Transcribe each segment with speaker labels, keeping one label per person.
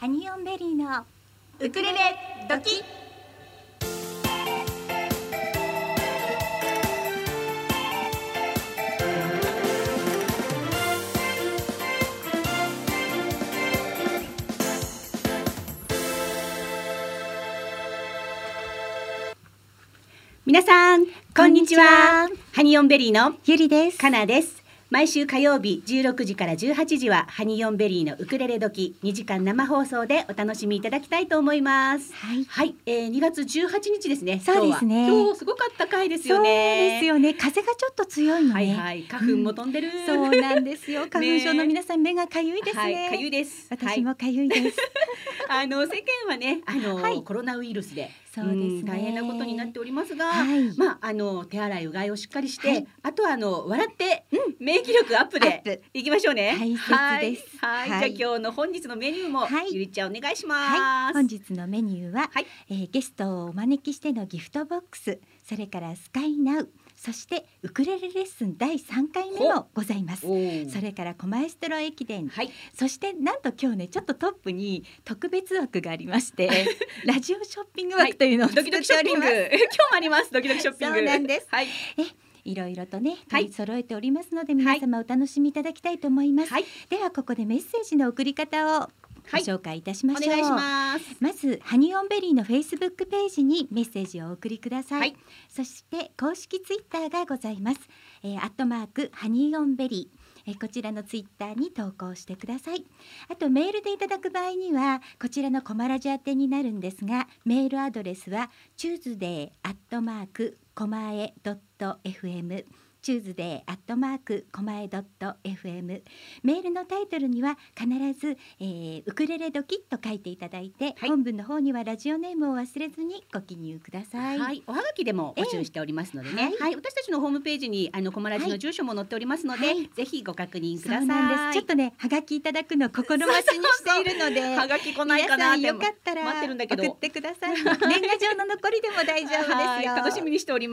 Speaker 1: ハニオンベリーの
Speaker 2: ウクレレドキ
Speaker 3: 皆さんこんにちはハニオンベリーの
Speaker 1: ゆりです
Speaker 3: かなです毎週火曜日16時から18時はハニオンベリーのウクレレ時2時間生放送でお楽しみいただきたいと思います
Speaker 1: はい
Speaker 3: はい、えー、2月18日ですね
Speaker 1: そうです
Speaker 3: 今
Speaker 1: ね
Speaker 3: 日は今日すごかった回ですよ
Speaker 1: そうで
Speaker 3: ね
Speaker 1: すよね風がちょっと強いのね、
Speaker 3: はいはい花粉も飛んでる、
Speaker 1: そうなんです よ花粉症の皆さん目がかゆいですね、
Speaker 3: はいかゆいです
Speaker 1: 私もかゆいです、
Speaker 3: はい、あの世間はねあの、
Speaker 1: はい
Speaker 3: コロナウイルスで
Speaker 1: そうですね
Speaker 3: ん大変なことになっておりますが、
Speaker 1: はい
Speaker 3: まああの手洗いうがいをしっかりして、
Speaker 1: はい
Speaker 3: あとはあの笑って、免疫力アップで
Speaker 1: アップ
Speaker 3: いきましょうね。
Speaker 1: 大切です
Speaker 3: はい、
Speaker 1: はい
Speaker 3: はいじゃあ今日の本日のメニューも、
Speaker 1: はい
Speaker 3: ゆりちゃんお願いしま
Speaker 1: はい、
Speaker 3: す。
Speaker 1: 本日のメニューは、
Speaker 3: はい
Speaker 1: えーゲストをお招きしてのギフトボックスそれからスカイナウそしてウクレレレッスン第3回目もございます
Speaker 3: おー
Speaker 1: それから狛江ストロ駅伝
Speaker 3: はい、
Speaker 1: そしてなんと今日ねちょっとトップに特別枠がありましてラジオショッピング枠というのを
Speaker 3: ド
Speaker 1: 作っ
Speaker 3: キ
Speaker 1: て
Speaker 3: ドキショ
Speaker 1: お
Speaker 3: ッピ
Speaker 1: り
Speaker 3: ン
Speaker 1: ま
Speaker 3: グ、
Speaker 1: す。
Speaker 3: 今日もあります。ドキドキショッピング。
Speaker 1: そうなんです
Speaker 3: はい、
Speaker 1: いろいろと
Speaker 3: は
Speaker 1: ね取
Speaker 3: い
Speaker 1: り揃えておりますので、皆様お楽しみいただきたいと思います、
Speaker 3: はい、
Speaker 1: ではここでメッセージの送り方を
Speaker 3: は
Speaker 1: ご
Speaker 3: い、
Speaker 1: 紹介いたしま
Speaker 3: お
Speaker 1: しょう、
Speaker 3: 願いします。
Speaker 1: まずハニオンベリーのフェイスブックページにメッセージをお送りください、
Speaker 3: はい
Speaker 1: そして公式ツイッターがございます、えー、アットマークハニーオンベリーえーこちらのツイッターに投稿してくださいあとメールでいただく場合にはこちらのコマラジ宛てになるんですがメールアドレスは tuesday アットマークコマエドット FM チューズデーアットマークコマエドット FM メールのタイトルには必ず、えーウクレレドキッと書いていただいて、
Speaker 3: はい
Speaker 1: 本文の方にはラジオネームを忘れずにご記入ください。
Speaker 3: は
Speaker 1: はい、
Speaker 3: い、おはがきでも募集しておりますのでね。
Speaker 1: ええはい
Speaker 3: はい、私たちのホームページにあのコマラジ
Speaker 1: は
Speaker 3: の
Speaker 1: い
Speaker 3: 住所も載っておりますので、
Speaker 1: はい
Speaker 3: ぜひご確認く
Speaker 1: そう
Speaker 3: ださい。
Speaker 1: なんです。ちょっとね、はがきいただくのを心待ちにしているので、
Speaker 3: はがき来ないか
Speaker 1: 皆
Speaker 3: なっ
Speaker 1: さん
Speaker 3: て
Speaker 1: よかったら
Speaker 3: 待ってるんだけど
Speaker 1: 送ってください。 年賀状の残りでも大丈夫ですよ。
Speaker 3: はい楽しみにしており
Speaker 1: は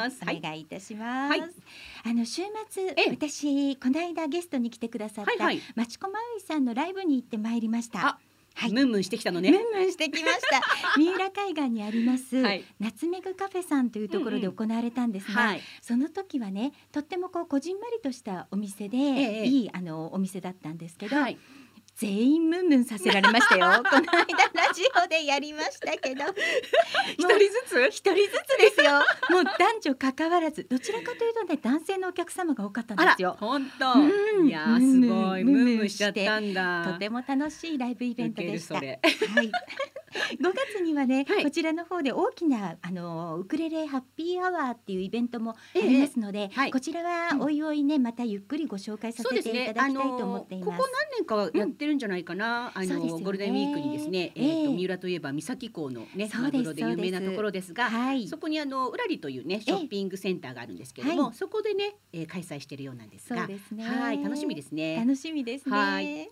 Speaker 3: ま
Speaker 1: い
Speaker 3: す。は、
Speaker 1: お
Speaker 3: い、
Speaker 1: 願いいたします。
Speaker 3: はい
Speaker 1: あの週末
Speaker 3: ええ、
Speaker 1: 私この間ゲストに来てくださった、
Speaker 3: はいはい
Speaker 1: マチコマウイさんのライブに行ってまいりました。
Speaker 3: あ
Speaker 1: はい
Speaker 3: ムンムンしてきたのね。
Speaker 1: ムンムンしてきました。 三浦海岸にあります、
Speaker 3: はい
Speaker 1: ナツメグカフェさんというところで行われたんですが、
Speaker 3: はい、
Speaker 1: その時はね、とってもこうこじんまりとしたお店で、
Speaker 3: ええ
Speaker 1: いいあのお店だったんですけど、
Speaker 3: はい、
Speaker 1: 全員ムンムンさせられましたよ。この間ラジオでやりましたけど、もう
Speaker 3: 一人ずつ。
Speaker 1: 一人ず つですよ。もう男女関わらず、どちらかというとね、男性のお客様が多かったん
Speaker 3: あ
Speaker 1: で
Speaker 3: ら
Speaker 1: す、よ。
Speaker 3: 本
Speaker 1: う
Speaker 3: 当。
Speaker 1: ん
Speaker 3: いやー、すごい、
Speaker 1: ムンム
Speaker 3: ム
Speaker 1: ン
Speaker 3: ンムンしちゃったんだ。
Speaker 1: とても楽しいライブイベント
Speaker 3: ウケ
Speaker 1: で
Speaker 3: る
Speaker 1: し
Speaker 3: そ
Speaker 1: た。はい。
Speaker 3: れ。
Speaker 1: 5月にはね、
Speaker 3: はい
Speaker 1: こちらの方で大きなあのウクレレハッピーアワーっていうイベントもありますので、
Speaker 3: はい
Speaker 1: こちらはおいおいねまたゆっくりご紹介さ
Speaker 3: そう
Speaker 1: せ
Speaker 3: で
Speaker 1: て
Speaker 3: す
Speaker 1: いた
Speaker 3: ね
Speaker 1: だき。た
Speaker 3: あ
Speaker 1: いと
Speaker 3: の
Speaker 1: 思ってい
Speaker 3: ーこ
Speaker 1: ま
Speaker 3: こ
Speaker 1: す。
Speaker 3: 何年かやってるんじゃないかな。あの
Speaker 1: そうです
Speaker 3: ー
Speaker 1: よね
Speaker 3: ゴールデンウィークにですね、
Speaker 1: ええ
Speaker 3: えっと三浦といえば三崎港のね、
Speaker 1: そう
Speaker 3: マ
Speaker 1: です
Speaker 3: グロで有名なところですが、
Speaker 1: はい、
Speaker 3: そこにあのうらりというねショッピングセンターがあるんですけれども、
Speaker 1: は
Speaker 3: そこでね、えー、開催しているようなんです
Speaker 1: そう
Speaker 3: が、
Speaker 1: ですね。
Speaker 3: はい楽しみですね。
Speaker 1: 楽しみですね。
Speaker 3: はい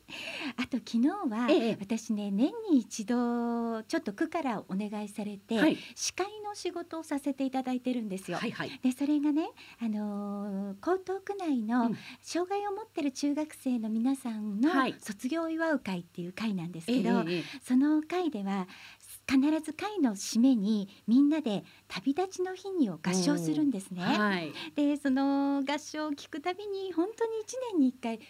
Speaker 1: あと昨日は、
Speaker 3: ええ
Speaker 1: 私ね年に一度ちょっと区からお願いされて、
Speaker 3: はい
Speaker 1: 司会の仕事をさせていただいてるんですよ。
Speaker 3: はいはい。
Speaker 1: でそれがね、あのー江東区内
Speaker 3: う
Speaker 1: の
Speaker 3: ん
Speaker 1: 障害を持ってる中学生の皆さんの
Speaker 3: はい
Speaker 1: 卒業を祝う会っていう会なんです
Speaker 3: え
Speaker 1: けど、
Speaker 3: えええ
Speaker 1: その会では必ず会の締めにみんなで旅立ちの日にを合唱するんですね。
Speaker 3: はい。
Speaker 1: でその合唱を聞くたびに本当に1年に1回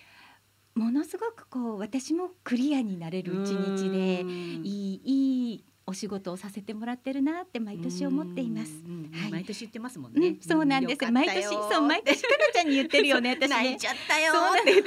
Speaker 1: ものすごくこう私もクリアになれる一日で
Speaker 3: い
Speaker 1: いいいいお仕事をさせてもらってるなって毎年思っています。はい
Speaker 3: 毎年言ってますもん
Speaker 1: う
Speaker 3: ね。
Speaker 1: ん、そうなんです。毎年そう毎年かなちゃんに言ってるよね。私
Speaker 3: 泣
Speaker 1: ね
Speaker 3: い。ちゃったよ
Speaker 1: そうなんです。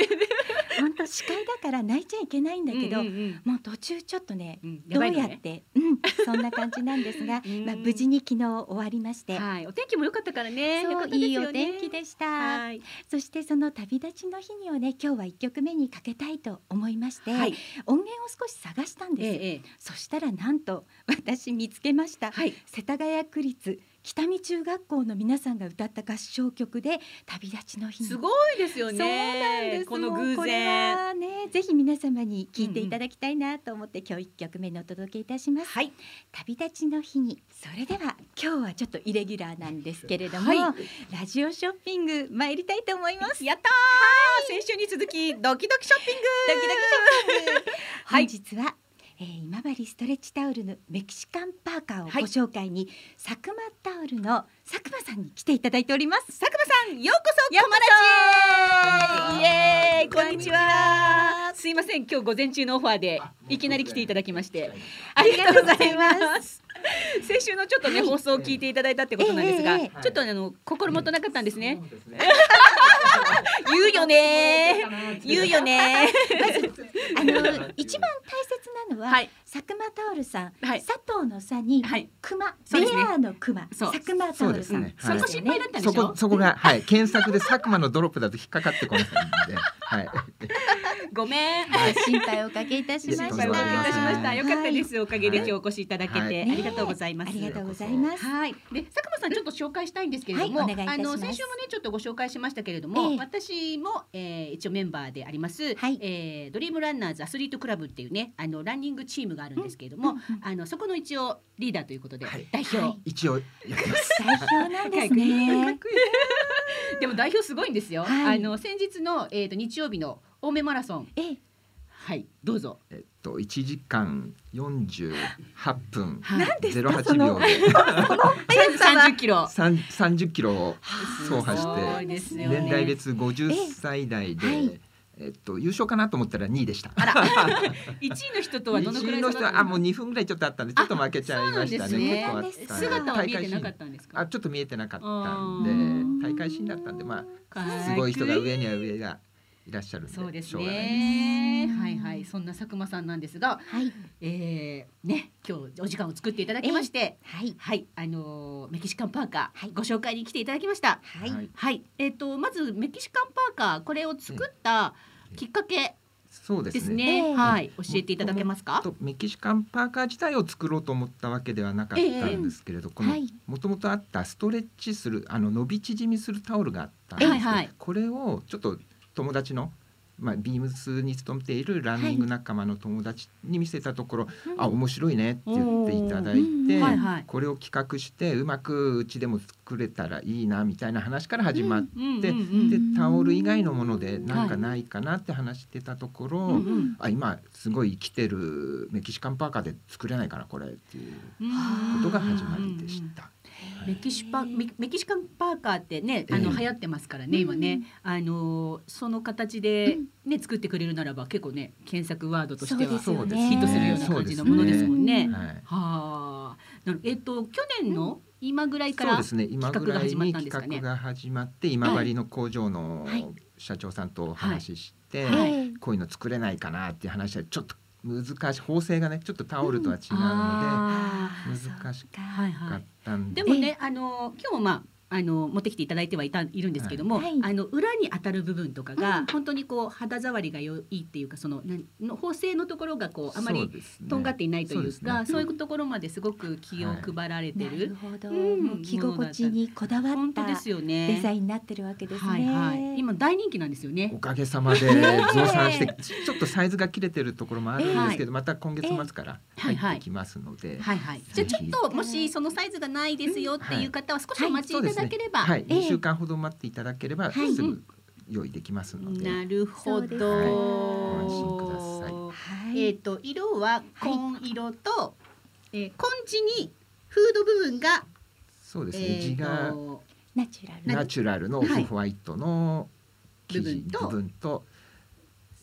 Speaker 1: 本当司会だから泣いちゃいけないんだけど、
Speaker 3: うんうん
Speaker 1: もう途中ちょっとね、
Speaker 3: うんや
Speaker 1: どう
Speaker 3: ばいの
Speaker 1: やっ
Speaker 3: ね、
Speaker 1: て、うん、そんな感じなんですが
Speaker 3: うん
Speaker 1: まあ無事に昨日終わりまして、
Speaker 3: はい。お天気も良かったからね。
Speaker 1: そ
Speaker 3: 良か
Speaker 1: う
Speaker 3: ったです
Speaker 1: いい
Speaker 3: よ
Speaker 1: お
Speaker 3: ね
Speaker 1: 天気でした。
Speaker 3: はい。
Speaker 1: そしてその旅立ちの日にをね今日は一曲目にかけたいと思いまして、
Speaker 3: はい。
Speaker 1: 音源を少し探したん
Speaker 3: ええ
Speaker 1: です、
Speaker 3: ええ
Speaker 1: そしたらなんと私見つけました、
Speaker 3: はい。
Speaker 1: 世田谷区立北見中学校の皆さんが歌った合唱曲で旅立ちの日に
Speaker 3: すごいですよね。
Speaker 1: そうなんです
Speaker 3: この
Speaker 1: もう
Speaker 3: 偶
Speaker 1: これ
Speaker 3: 然。
Speaker 1: はねぜひ皆様に聞いていただきたいなと思って、今日一曲目にお届けいたします
Speaker 3: はい。
Speaker 1: 旅立ちの日にそれでは今日はちょっとイレギュラーなんですけれども、
Speaker 3: はい
Speaker 1: ラジオショッピング参りたいと思います
Speaker 3: やったー、先週に続きドキドキショッピング。
Speaker 1: ドキドキショッピング。
Speaker 3: はい
Speaker 1: 本日は、えー今治ストレッチタオルのメキシカンパーカーをご
Speaker 3: はい
Speaker 1: 紹介に、佐久間タオルの佐久間さんに来ていただいております。
Speaker 3: 佐久間さんようこそ
Speaker 1: ようこ
Speaker 3: こまら
Speaker 1: そ
Speaker 3: ちへイエーイ
Speaker 1: こ
Speaker 3: こ
Speaker 1: ん
Speaker 3: ん
Speaker 1: に
Speaker 3: に
Speaker 1: ち
Speaker 3: ち
Speaker 1: は
Speaker 3: はすいません今日午前中のオファーでいきなり来ていただきましてあ
Speaker 1: り
Speaker 3: り
Speaker 1: が
Speaker 3: が
Speaker 1: と
Speaker 3: と
Speaker 1: う
Speaker 3: う
Speaker 1: ご
Speaker 3: ご
Speaker 1: ざ
Speaker 3: ざ
Speaker 1: い
Speaker 3: い
Speaker 1: ます
Speaker 3: ます先週のちょっとね、
Speaker 1: はい
Speaker 3: 放送を聞いていただいたってことなんですが、
Speaker 1: ええええ
Speaker 3: ちょっとねあの心もとなかったんですね、
Speaker 4: そうですね。
Speaker 3: 言うよね言うよね
Speaker 1: あの一番大切なのは、
Speaker 3: はい
Speaker 1: 佐久間タオルさん、
Speaker 3: はい
Speaker 1: 佐藤の佐に、
Speaker 3: はい
Speaker 1: 熊
Speaker 3: そうですね
Speaker 1: ベアの熊、
Speaker 3: そう
Speaker 1: 佐久間 タ
Speaker 4: そ
Speaker 1: オ
Speaker 4: う
Speaker 1: ル
Speaker 4: で
Speaker 1: さ
Speaker 4: す
Speaker 1: ん、
Speaker 4: ね。
Speaker 3: そ
Speaker 4: はい
Speaker 3: こ心配だったんで
Speaker 4: そ
Speaker 3: しょ
Speaker 4: こそこ がはい検索で佐久間のドロップだと引っかかってこないんで、はい。
Speaker 3: ごめん
Speaker 1: 心配をおかけいたしました。
Speaker 3: 心配をおかけいたしましたよかったですおかげで
Speaker 4: は
Speaker 3: 今
Speaker 4: い
Speaker 3: 日お越しいただけて、
Speaker 4: はい
Speaker 3: あ
Speaker 1: ねえ
Speaker 3: りがとうございます
Speaker 1: ありがとうございます。
Speaker 3: はい、で佐久間さんちょっと紹介したいんですけれども、
Speaker 1: はいお願いいた
Speaker 3: あ
Speaker 1: しま
Speaker 3: の
Speaker 1: す
Speaker 3: 先週もねちょっとご紹介しましたけれども、
Speaker 1: ええ
Speaker 3: 私も、えー、一応メンバーであります、
Speaker 1: はい
Speaker 3: えードリームランナーズアスリートクラブっていうねあのランニングチームがあるんですけれども、
Speaker 1: うんうん
Speaker 3: あのそこの一応リーダーということで、
Speaker 4: はい
Speaker 3: 代表、
Speaker 1: はい
Speaker 4: 一応やってます。
Speaker 1: 代表なんです
Speaker 3: かっ
Speaker 1: ね。
Speaker 3: こいいでも代表すごいんですよ。
Speaker 1: はい
Speaker 3: あの先日のえっ、と日曜日の青梅マラソン、
Speaker 1: ええ、
Speaker 3: はいどうぞ。
Speaker 4: えっと一時間四十八分
Speaker 3: はい何
Speaker 4: ゼロ八秒で
Speaker 3: 三十キロ。
Speaker 4: 三三十キロを走破
Speaker 3: すご
Speaker 4: して
Speaker 3: いですよね。
Speaker 4: 年代別五十歳代で、
Speaker 1: えはい
Speaker 4: えっと優勝かなと思ったら二位でした。
Speaker 3: あら、一位の人とはどのく
Speaker 4: 1
Speaker 3: らい
Speaker 4: 位
Speaker 3: 差
Speaker 4: の
Speaker 3: が
Speaker 4: 人はあもう2分ぐらいちょっとあったんでちょっと負けちゃいました
Speaker 3: そうなんです
Speaker 4: ね。
Speaker 3: ね
Speaker 4: ここは
Speaker 1: です
Speaker 4: はい
Speaker 3: 姿は見えて
Speaker 4: 大会
Speaker 3: なかっ
Speaker 4: 新
Speaker 3: たんですか。
Speaker 4: あちょっと見えてなかった
Speaker 3: あ
Speaker 4: ん
Speaker 3: ー
Speaker 4: で大会新だったんでま
Speaker 3: か
Speaker 4: あ
Speaker 3: っこ
Speaker 4: すごい人が上には上がいらっしゃるんで
Speaker 3: そうです
Speaker 4: しょうがない
Speaker 3: ね
Speaker 1: しょうが
Speaker 3: は
Speaker 1: ない
Speaker 3: い
Speaker 1: です
Speaker 3: はいそんな佐久間さんなんですが、
Speaker 1: はい、
Speaker 3: えー、ね今日お時間を作っていただきまして、
Speaker 1: はい、
Speaker 3: はいあのーメキシカンパーカー、
Speaker 1: はい
Speaker 3: ご紹介に来ていただきました
Speaker 1: はい、
Speaker 4: はい
Speaker 3: はいえっ、とまずメキシカンパーカーこれを作ったきっかけ
Speaker 4: そうで
Speaker 3: ですす
Speaker 4: ね。
Speaker 3: ね
Speaker 1: ええ
Speaker 3: はい教えていただけますか
Speaker 4: とメキシカンパーカー自体を作ろうと思ったわけではなかったんですけれど、この
Speaker 1: はい
Speaker 4: もともとあったストレッチするあの伸び縮みするタオルがあったんですけ
Speaker 3: はい
Speaker 4: ど
Speaker 3: はい
Speaker 4: これをちょっと友達のまあ、ビームスに勤めているランニング仲間の友達に見せたところ、あ面白いねって言っていただいて、
Speaker 1: うん
Speaker 3: はいはい
Speaker 4: これを企画してうまくうちでも作れたらいいなみたいな話から始まって、
Speaker 3: うんうん
Speaker 4: で
Speaker 1: うん
Speaker 4: タオル以外のものでなんかないかなって話してたところ、
Speaker 3: うんうん
Speaker 4: あ今すごい生きてるメキシカンパーカーで作れないかなこれっていう
Speaker 3: うん
Speaker 4: ことが始まりでした。
Speaker 3: メキシパメメキシカンパーカーってね
Speaker 4: ええ
Speaker 3: あの流行ってますからね、
Speaker 1: うん
Speaker 3: 今ねあのーその形でね、作ってくれるならば結構ね検索ワードとしては
Speaker 1: そうですよね
Speaker 3: ヒットするような感じのものですもんね。
Speaker 1: そうですね
Speaker 4: はい
Speaker 3: はあ、なるえっ、と去年の今ぐらいか
Speaker 4: そう
Speaker 3: ら、
Speaker 4: ですね今ぐらいに企
Speaker 3: 企
Speaker 4: 画
Speaker 3: 画
Speaker 4: が始まって今治の工場の
Speaker 1: はい
Speaker 4: 社長さんとお話しして、
Speaker 3: はい
Speaker 1: ええ
Speaker 4: こういうの作れないかなっていう話はちょっと難しい縫製がねちょっとタオルとは違うので、
Speaker 3: あ
Speaker 1: ー
Speaker 4: 難し
Speaker 1: そうか
Speaker 3: ーはい
Speaker 4: よか
Speaker 3: は
Speaker 4: っ
Speaker 3: い。
Speaker 4: たんで
Speaker 3: でもね、あのー今日もまあ。あのー持ってきていただいてはいたいるんですけども、
Speaker 1: はい
Speaker 3: あの裏に当たる部分とか
Speaker 1: うん
Speaker 3: が本当にこう肌触りが良いっていうかそのなんの縫製のところがこうあまりとんがっていないというかそ
Speaker 4: そ
Speaker 3: う,、
Speaker 4: うですね
Speaker 3: いうところまですごく気を配られて
Speaker 1: なる
Speaker 3: る、
Speaker 1: ほど、
Speaker 3: うん
Speaker 1: もう着心地にこだわっ
Speaker 3: 本当
Speaker 1: た
Speaker 3: ですよね
Speaker 1: デザインになってるわけですね。
Speaker 3: はいはい、今大人気なんですよね
Speaker 4: おかげさまで増産 してちちょっとサイズが切れてるところもあるんですけどまた今月末から入ってきますので。
Speaker 3: はいはいじ
Speaker 4: ぜ
Speaker 3: ゃあ
Speaker 4: ひ
Speaker 3: ちょっともしそのサイズがないですよっていう方は少しお待ちいただければ、
Speaker 4: はい、
Speaker 1: ええ
Speaker 4: 2週間ほど待っていただければ
Speaker 1: はい
Speaker 4: すぐ用意できますので、
Speaker 3: なるほ
Speaker 1: そうで
Speaker 3: ど、
Speaker 1: す
Speaker 4: ねはいご安心
Speaker 3: は
Speaker 1: はい
Speaker 3: えっ、と色は紺色と、えー紺地にフード部分が、
Speaker 4: そうですね、
Speaker 3: えー
Speaker 4: 地が
Speaker 3: と
Speaker 1: ナチュラルな
Speaker 4: ナチュラルのオフホワイトの生地
Speaker 3: はい
Speaker 4: 部分と、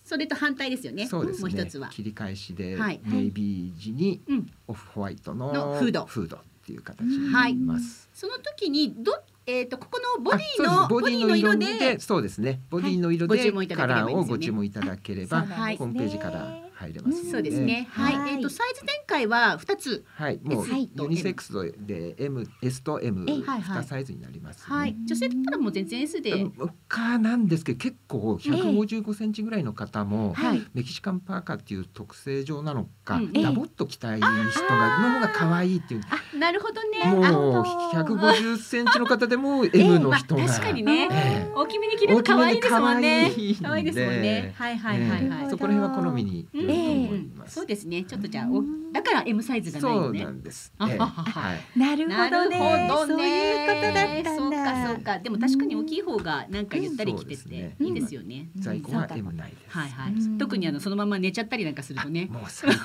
Speaker 3: それと反対ですよね
Speaker 4: そうです
Speaker 3: もう一
Speaker 4: ね
Speaker 3: つは
Speaker 4: 切り返しで
Speaker 3: はい
Speaker 4: ネイビー地に
Speaker 3: うん
Speaker 4: オフホワイトの
Speaker 3: のフード
Speaker 4: フードっていう形になります。
Speaker 3: その時にど、えー、とここのボディ
Speaker 4: あ
Speaker 3: の
Speaker 4: そう
Speaker 3: ボ
Speaker 4: です
Speaker 3: ディの色で
Speaker 4: そうですねボディの色
Speaker 3: はいご注文い
Speaker 4: で
Speaker 3: ただ
Speaker 4: カ
Speaker 3: けれ
Speaker 4: ラ
Speaker 3: ばい
Speaker 4: ー
Speaker 3: いんですよね
Speaker 4: をご注文いただければ、
Speaker 1: あそうなんです
Speaker 4: ホー
Speaker 1: ね
Speaker 4: ムページから入れますの
Speaker 3: そうですね。はい、
Speaker 1: はい
Speaker 3: えっ、とサイズ展開は二つ。
Speaker 4: はい、もう
Speaker 1: S と
Speaker 4: ユニセックスで M、S と M
Speaker 1: え
Speaker 3: はいはい
Speaker 4: 二サイズになります
Speaker 3: はい
Speaker 4: ね。、
Speaker 3: 女性だったらもう全然 S で。
Speaker 4: うんかなんですけど結構155センチぐらいの方も
Speaker 1: はい
Speaker 4: メキシカンパーカーっていう特性上なのか
Speaker 3: うん
Speaker 4: ダボっと着たい人がの方が可愛いっていう
Speaker 3: なるほどね。
Speaker 4: もう
Speaker 3: あの
Speaker 4: 150センチの方でも M の人が、
Speaker 3: まあ確かにね
Speaker 4: ええ
Speaker 3: 大きめに着ると可愛いですもんね
Speaker 4: 大きめで。可
Speaker 3: 可
Speaker 4: 愛
Speaker 3: 愛
Speaker 4: い
Speaker 3: い
Speaker 4: んで
Speaker 3: ですもんね。はいはいはいは
Speaker 4: え
Speaker 3: い
Speaker 4: え。そこら辺は好みによると思います。
Speaker 3: そうですね。ちょっとじゃあおだから M サイズじゃない
Speaker 4: そ
Speaker 3: よ
Speaker 4: う
Speaker 3: ね
Speaker 4: な。んです。
Speaker 3: あ
Speaker 4: え え
Speaker 3: ははは
Speaker 4: はい。
Speaker 1: なるほどねそういうことだったんだ
Speaker 3: そうかそうか。でも確かに大きい方がなんかゆったり
Speaker 4: そう
Speaker 3: 着てて
Speaker 4: ですね
Speaker 3: いいですよね。
Speaker 1: うん
Speaker 4: 在庫
Speaker 1: そう
Speaker 4: は
Speaker 1: か
Speaker 4: M ないです。
Speaker 3: はいはい
Speaker 1: うん。
Speaker 3: 特にあのそのまま寝ちゃったりなんかするとね、
Speaker 4: もう最高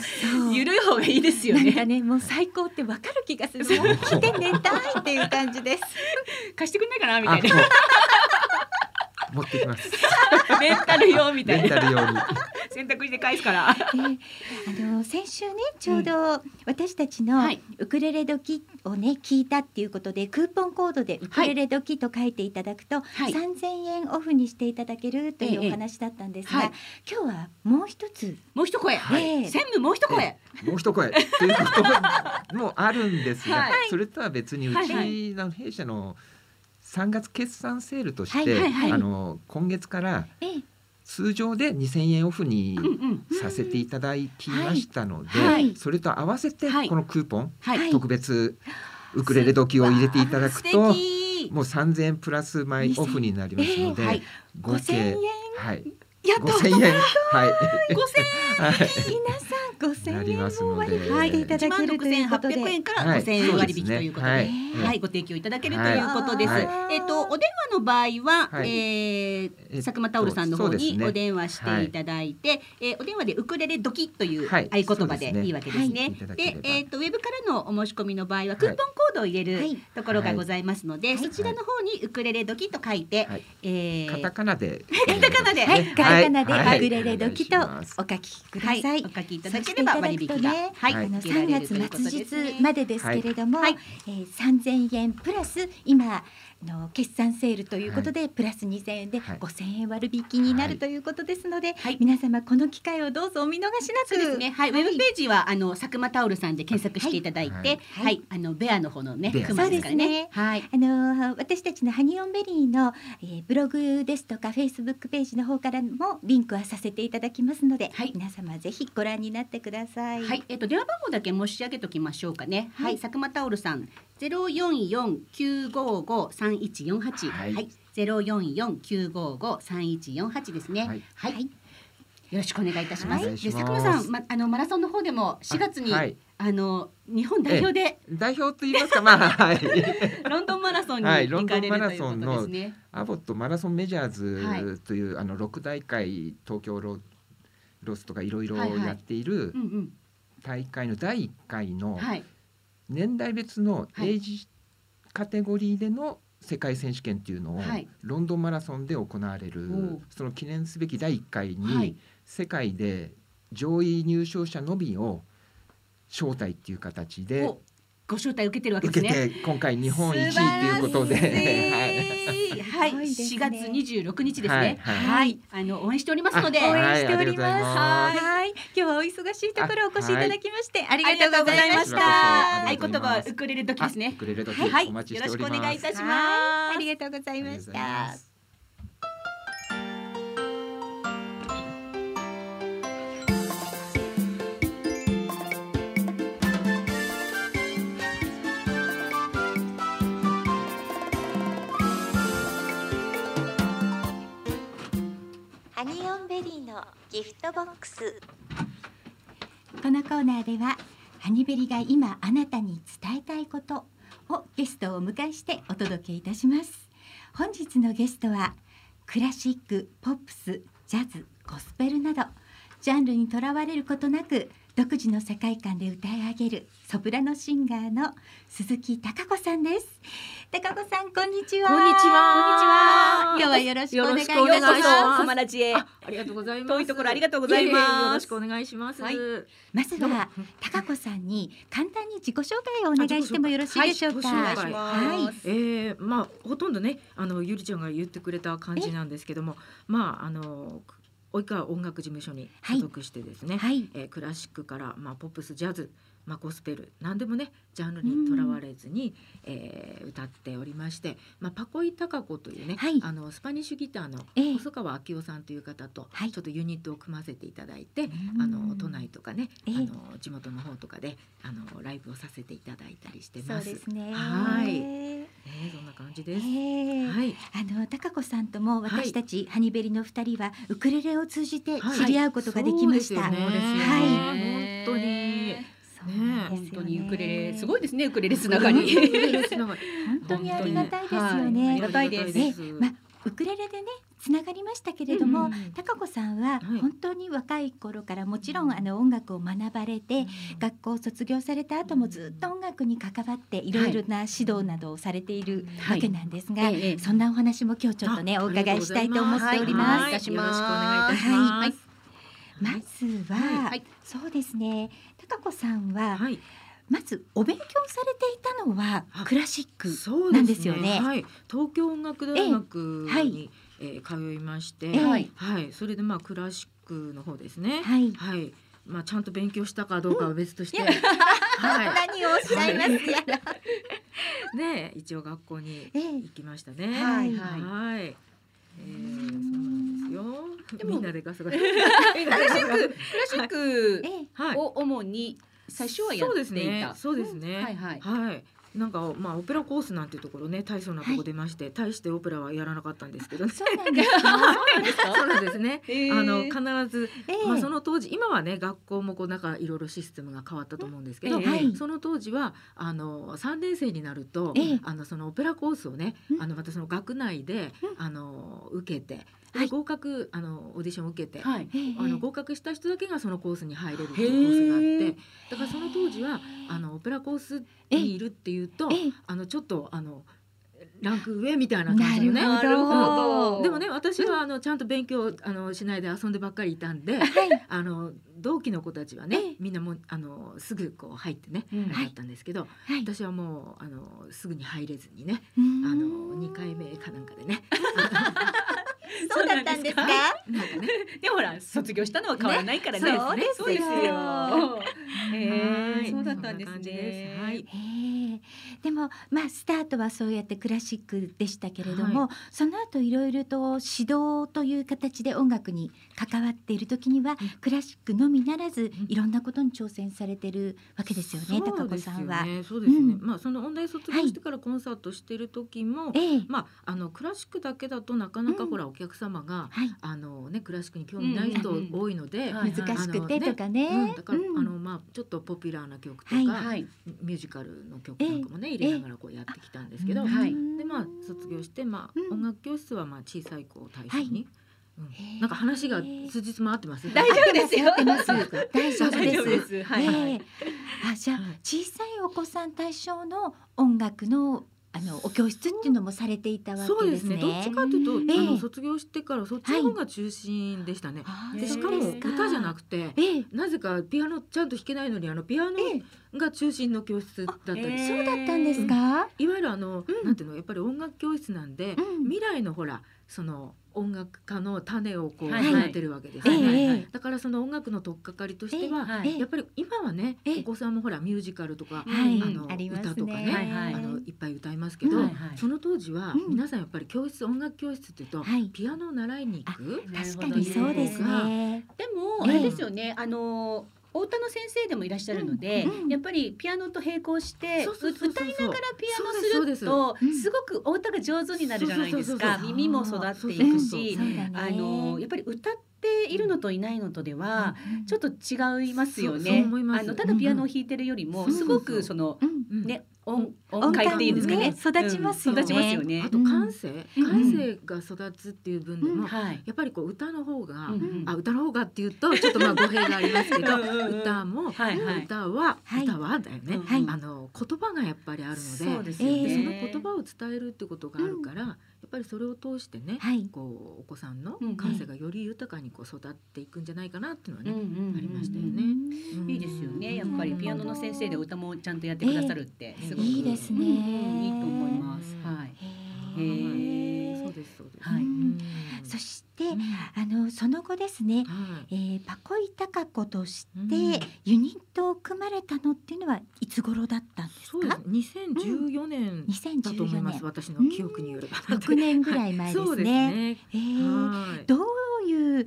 Speaker 4: です。
Speaker 1: そう
Speaker 3: ゆるい方がいいですよ
Speaker 1: なんか
Speaker 3: ね。
Speaker 1: ねもう最高ってわかる気がする。もう来て寝たいっていう感じです。
Speaker 3: 貸してくんないかなみ
Speaker 4: あ、
Speaker 3: た
Speaker 4: も
Speaker 3: いな。
Speaker 4: う持ってきます。
Speaker 3: レンタル用みた
Speaker 4: レ
Speaker 3: い
Speaker 4: ンタ
Speaker 3: な。
Speaker 4: ル用に。
Speaker 3: 洗濯して返すから。
Speaker 1: えーあの先週ねちょうど私たちの
Speaker 3: はい
Speaker 1: ウクレレ時をね聞いたっていうことでクーポンコードでウクレレ時と書いていただくと、
Speaker 3: はい
Speaker 1: 3000円オフにしていただけるとい
Speaker 3: え
Speaker 1: う
Speaker 3: え
Speaker 1: お話だったんですが、
Speaker 3: はい
Speaker 1: 今日はもう一つ
Speaker 3: もう一声。
Speaker 1: はい
Speaker 3: 専務もう一声。
Speaker 4: もう一声っていうこともあるんですが、
Speaker 3: はい
Speaker 4: それとは別にう
Speaker 3: はいは
Speaker 4: ちの弊社の3月決算セールとして、
Speaker 1: はい
Speaker 3: はいはい
Speaker 4: あの今月から
Speaker 1: ええ
Speaker 4: 通常で2000円オフに
Speaker 3: うんうん。
Speaker 4: させていただきましたので、
Speaker 1: はい
Speaker 4: それと合わせて
Speaker 3: はい
Speaker 4: このクーポン、
Speaker 3: はい。
Speaker 1: はい
Speaker 4: 特別ウクレレ時を入れていただく
Speaker 3: 素
Speaker 4: と。
Speaker 3: 敵。
Speaker 4: もう3000円プラスマイオフになりますので、
Speaker 1: ええ
Speaker 3: はい
Speaker 4: 合
Speaker 1: 5000
Speaker 4: 計
Speaker 1: 円
Speaker 4: はい
Speaker 3: やっと
Speaker 4: 5000円はい、
Speaker 3: 五千
Speaker 4: はい、
Speaker 1: 皆さん
Speaker 4: な
Speaker 1: 5000
Speaker 4: り
Speaker 1: 円
Speaker 4: ますの
Speaker 1: も
Speaker 4: で
Speaker 1: 割り
Speaker 4: は
Speaker 1: 引いていた
Speaker 3: 一
Speaker 1: だけ
Speaker 3: 万
Speaker 1: ると
Speaker 3: 六
Speaker 1: い
Speaker 3: 千
Speaker 1: うこ
Speaker 3: 八
Speaker 1: とで、
Speaker 3: 百円から
Speaker 4: はい
Speaker 3: 五千円割引ということで、
Speaker 4: は
Speaker 3: はいい
Speaker 4: そうですね
Speaker 1: は
Speaker 3: ご提供いただけるということです。
Speaker 1: はい
Speaker 3: えっとお電話の場合は、
Speaker 4: はいえっと
Speaker 3: えー佐久間タオルさんの方
Speaker 4: そうです
Speaker 3: に
Speaker 4: ね
Speaker 3: お電話していただいて、えーお電話でウクレレドキという
Speaker 4: は
Speaker 3: 合
Speaker 4: い
Speaker 3: 言葉
Speaker 4: そうです
Speaker 3: で
Speaker 4: ね
Speaker 3: いいわけです
Speaker 4: はい
Speaker 3: ね
Speaker 4: いた。だけれ
Speaker 3: で
Speaker 4: ば、
Speaker 3: えっとウェブからのお申し込みの場合はクーポンコードを入れ
Speaker 1: は
Speaker 3: る
Speaker 1: い
Speaker 3: ところがございますので、
Speaker 1: はい
Speaker 3: そちらの方にウクレレドキと書いて、
Speaker 4: はい
Speaker 3: えー
Speaker 4: カタカナで
Speaker 3: カタカナで
Speaker 1: は、
Speaker 3: はい
Speaker 1: カタカナで
Speaker 4: はい
Speaker 1: ウクレレ時とお書きください。
Speaker 3: はい、お書きいただければ割引
Speaker 1: そしてい
Speaker 3: が
Speaker 1: ただくとね
Speaker 4: はい
Speaker 1: あの
Speaker 3: 受けら
Speaker 1: 3
Speaker 3: れるという
Speaker 1: 月
Speaker 3: こと
Speaker 1: 末
Speaker 3: ですね
Speaker 1: 日までですけれども、
Speaker 3: はい
Speaker 1: えー3000円プラス今あの決算セールということで、プラス2000円で
Speaker 4: はい
Speaker 1: 5000円割引にな
Speaker 4: は
Speaker 1: る
Speaker 4: い
Speaker 1: ということですので、
Speaker 3: はい
Speaker 1: 皆様この機会をどうぞお見逃しなく。
Speaker 3: そうですね。はい、ウェブページはあの佐久間タオルさんで検索していただいて、
Speaker 4: は
Speaker 3: はいい、あのベアの方のね、
Speaker 4: ベア
Speaker 3: クマですから
Speaker 1: そうですね
Speaker 3: ね。はい、
Speaker 1: あのー私たちのハニオンベリーの、えーブログですとかフェイスブックページの方からもリンクはさせていただきますので、
Speaker 3: はい
Speaker 1: 皆様ぜひご覧になってください。
Speaker 3: はい、えっと電話番号だけ申し上げときましょうかね。
Speaker 1: は
Speaker 3: はいい、佐久間タオルさん、ゼロ四四九五五三一四八、
Speaker 4: は
Speaker 3: はいい、ゼロ四四九五五三一四八ですね。
Speaker 4: は
Speaker 3: はいい、
Speaker 1: はい
Speaker 3: よろしくお願いいたします。
Speaker 4: はいお願
Speaker 3: で
Speaker 4: いします
Speaker 3: 佐久間さん、まあのマラソンの方でも4月に
Speaker 4: あ
Speaker 3: あ,、
Speaker 4: はい
Speaker 3: の日本代表で
Speaker 4: 代表と言いますか、まあ、はい。
Speaker 3: ロンドンマラソンに
Speaker 4: はいロン
Speaker 3: 行
Speaker 4: ド
Speaker 3: か
Speaker 4: ン
Speaker 3: れる
Speaker 4: マ
Speaker 3: と
Speaker 4: ラ
Speaker 3: いう
Speaker 4: ソン
Speaker 3: こと
Speaker 4: の
Speaker 3: ですね。
Speaker 4: アボットマラソンメジャー
Speaker 3: は
Speaker 4: ズ
Speaker 3: い
Speaker 4: という、あの六大会東京ロロスとかいろいろ
Speaker 3: はいはい
Speaker 4: やっている
Speaker 3: うんうん。
Speaker 4: 大会の第一回の
Speaker 3: はい。
Speaker 4: 年代別の
Speaker 3: はい
Speaker 4: エイジカテゴリーでの世界選手権っていうのを
Speaker 3: はい
Speaker 4: ロンドンマラソンで行われる、
Speaker 3: おう
Speaker 4: その記念すべき第一回
Speaker 3: は
Speaker 4: に
Speaker 3: い
Speaker 4: 世界で上位入賞者のみを招待っていう形で
Speaker 3: おご招待受けてるわけで
Speaker 4: 受
Speaker 3: す
Speaker 4: け
Speaker 3: ね。
Speaker 4: て今回日本一位ということで、はい、
Speaker 3: はい、
Speaker 1: すごいですね
Speaker 3: 4月26日ですね。
Speaker 4: はい
Speaker 3: はい、あの応援しておりますので、
Speaker 1: 応
Speaker 4: あ
Speaker 1: 援しております。
Speaker 4: はいありがとうございます
Speaker 1: はい今日はお忙しいところお越しいただきましてあり
Speaker 3: ありが
Speaker 1: がと
Speaker 3: とう
Speaker 1: うご
Speaker 3: ご
Speaker 1: ざ
Speaker 3: ざ
Speaker 1: い
Speaker 3: い
Speaker 1: ま
Speaker 3: ま
Speaker 1: し。
Speaker 3: したた。
Speaker 4: あ
Speaker 3: 合
Speaker 4: りがとうご
Speaker 3: 言
Speaker 4: ざいま
Speaker 3: 葉
Speaker 4: す
Speaker 3: ウクレレ時ですね
Speaker 4: く。れる時
Speaker 3: はい、
Speaker 4: お待ちし
Speaker 3: よ
Speaker 4: て
Speaker 3: ろ
Speaker 4: お
Speaker 3: し
Speaker 4: り
Speaker 3: くお
Speaker 4: ます。
Speaker 3: 願いいたし
Speaker 1: あ
Speaker 3: ます。
Speaker 1: りがとうございまし
Speaker 4: あ
Speaker 1: た。
Speaker 5: ハニオンベリーのギフトボックス
Speaker 1: このコーナーではハニベリが今あなたに伝えたいことをゲストをお迎えしてお届けいたします本日のゲストはクラシック、ポップス、ジャズ、ゴスペルなどジャンルにとらわれることなく独自の世界観で歌い上げるソプラノシンガーの鈴木貴子さんです貴子さんこんにちは
Speaker 6: こんにちは
Speaker 1: こんにちは今日はよろしくお願いいた
Speaker 6: よろしくお願い
Speaker 1: し
Speaker 6: し
Speaker 1: ます
Speaker 6: ます
Speaker 3: コマラジへ。
Speaker 6: あありがとうございます。
Speaker 3: 遠いところありがとうございます
Speaker 6: ええええよろしくお願いします。
Speaker 3: はい
Speaker 1: まずは貴子さんに簡単に自己紹介をお願いしてもよろしいでしょうか
Speaker 6: あ自己紹介
Speaker 1: はい
Speaker 6: えーまあほとんどねあのゆりちゃんが言ってくれた感じなんですけども、まああの及川音楽事務所に所属してですね、
Speaker 1: はい
Speaker 6: えークラシックからまあポップスジャズ、まあ、ゴスペル何でもねジャンルにとらわれずに、えー歌っておりまして、まあ、パコイ・タカコというね、
Speaker 1: はい
Speaker 6: あのスパニッシュギターの
Speaker 1: ええ
Speaker 6: 細川明夫さんという方と
Speaker 1: はい
Speaker 6: ちょっとユニットを組ませていただいて、
Speaker 1: ん
Speaker 6: あの都内とかね、
Speaker 1: ええ
Speaker 6: あの地元の方とかであのライブをさせていただいたりして
Speaker 1: そう
Speaker 6: ます。
Speaker 1: ですね。
Speaker 6: はい
Speaker 1: え
Speaker 6: ねそんな感じです。
Speaker 1: え
Speaker 6: はい、
Speaker 1: あの高子さんとも
Speaker 6: はい
Speaker 1: 私たち、ハニベリの二人はウクレレを通じて
Speaker 6: はい
Speaker 1: 知り合うことができました。
Speaker 6: そうですよね
Speaker 1: は
Speaker 6: 本当に。
Speaker 1: そうなん
Speaker 7: 本
Speaker 1: ですよね
Speaker 7: 当にウクレレすご
Speaker 1: い。
Speaker 7: いですねウクレレつながり。
Speaker 6: ウクレレつながり
Speaker 1: 本当にありがたいですよね。
Speaker 7: はいありがたいです
Speaker 1: ねまあウクレレでねつながりましたけれども、
Speaker 6: うんうん
Speaker 1: 高子さん
Speaker 6: は
Speaker 1: は
Speaker 6: い
Speaker 1: 本当に若い頃からもちろんあの音楽を学ばれて、学校を卒業された後もずっと音楽に関わっていろいろな指導などをされているわけなんですが、
Speaker 7: はいええ
Speaker 1: そんなお話も今日ちょっとね
Speaker 6: あ
Speaker 1: お伺いしたいと思っております。
Speaker 7: はい
Speaker 6: よろしくお願いいたしま
Speaker 7: はい
Speaker 6: す。
Speaker 1: まずは、
Speaker 7: はいはい
Speaker 1: そうですね高子さんは、
Speaker 6: はい、
Speaker 1: まずお勉強されていたのは
Speaker 6: あ
Speaker 1: クラシック
Speaker 6: そう
Speaker 1: な
Speaker 6: で
Speaker 1: ん
Speaker 6: す
Speaker 1: ですよね。
Speaker 6: はい、東京音楽大学
Speaker 1: ええはい
Speaker 6: に、えー通いまして、
Speaker 1: ええ
Speaker 6: はい、それでまあクラシックの方ですね。
Speaker 1: はい
Speaker 6: はい、まあちゃんと勉強したかどうかは別として、は
Speaker 1: 何をおっしゃいますやら。
Speaker 6: い、 ね一応学校に
Speaker 1: ええ
Speaker 6: 行きましたね。
Speaker 1: はい
Speaker 6: はい、はいえー、そうなんですよ。みんなでガ スガス。
Speaker 7: クラシッククラシック
Speaker 1: ええ
Speaker 6: はい。
Speaker 7: を主に最初はやって
Speaker 6: そうで
Speaker 7: いた。
Speaker 6: すね。そうですね。
Speaker 7: はいはい。
Speaker 6: はい。なんかまあオペラコースなんていうところね大層なとこ出まして、大してオペラはやらなかったんですけどね
Speaker 1: そうなんですか。
Speaker 6: そうなんですね。
Speaker 7: へー
Speaker 6: あの必ず、
Speaker 1: ええ
Speaker 6: まあその当時今はね学校もこうなんかいろいろシステムが変わったと思うんですけど、
Speaker 1: うんはい
Speaker 6: その当時はあの三年生になると、
Speaker 1: ええ
Speaker 6: あのそのオペラコースをね、
Speaker 1: うん
Speaker 6: あのまたその学内で、あの受けて、で
Speaker 1: はい
Speaker 6: 合格あのオーディションを受けて、
Speaker 7: はい。
Speaker 1: ええ
Speaker 6: あの合格した人だけがそのコースに入れるっていうコースがあってだからその当時はあのオペラコースにいるっていうと
Speaker 1: ええ
Speaker 6: あのちょっとあのランク上みたいな感じのね。
Speaker 1: なるほど
Speaker 6: うんでもね私はあのちゃんと勉強あのしないで遊んでばっかりいたんで
Speaker 1: はい
Speaker 6: あの同期の子たちはね、
Speaker 1: ええ
Speaker 6: みんなもうあのすぐこう入ってね、
Speaker 7: うん
Speaker 6: だったんですけど、
Speaker 1: はい。
Speaker 6: 私はもうあのすぐに入れずにね
Speaker 1: あ
Speaker 6: あの2回目かなんかでね
Speaker 1: そうだったんですか。
Speaker 6: なんかね
Speaker 7: でもほら卒業したのは変わらないからね。
Speaker 1: ねそう
Speaker 7: そう
Speaker 1: ですよ
Speaker 7: ですよ。
Speaker 6: は
Speaker 7: へ
Speaker 6: い
Speaker 7: えそうだったんです
Speaker 6: そな感じ
Speaker 7: ね
Speaker 6: です。はい
Speaker 1: ええでもまあスタートはそうやってクラシックでしたけれども、その後いろいろと指導という形で音楽に関わっている時には、クラシックのみならずいろんなことに挑戦されてるわけですよね、
Speaker 6: そ
Speaker 1: 高
Speaker 6: うで
Speaker 1: 子
Speaker 6: すよ
Speaker 1: さんは。
Speaker 6: ねそうですね。
Speaker 1: うん
Speaker 6: まあその音大卒業してからコンサートしてる時も、
Speaker 1: ええ
Speaker 6: まああのクラシックだけだとなかなか
Speaker 1: うん
Speaker 6: ほらお客様が、
Speaker 1: はい
Speaker 6: あのねクラシックに興味ない人
Speaker 7: うん
Speaker 6: 多いので、
Speaker 7: はい
Speaker 1: 難しくてとか
Speaker 6: あのねう
Speaker 1: ね
Speaker 6: ん。だから、
Speaker 1: うん
Speaker 6: あのまあちょっとポピュラーな曲とか、
Speaker 1: はい
Speaker 7: はい。
Speaker 6: ミュージカルの曲なんかもね入れながらこうやってきたんですけど、
Speaker 1: うん
Speaker 7: はい
Speaker 6: でまあ卒業してまあ、
Speaker 1: うん
Speaker 6: 音楽教室はまあ小さい子を対象に、
Speaker 1: へ
Speaker 6: う
Speaker 1: え
Speaker 6: ん、なんか話が数日回ってます。
Speaker 7: 大丈夫ですよ。
Speaker 1: 大 丈夫
Speaker 7: 大丈夫
Speaker 1: で。
Speaker 7: ですす。はいは
Speaker 1: ええ
Speaker 7: い。
Speaker 1: あじゃあ、
Speaker 6: はい
Speaker 1: 小さいお子さん対象の音楽のあのお教室っていうのもされていたわ
Speaker 6: そう
Speaker 1: けで
Speaker 6: ですすね。
Speaker 1: ね。
Speaker 6: どっちかというと、
Speaker 1: ん
Speaker 6: あ
Speaker 1: え
Speaker 6: の
Speaker 1: え
Speaker 6: 卒業してからそっちの方が中心でしたね。
Speaker 1: あー
Speaker 6: でしか
Speaker 1: そう
Speaker 6: も
Speaker 1: です
Speaker 6: 歌じゃなくて。
Speaker 1: ええ
Speaker 6: なぜかピアノちゃんと弾けないのにあのピアノ
Speaker 1: え
Speaker 6: が中心の教室だったり、
Speaker 7: ええ
Speaker 1: そうだったんですか。
Speaker 6: いわゆるあの、
Speaker 1: うん
Speaker 6: なんていうのやっぱり音楽教室なんで、
Speaker 1: うん
Speaker 6: 未来のほらその音楽家の種をこう
Speaker 7: はい
Speaker 6: 育てるわけです
Speaker 1: え
Speaker 6: よ
Speaker 1: え
Speaker 6: ね、
Speaker 1: ええ
Speaker 6: だからその音楽の取っかかりとしては、
Speaker 7: は
Speaker 1: ええ
Speaker 7: い。
Speaker 6: やっぱり今はね、
Speaker 1: ええ
Speaker 6: お子さんもほらミュージカルとか、
Speaker 1: はい、
Speaker 6: あの
Speaker 1: ありますね。
Speaker 6: 歌とかね
Speaker 7: はいはい
Speaker 6: あのいっぱい歌いますけど、
Speaker 1: うん
Speaker 7: はいはい
Speaker 6: その当時は
Speaker 1: うん
Speaker 6: 皆さんやっぱり教室音楽教室っていうと、
Speaker 1: はい
Speaker 6: ピアノを習いに行く
Speaker 1: 確かにそうですね。
Speaker 7: でもあれですよね。あのお歌の先生でもいらっしゃるので
Speaker 1: うんうん、
Speaker 7: やっぱりピアノと並行して
Speaker 6: そうそう
Speaker 7: う
Speaker 6: そうそう
Speaker 7: 歌いながらピア
Speaker 6: そう
Speaker 7: ノ
Speaker 6: です
Speaker 7: する
Speaker 6: そ
Speaker 7: と
Speaker 1: ですうん
Speaker 7: すごくお歌が上手になるじゃないです
Speaker 6: そうそうそう
Speaker 7: か。
Speaker 6: そう
Speaker 7: 耳も育って
Speaker 6: そう
Speaker 7: い
Speaker 6: そ
Speaker 7: く
Speaker 6: うそう
Speaker 7: し
Speaker 1: そ、うだね。
Speaker 7: あのやっぱり歌っているのといないのとでは。ちょっと違いますよ
Speaker 6: そうそう
Speaker 7: ね。
Speaker 6: 思います
Speaker 7: あのただピアノを弾いてるよりも、
Speaker 6: うん
Speaker 7: すごくその、
Speaker 1: うん
Speaker 6: うん
Speaker 7: ね音
Speaker 1: ん
Speaker 7: 音階っていうんですかね。
Speaker 1: 音感ね育ちます
Speaker 7: う
Speaker 1: よね
Speaker 7: ん育ちますよね
Speaker 6: あ。と感性、
Speaker 1: うん
Speaker 6: 感性が育つっていう分でも、
Speaker 1: うん
Speaker 7: はい。
Speaker 6: やっぱりこう歌の方が、
Speaker 7: うんうん
Speaker 6: あ歌の方がっていうとちょっとまあ語弊がありますけど
Speaker 7: うんうんうん
Speaker 6: 歌も、
Speaker 7: はいはい
Speaker 6: 歌は、
Speaker 1: はい
Speaker 6: 歌はだよね、
Speaker 7: はい
Speaker 6: あの言葉がやっぱりあるので
Speaker 7: そうです
Speaker 1: よね
Speaker 6: でその言葉を伝えるってことがあるから、やっぱりそれを通してね、
Speaker 1: はい。
Speaker 6: こうお子さんの
Speaker 7: うん
Speaker 6: 感性がより豊かにこう育っていくんじゃないかなっていうのは
Speaker 7: うん
Speaker 6: ね、
Speaker 7: うんうん
Speaker 6: ありましたよね。うん
Speaker 7: いいですよね。やっぱりピアノの先生でお歌もちゃんとやってくださるって、
Speaker 6: ええ
Speaker 7: すごく
Speaker 6: いいです
Speaker 1: ね
Speaker 7: うんうんいいと思います。はい。
Speaker 1: へ
Speaker 7: へ
Speaker 1: え
Speaker 6: そうですそうです。
Speaker 7: はい
Speaker 6: うん
Speaker 1: そして、
Speaker 6: うん
Speaker 1: あのその後ですね、
Speaker 6: はい
Speaker 1: えー、パコイタカコとして
Speaker 6: うん
Speaker 1: ユニットを組まれたのっていうのはいつ頃だったんです
Speaker 6: そうです
Speaker 1: か
Speaker 6: ね。2014年だと思い
Speaker 1: 2014
Speaker 6: ます。
Speaker 1: 年
Speaker 6: 私の記憶によれば。
Speaker 1: 6年ぐらい前ですね
Speaker 6: そうですね。
Speaker 1: えー
Speaker 6: はい。
Speaker 1: どういう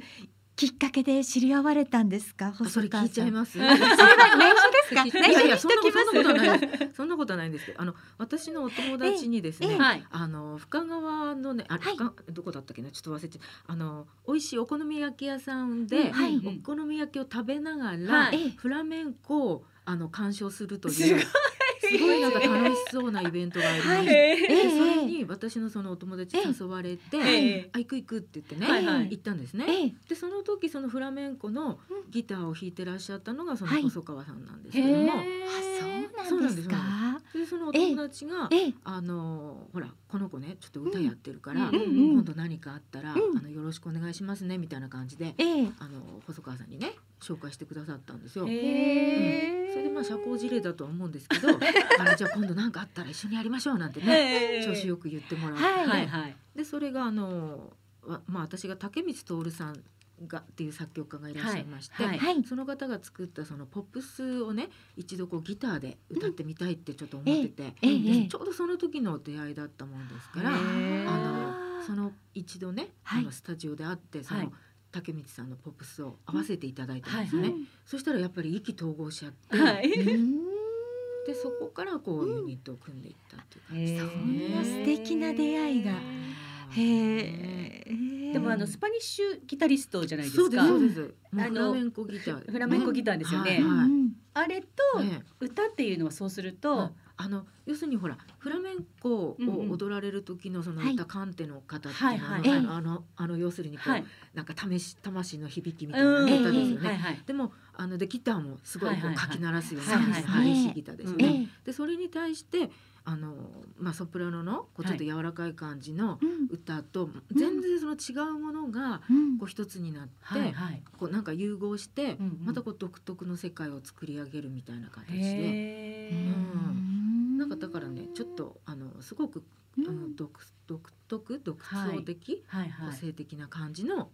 Speaker 1: きっかけで知り合われたんですか
Speaker 6: あそ
Speaker 1: 細
Speaker 6: れ聞
Speaker 1: 川
Speaker 6: いち
Speaker 1: さ
Speaker 6: ゃい
Speaker 1: ん
Speaker 6: ます。
Speaker 1: それは内緒です か
Speaker 6: いや
Speaker 1: 内緒
Speaker 6: い
Speaker 1: に
Speaker 6: や
Speaker 1: し
Speaker 6: そ
Speaker 1: と
Speaker 6: んなこ
Speaker 1: き
Speaker 6: とそんなことはない
Speaker 1: ます
Speaker 6: です。そんなことはないんですけど、あの私のお友達にですね、
Speaker 3: はい。
Speaker 6: あの深川のね、あれ、
Speaker 1: はい
Speaker 6: 深どこだったっけな、ちょっと忘れて、あの美味しいお好み焼き屋さんで、
Speaker 1: はい
Speaker 6: お好み焼きを食べながら、
Speaker 3: はい
Speaker 1: ええ
Speaker 6: フラメンコをあの鑑賞するという
Speaker 3: すごい
Speaker 6: すごいなんか楽しそうなイベントがありまして、
Speaker 1: はい
Speaker 3: え
Speaker 1: ええ
Speaker 6: でそれに私のそのお友達に誘われて、
Speaker 3: ええ
Speaker 6: あ行く行くって言ってね、
Speaker 3: はいはい
Speaker 6: 行ったんですね。
Speaker 1: ええ
Speaker 6: でその時そのフラメンコのギターを弾いてらっしゃったのがその
Speaker 1: はい
Speaker 6: 細川さんなんです
Speaker 3: ー
Speaker 6: けども、
Speaker 1: あ
Speaker 6: そ
Speaker 1: そうう
Speaker 6: な
Speaker 1: なんん
Speaker 6: で
Speaker 1: です
Speaker 6: よ
Speaker 1: すか
Speaker 6: でそのお友達が、
Speaker 1: ええ
Speaker 6: あのほらこの子ねちょっと歌やってるから、
Speaker 3: うんうん
Speaker 1: うん
Speaker 6: 今度何かあったら、
Speaker 1: うん
Speaker 6: あのよろしくお願いしますねみたいな感じで、
Speaker 1: ええ
Speaker 6: あの細川さんにね紹介してくださったんですよ。
Speaker 3: へー
Speaker 6: それでまあ社交辞令だとは思うんですけど あのじゃあ今度何かあったら一緒にやりましょうなんてね
Speaker 3: ええ
Speaker 6: 調子よく言ってもらって、
Speaker 1: はい
Speaker 3: はいはい。
Speaker 6: でそれがあのわまあ私が竹光徹さんがっていう作曲家がいらっしゃいまして、
Speaker 3: はい
Speaker 1: はい
Speaker 6: その方が作ったそのポップスをね一度こうギターで歌ってみたいってちょっと思ってて、
Speaker 1: ええええ
Speaker 6: でちょうどその時の出会いだったもんですから、
Speaker 3: へ
Speaker 1: あ
Speaker 3: え
Speaker 6: あ
Speaker 1: ー
Speaker 6: のその一度ね、
Speaker 1: はい
Speaker 6: あのスタジオで会ってその、
Speaker 3: はい
Speaker 6: 竹光さんのポップスを合わせていただいたんですね、
Speaker 3: はい
Speaker 6: そしたらやっぱり意気投合しちゃって、
Speaker 3: はい。
Speaker 1: うーん
Speaker 6: でそこからこうユニットを組んでいったっていう感じで
Speaker 3: へ
Speaker 6: す
Speaker 3: ー
Speaker 1: そんな素敵な出会いがへえ
Speaker 3: でもあのスパニッシュギタリストじゃないですか。
Speaker 6: そうですそうです。もう
Speaker 3: あ
Speaker 6: フ
Speaker 3: の
Speaker 6: ラメンコギター。
Speaker 3: フラメンコギターですよね
Speaker 6: はいはい
Speaker 3: あれと
Speaker 6: ね
Speaker 3: 歌っていうのはそうすると、
Speaker 6: あの要するにほらフラメンコを踊られる時のその
Speaker 1: うんうん
Speaker 6: 歌観点の方っていうのは
Speaker 3: はい
Speaker 1: はい
Speaker 6: あのあのあの要するにこう、
Speaker 3: はい。
Speaker 6: なんか試し魂の響きみたいな
Speaker 3: うん
Speaker 6: 歌ですよね。
Speaker 3: はいはい。
Speaker 6: でもあのでギターもすごいこ
Speaker 3: は
Speaker 6: う
Speaker 3: いはいはい
Speaker 6: かき鳴らすような
Speaker 3: そ
Speaker 6: 激
Speaker 3: うですね
Speaker 6: しいギターですよ
Speaker 1: え
Speaker 6: ね。
Speaker 1: え
Speaker 6: でそれに対してあのまあソプラノのこうちょっと柔らかい感じの
Speaker 1: うん
Speaker 6: 歌と全然その違うものが
Speaker 1: うん
Speaker 6: こう一つになって、
Speaker 3: はいはい。
Speaker 6: こうなんか融合して、
Speaker 3: うんうん
Speaker 6: またこう独特の世界を作り上げるみたいな形で、
Speaker 3: へ
Speaker 1: う
Speaker 3: え。
Speaker 1: ん
Speaker 6: なんかだからねちょっとあのすごく、
Speaker 1: うん
Speaker 6: あの独独特独創的、
Speaker 3: はいは
Speaker 6: 個
Speaker 3: い。
Speaker 6: 性的な感じの、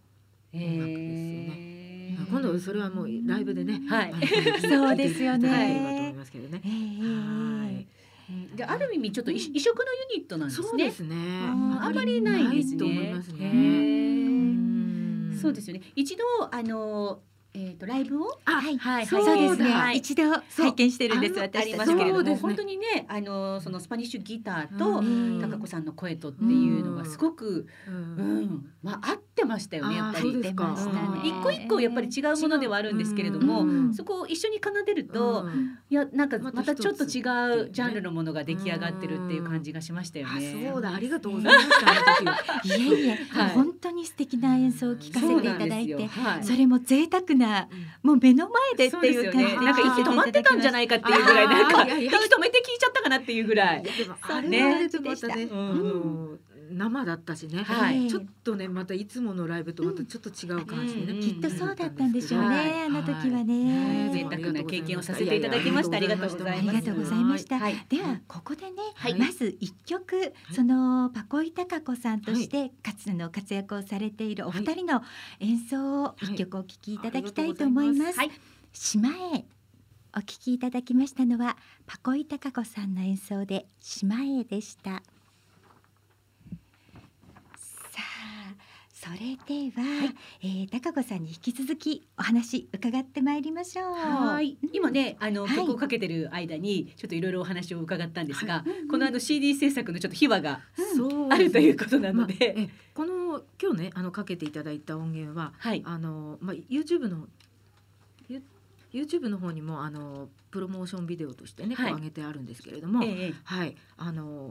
Speaker 3: へ
Speaker 6: 音楽ですよ
Speaker 3: え
Speaker 1: うん
Speaker 6: 今度それはもうライブでね、
Speaker 3: はい
Speaker 6: あの聞いて
Speaker 1: そうですよね
Speaker 6: 聞いていただければと思いますけどね。
Speaker 1: ええ
Speaker 6: はい
Speaker 3: うんである意味ちょっと異異色のユニットなんですね。
Speaker 6: そうですね。
Speaker 1: ん
Speaker 3: あまりないですね。
Speaker 6: と思います
Speaker 3: へ
Speaker 6: ね。
Speaker 3: ーそうですよね。一度あのえっ、とライブを
Speaker 6: あ
Speaker 1: はい
Speaker 3: はい
Speaker 1: そう
Speaker 6: はい
Speaker 1: ですね、
Speaker 3: はい
Speaker 1: 一度拝見してるんです
Speaker 6: そう
Speaker 1: 私
Speaker 3: あり
Speaker 1: た
Speaker 3: ま
Speaker 1: ち
Speaker 3: す
Speaker 1: も
Speaker 3: けれど
Speaker 6: そう
Speaker 3: も、
Speaker 6: ですね
Speaker 3: 本当にねあのそのスパニッシュギター
Speaker 6: う
Speaker 3: と
Speaker 6: ん
Speaker 3: 高子さんの声とっていうのがすごく、
Speaker 6: う
Speaker 3: うんん、まあ合ってましたよねやっぱり。
Speaker 6: あーそうですか
Speaker 1: 出ましたね
Speaker 6: うん
Speaker 3: 一個一個やっぱり違うものではあるんですけれども、
Speaker 1: うんうん
Speaker 3: そこを一緒に奏でると、
Speaker 6: うん
Speaker 3: いやなんか
Speaker 6: また
Speaker 3: またちょっと違う
Speaker 6: 一つ
Speaker 3: ジャンルのものが出来上がってるっていう感じがしましたよ
Speaker 6: あ
Speaker 3: ね。
Speaker 6: そうだありがとうございましたあの時は。
Speaker 1: いえいえ、
Speaker 3: はい
Speaker 1: 本当に素敵な演奏を聞かせていただい
Speaker 3: そうなんですよ
Speaker 1: て
Speaker 3: はい
Speaker 1: それも贅沢なもう目の前でって
Speaker 3: そうです
Speaker 1: いう
Speaker 3: よ
Speaker 1: 感
Speaker 3: ね
Speaker 1: じで
Speaker 3: なんか息止まってたんじゃないかっていうぐ らい
Speaker 6: あ
Speaker 3: なん
Speaker 6: ー
Speaker 3: か
Speaker 6: いやい
Speaker 3: 息
Speaker 6: や
Speaker 3: 止めて聞いちゃったかなっていうぐらい。
Speaker 6: でもあ
Speaker 3: ね
Speaker 6: れはあれでまたね、
Speaker 3: う
Speaker 6: あ
Speaker 3: ん
Speaker 6: の生だったしね、
Speaker 3: はい
Speaker 6: ちょっとねまたいつものライブとまたちょっと違う感じでね、
Speaker 3: うん
Speaker 1: きっとそうだったんでしょうね、
Speaker 3: はい
Speaker 1: あの時はね、
Speaker 3: はい
Speaker 6: でもありがとうございました
Speaker 3: 贅沢な経験をさせていただきました
Speaker 6: いやいや
Speaker 1: ありがとうございました、
Speaker 3: はい
Speaker 1: ではここでね、
Speaker 6: はい
Speaker 1: まず一曲、そのパコイタカコさんとしてかつの活躍をされているお二人の演奏を一曲お聴きいただきたいと思います、
Speaker 6: はい
Speaker 1: 島へお聴きいただきましたのはパコイタカコさんの演奏で島へでしたさあそれでは、えー、高子さんに引き続きお話伺ってまいりましょう。
Speaker 3: はい今ねあの
Speaker 1: はい
Speaker 3: 曲をかけてる間にちょっといろいろお話を伺ったんですが、このあの CD 制作のちょっと秘話が
Speaker 6: そう
Speaker 3: あるということなので、
Speaker 6: まあえこの今日ねあのかけていただいた音源は
Speaker 3: はい
Speaker 6: あのまあ YouTube のユ YouTube の方にもあのプロモーションビデオとしてね、こう
Speaker 3: はい
Speaker 6: 上げてあるんですけれども、
Speaker 3: え
Speaker 6: はい、あの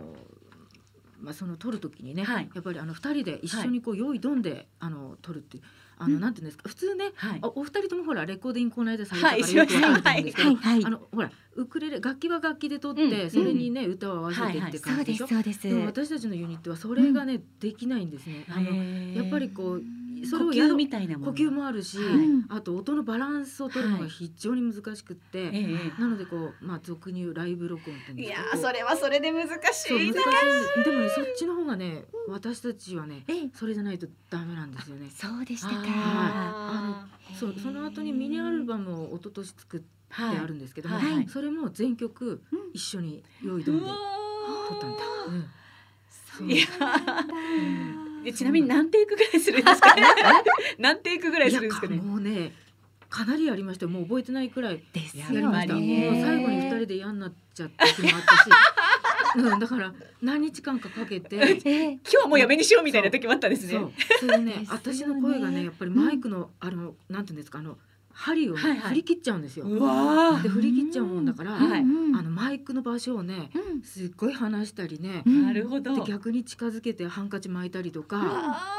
Speaker 6: まあその撮る時にね、
Speaker 3: はい
Speaker 6: やっぱりあの二人で一緒にこう用意どんで、あの撮るっていうあの、
Speaker 1: うん
Speaker 6: なんていうんですか普通ね、
Speaker 3: はい
Speaker 6: あお二人ともほらレコーディングこの間されたから
Speaker 3: はい
Speaker 6: よくわかると思うんですけど、
Speaker 1: はいはい
Speaker 6: あのほらウクレレ楽器は楽器で撮って、
Speaker 3: うん
Speaker 6: それにね歌を合わせて
Speaker 3: はいは
Speaker 6: っ
Speaker 3: い
Speaker 6: て
Speaker 1: そ
Speaker 6: 感
Speaker 1: う
Speaker 6: じ
Speaker 1: で
Speaker 6: でしょ。
Speaker 1: すそうです。
Speaker 6: でも私たちのユニットはそれがね、できないんですね。あの
Speaker 3: え
Speaker 6: やっぱりこうそれを
Speaker 7: 呼
Speaker 6: や
Speaker 7: 吸
Speaker 6: ろう
Speaker 7: みたいなも
Speaker 6: 呼
Speaker 7: の
Speaker 6: 吸もあるし、
Speaker 1: ん
Speaker 6: あと音のバランスを取るの
Speaker 7: は
Speaker 6: が
Speaker 7: い
Speaker 6: 非常に難しくって、
Speaker 7: ええ
Speaker 6: なのでこうまあ俗に言うライブ録音ってうん
Speaker 7: い
Speaker 6: です
Speaker 7: や
Speaker 6: か
Speaker 7: ー
Speaker 6: こう
Speaker 7: それはそれで難し
Speaker 6: そう難しい
Speaker 7: い
Speaker 6: んで
Speaker 7: な
Speaker 6: でもねそっちの方がね私たちはね
Speaker 1: ええ
Speaker 6: それじゃないとダメなんですよね。
Speaker 1: そうでした
Speaker 6: あ
Speaker 1: か。
Speaker 6: あのそうその後にミニアルバムを一昨年作って
Speaker 7: は
Speaker 6: あるんですけども、
Speaker 7: はいはい
Speaker 6: それも全曲
Speaker 1: うん
Speaker 6: 一緒に用意ど
Speaker 7: うんお
Speaker 6: で撮ったんだ。うんそう
Speaker 7: ーいや
Speaker 1: うん
Speaker 7: ーえちなみに何テイクぐらいするんで すか何テイクぐらいするんですか
Speaker 6: い
Speaker 7: ね
Speaker 6: やもうねかなりやりましたよもう覚えてないくらい
Speaker 1: です
Speaker 6: やり
Speaker 1: よ
Speaker 6: ました、
Speaker 1: ね。
Speaker 6: もう最後に二人で嫌になっちゃった日もあったし、うん、だから何日間かかけて
Speaker 1: ええ
Speaker 7: 今日もうやめにしようみたいな時もあったんです
Speaker 6: そ
Speaker 7: ね
Speaker 6: うそれでね
Speaker 1: ですよね
Speaker 6: 私の声がねやっぱりマイクの、あのなんていうんですかあの針をね、
Speaker 7: はいはい
Speaker 6: 振り切っちゃうんですよ。
Speaker 7: うわ
Speaker 6: で振り切っちゃうもんだから、
Speaker 7: はい
Speaker 1: うん
Speaker 6: あのマイクの場所をね
Speaker 1: うん
Speaker 6: すっごい離したりね、
Speaker 1: う
Speaker 7: ー
Speaker 1: ん
Speaker 7: なるほど
Speaker 6: で逆に近づけてハンカチ巻いたりとか、
Speaker 7: あ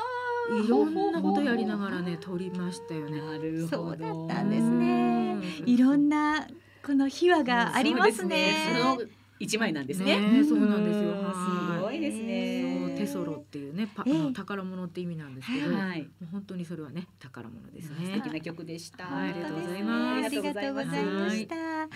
Speaker 6: いろんなことやりながらね撮りましたよ
Speaker 7: ー
Speaker 6: ね。
Speaker 7: なる
Speaker 1: そ
Speaker 7: ほど
Speaker 1: うだったんですね
Speaker 6: うん
Speaker 1: いろんなこの秘話があります
Speaker 7: そう
Speaker 1: ね。
Speaker 7: ですねその一枚なんですね
Speaker 6: ねそうなんですよ
Speaker 7: うん
Speaker 6: はい
Speaker 7: すごいです
Speaker 6: そう
Speaker 7: ね
Speaker 6: テソロっていうねパ、あ
Speaker 1: え
Speaker 6: の
Speaker 1: え
Speaker 6: 宝物って意味なんですけど、も
Speaker 7: はいう
Speaker 6: 本当にそれはね宝物ですね。
Speaker 7: 素敵な曲でした
Speaker 6: はいありがとうございます
Speaker 1: ありがとうござ
Speaker 6: あ
Speaker 1: いました。
Speaker 6: りがとうござい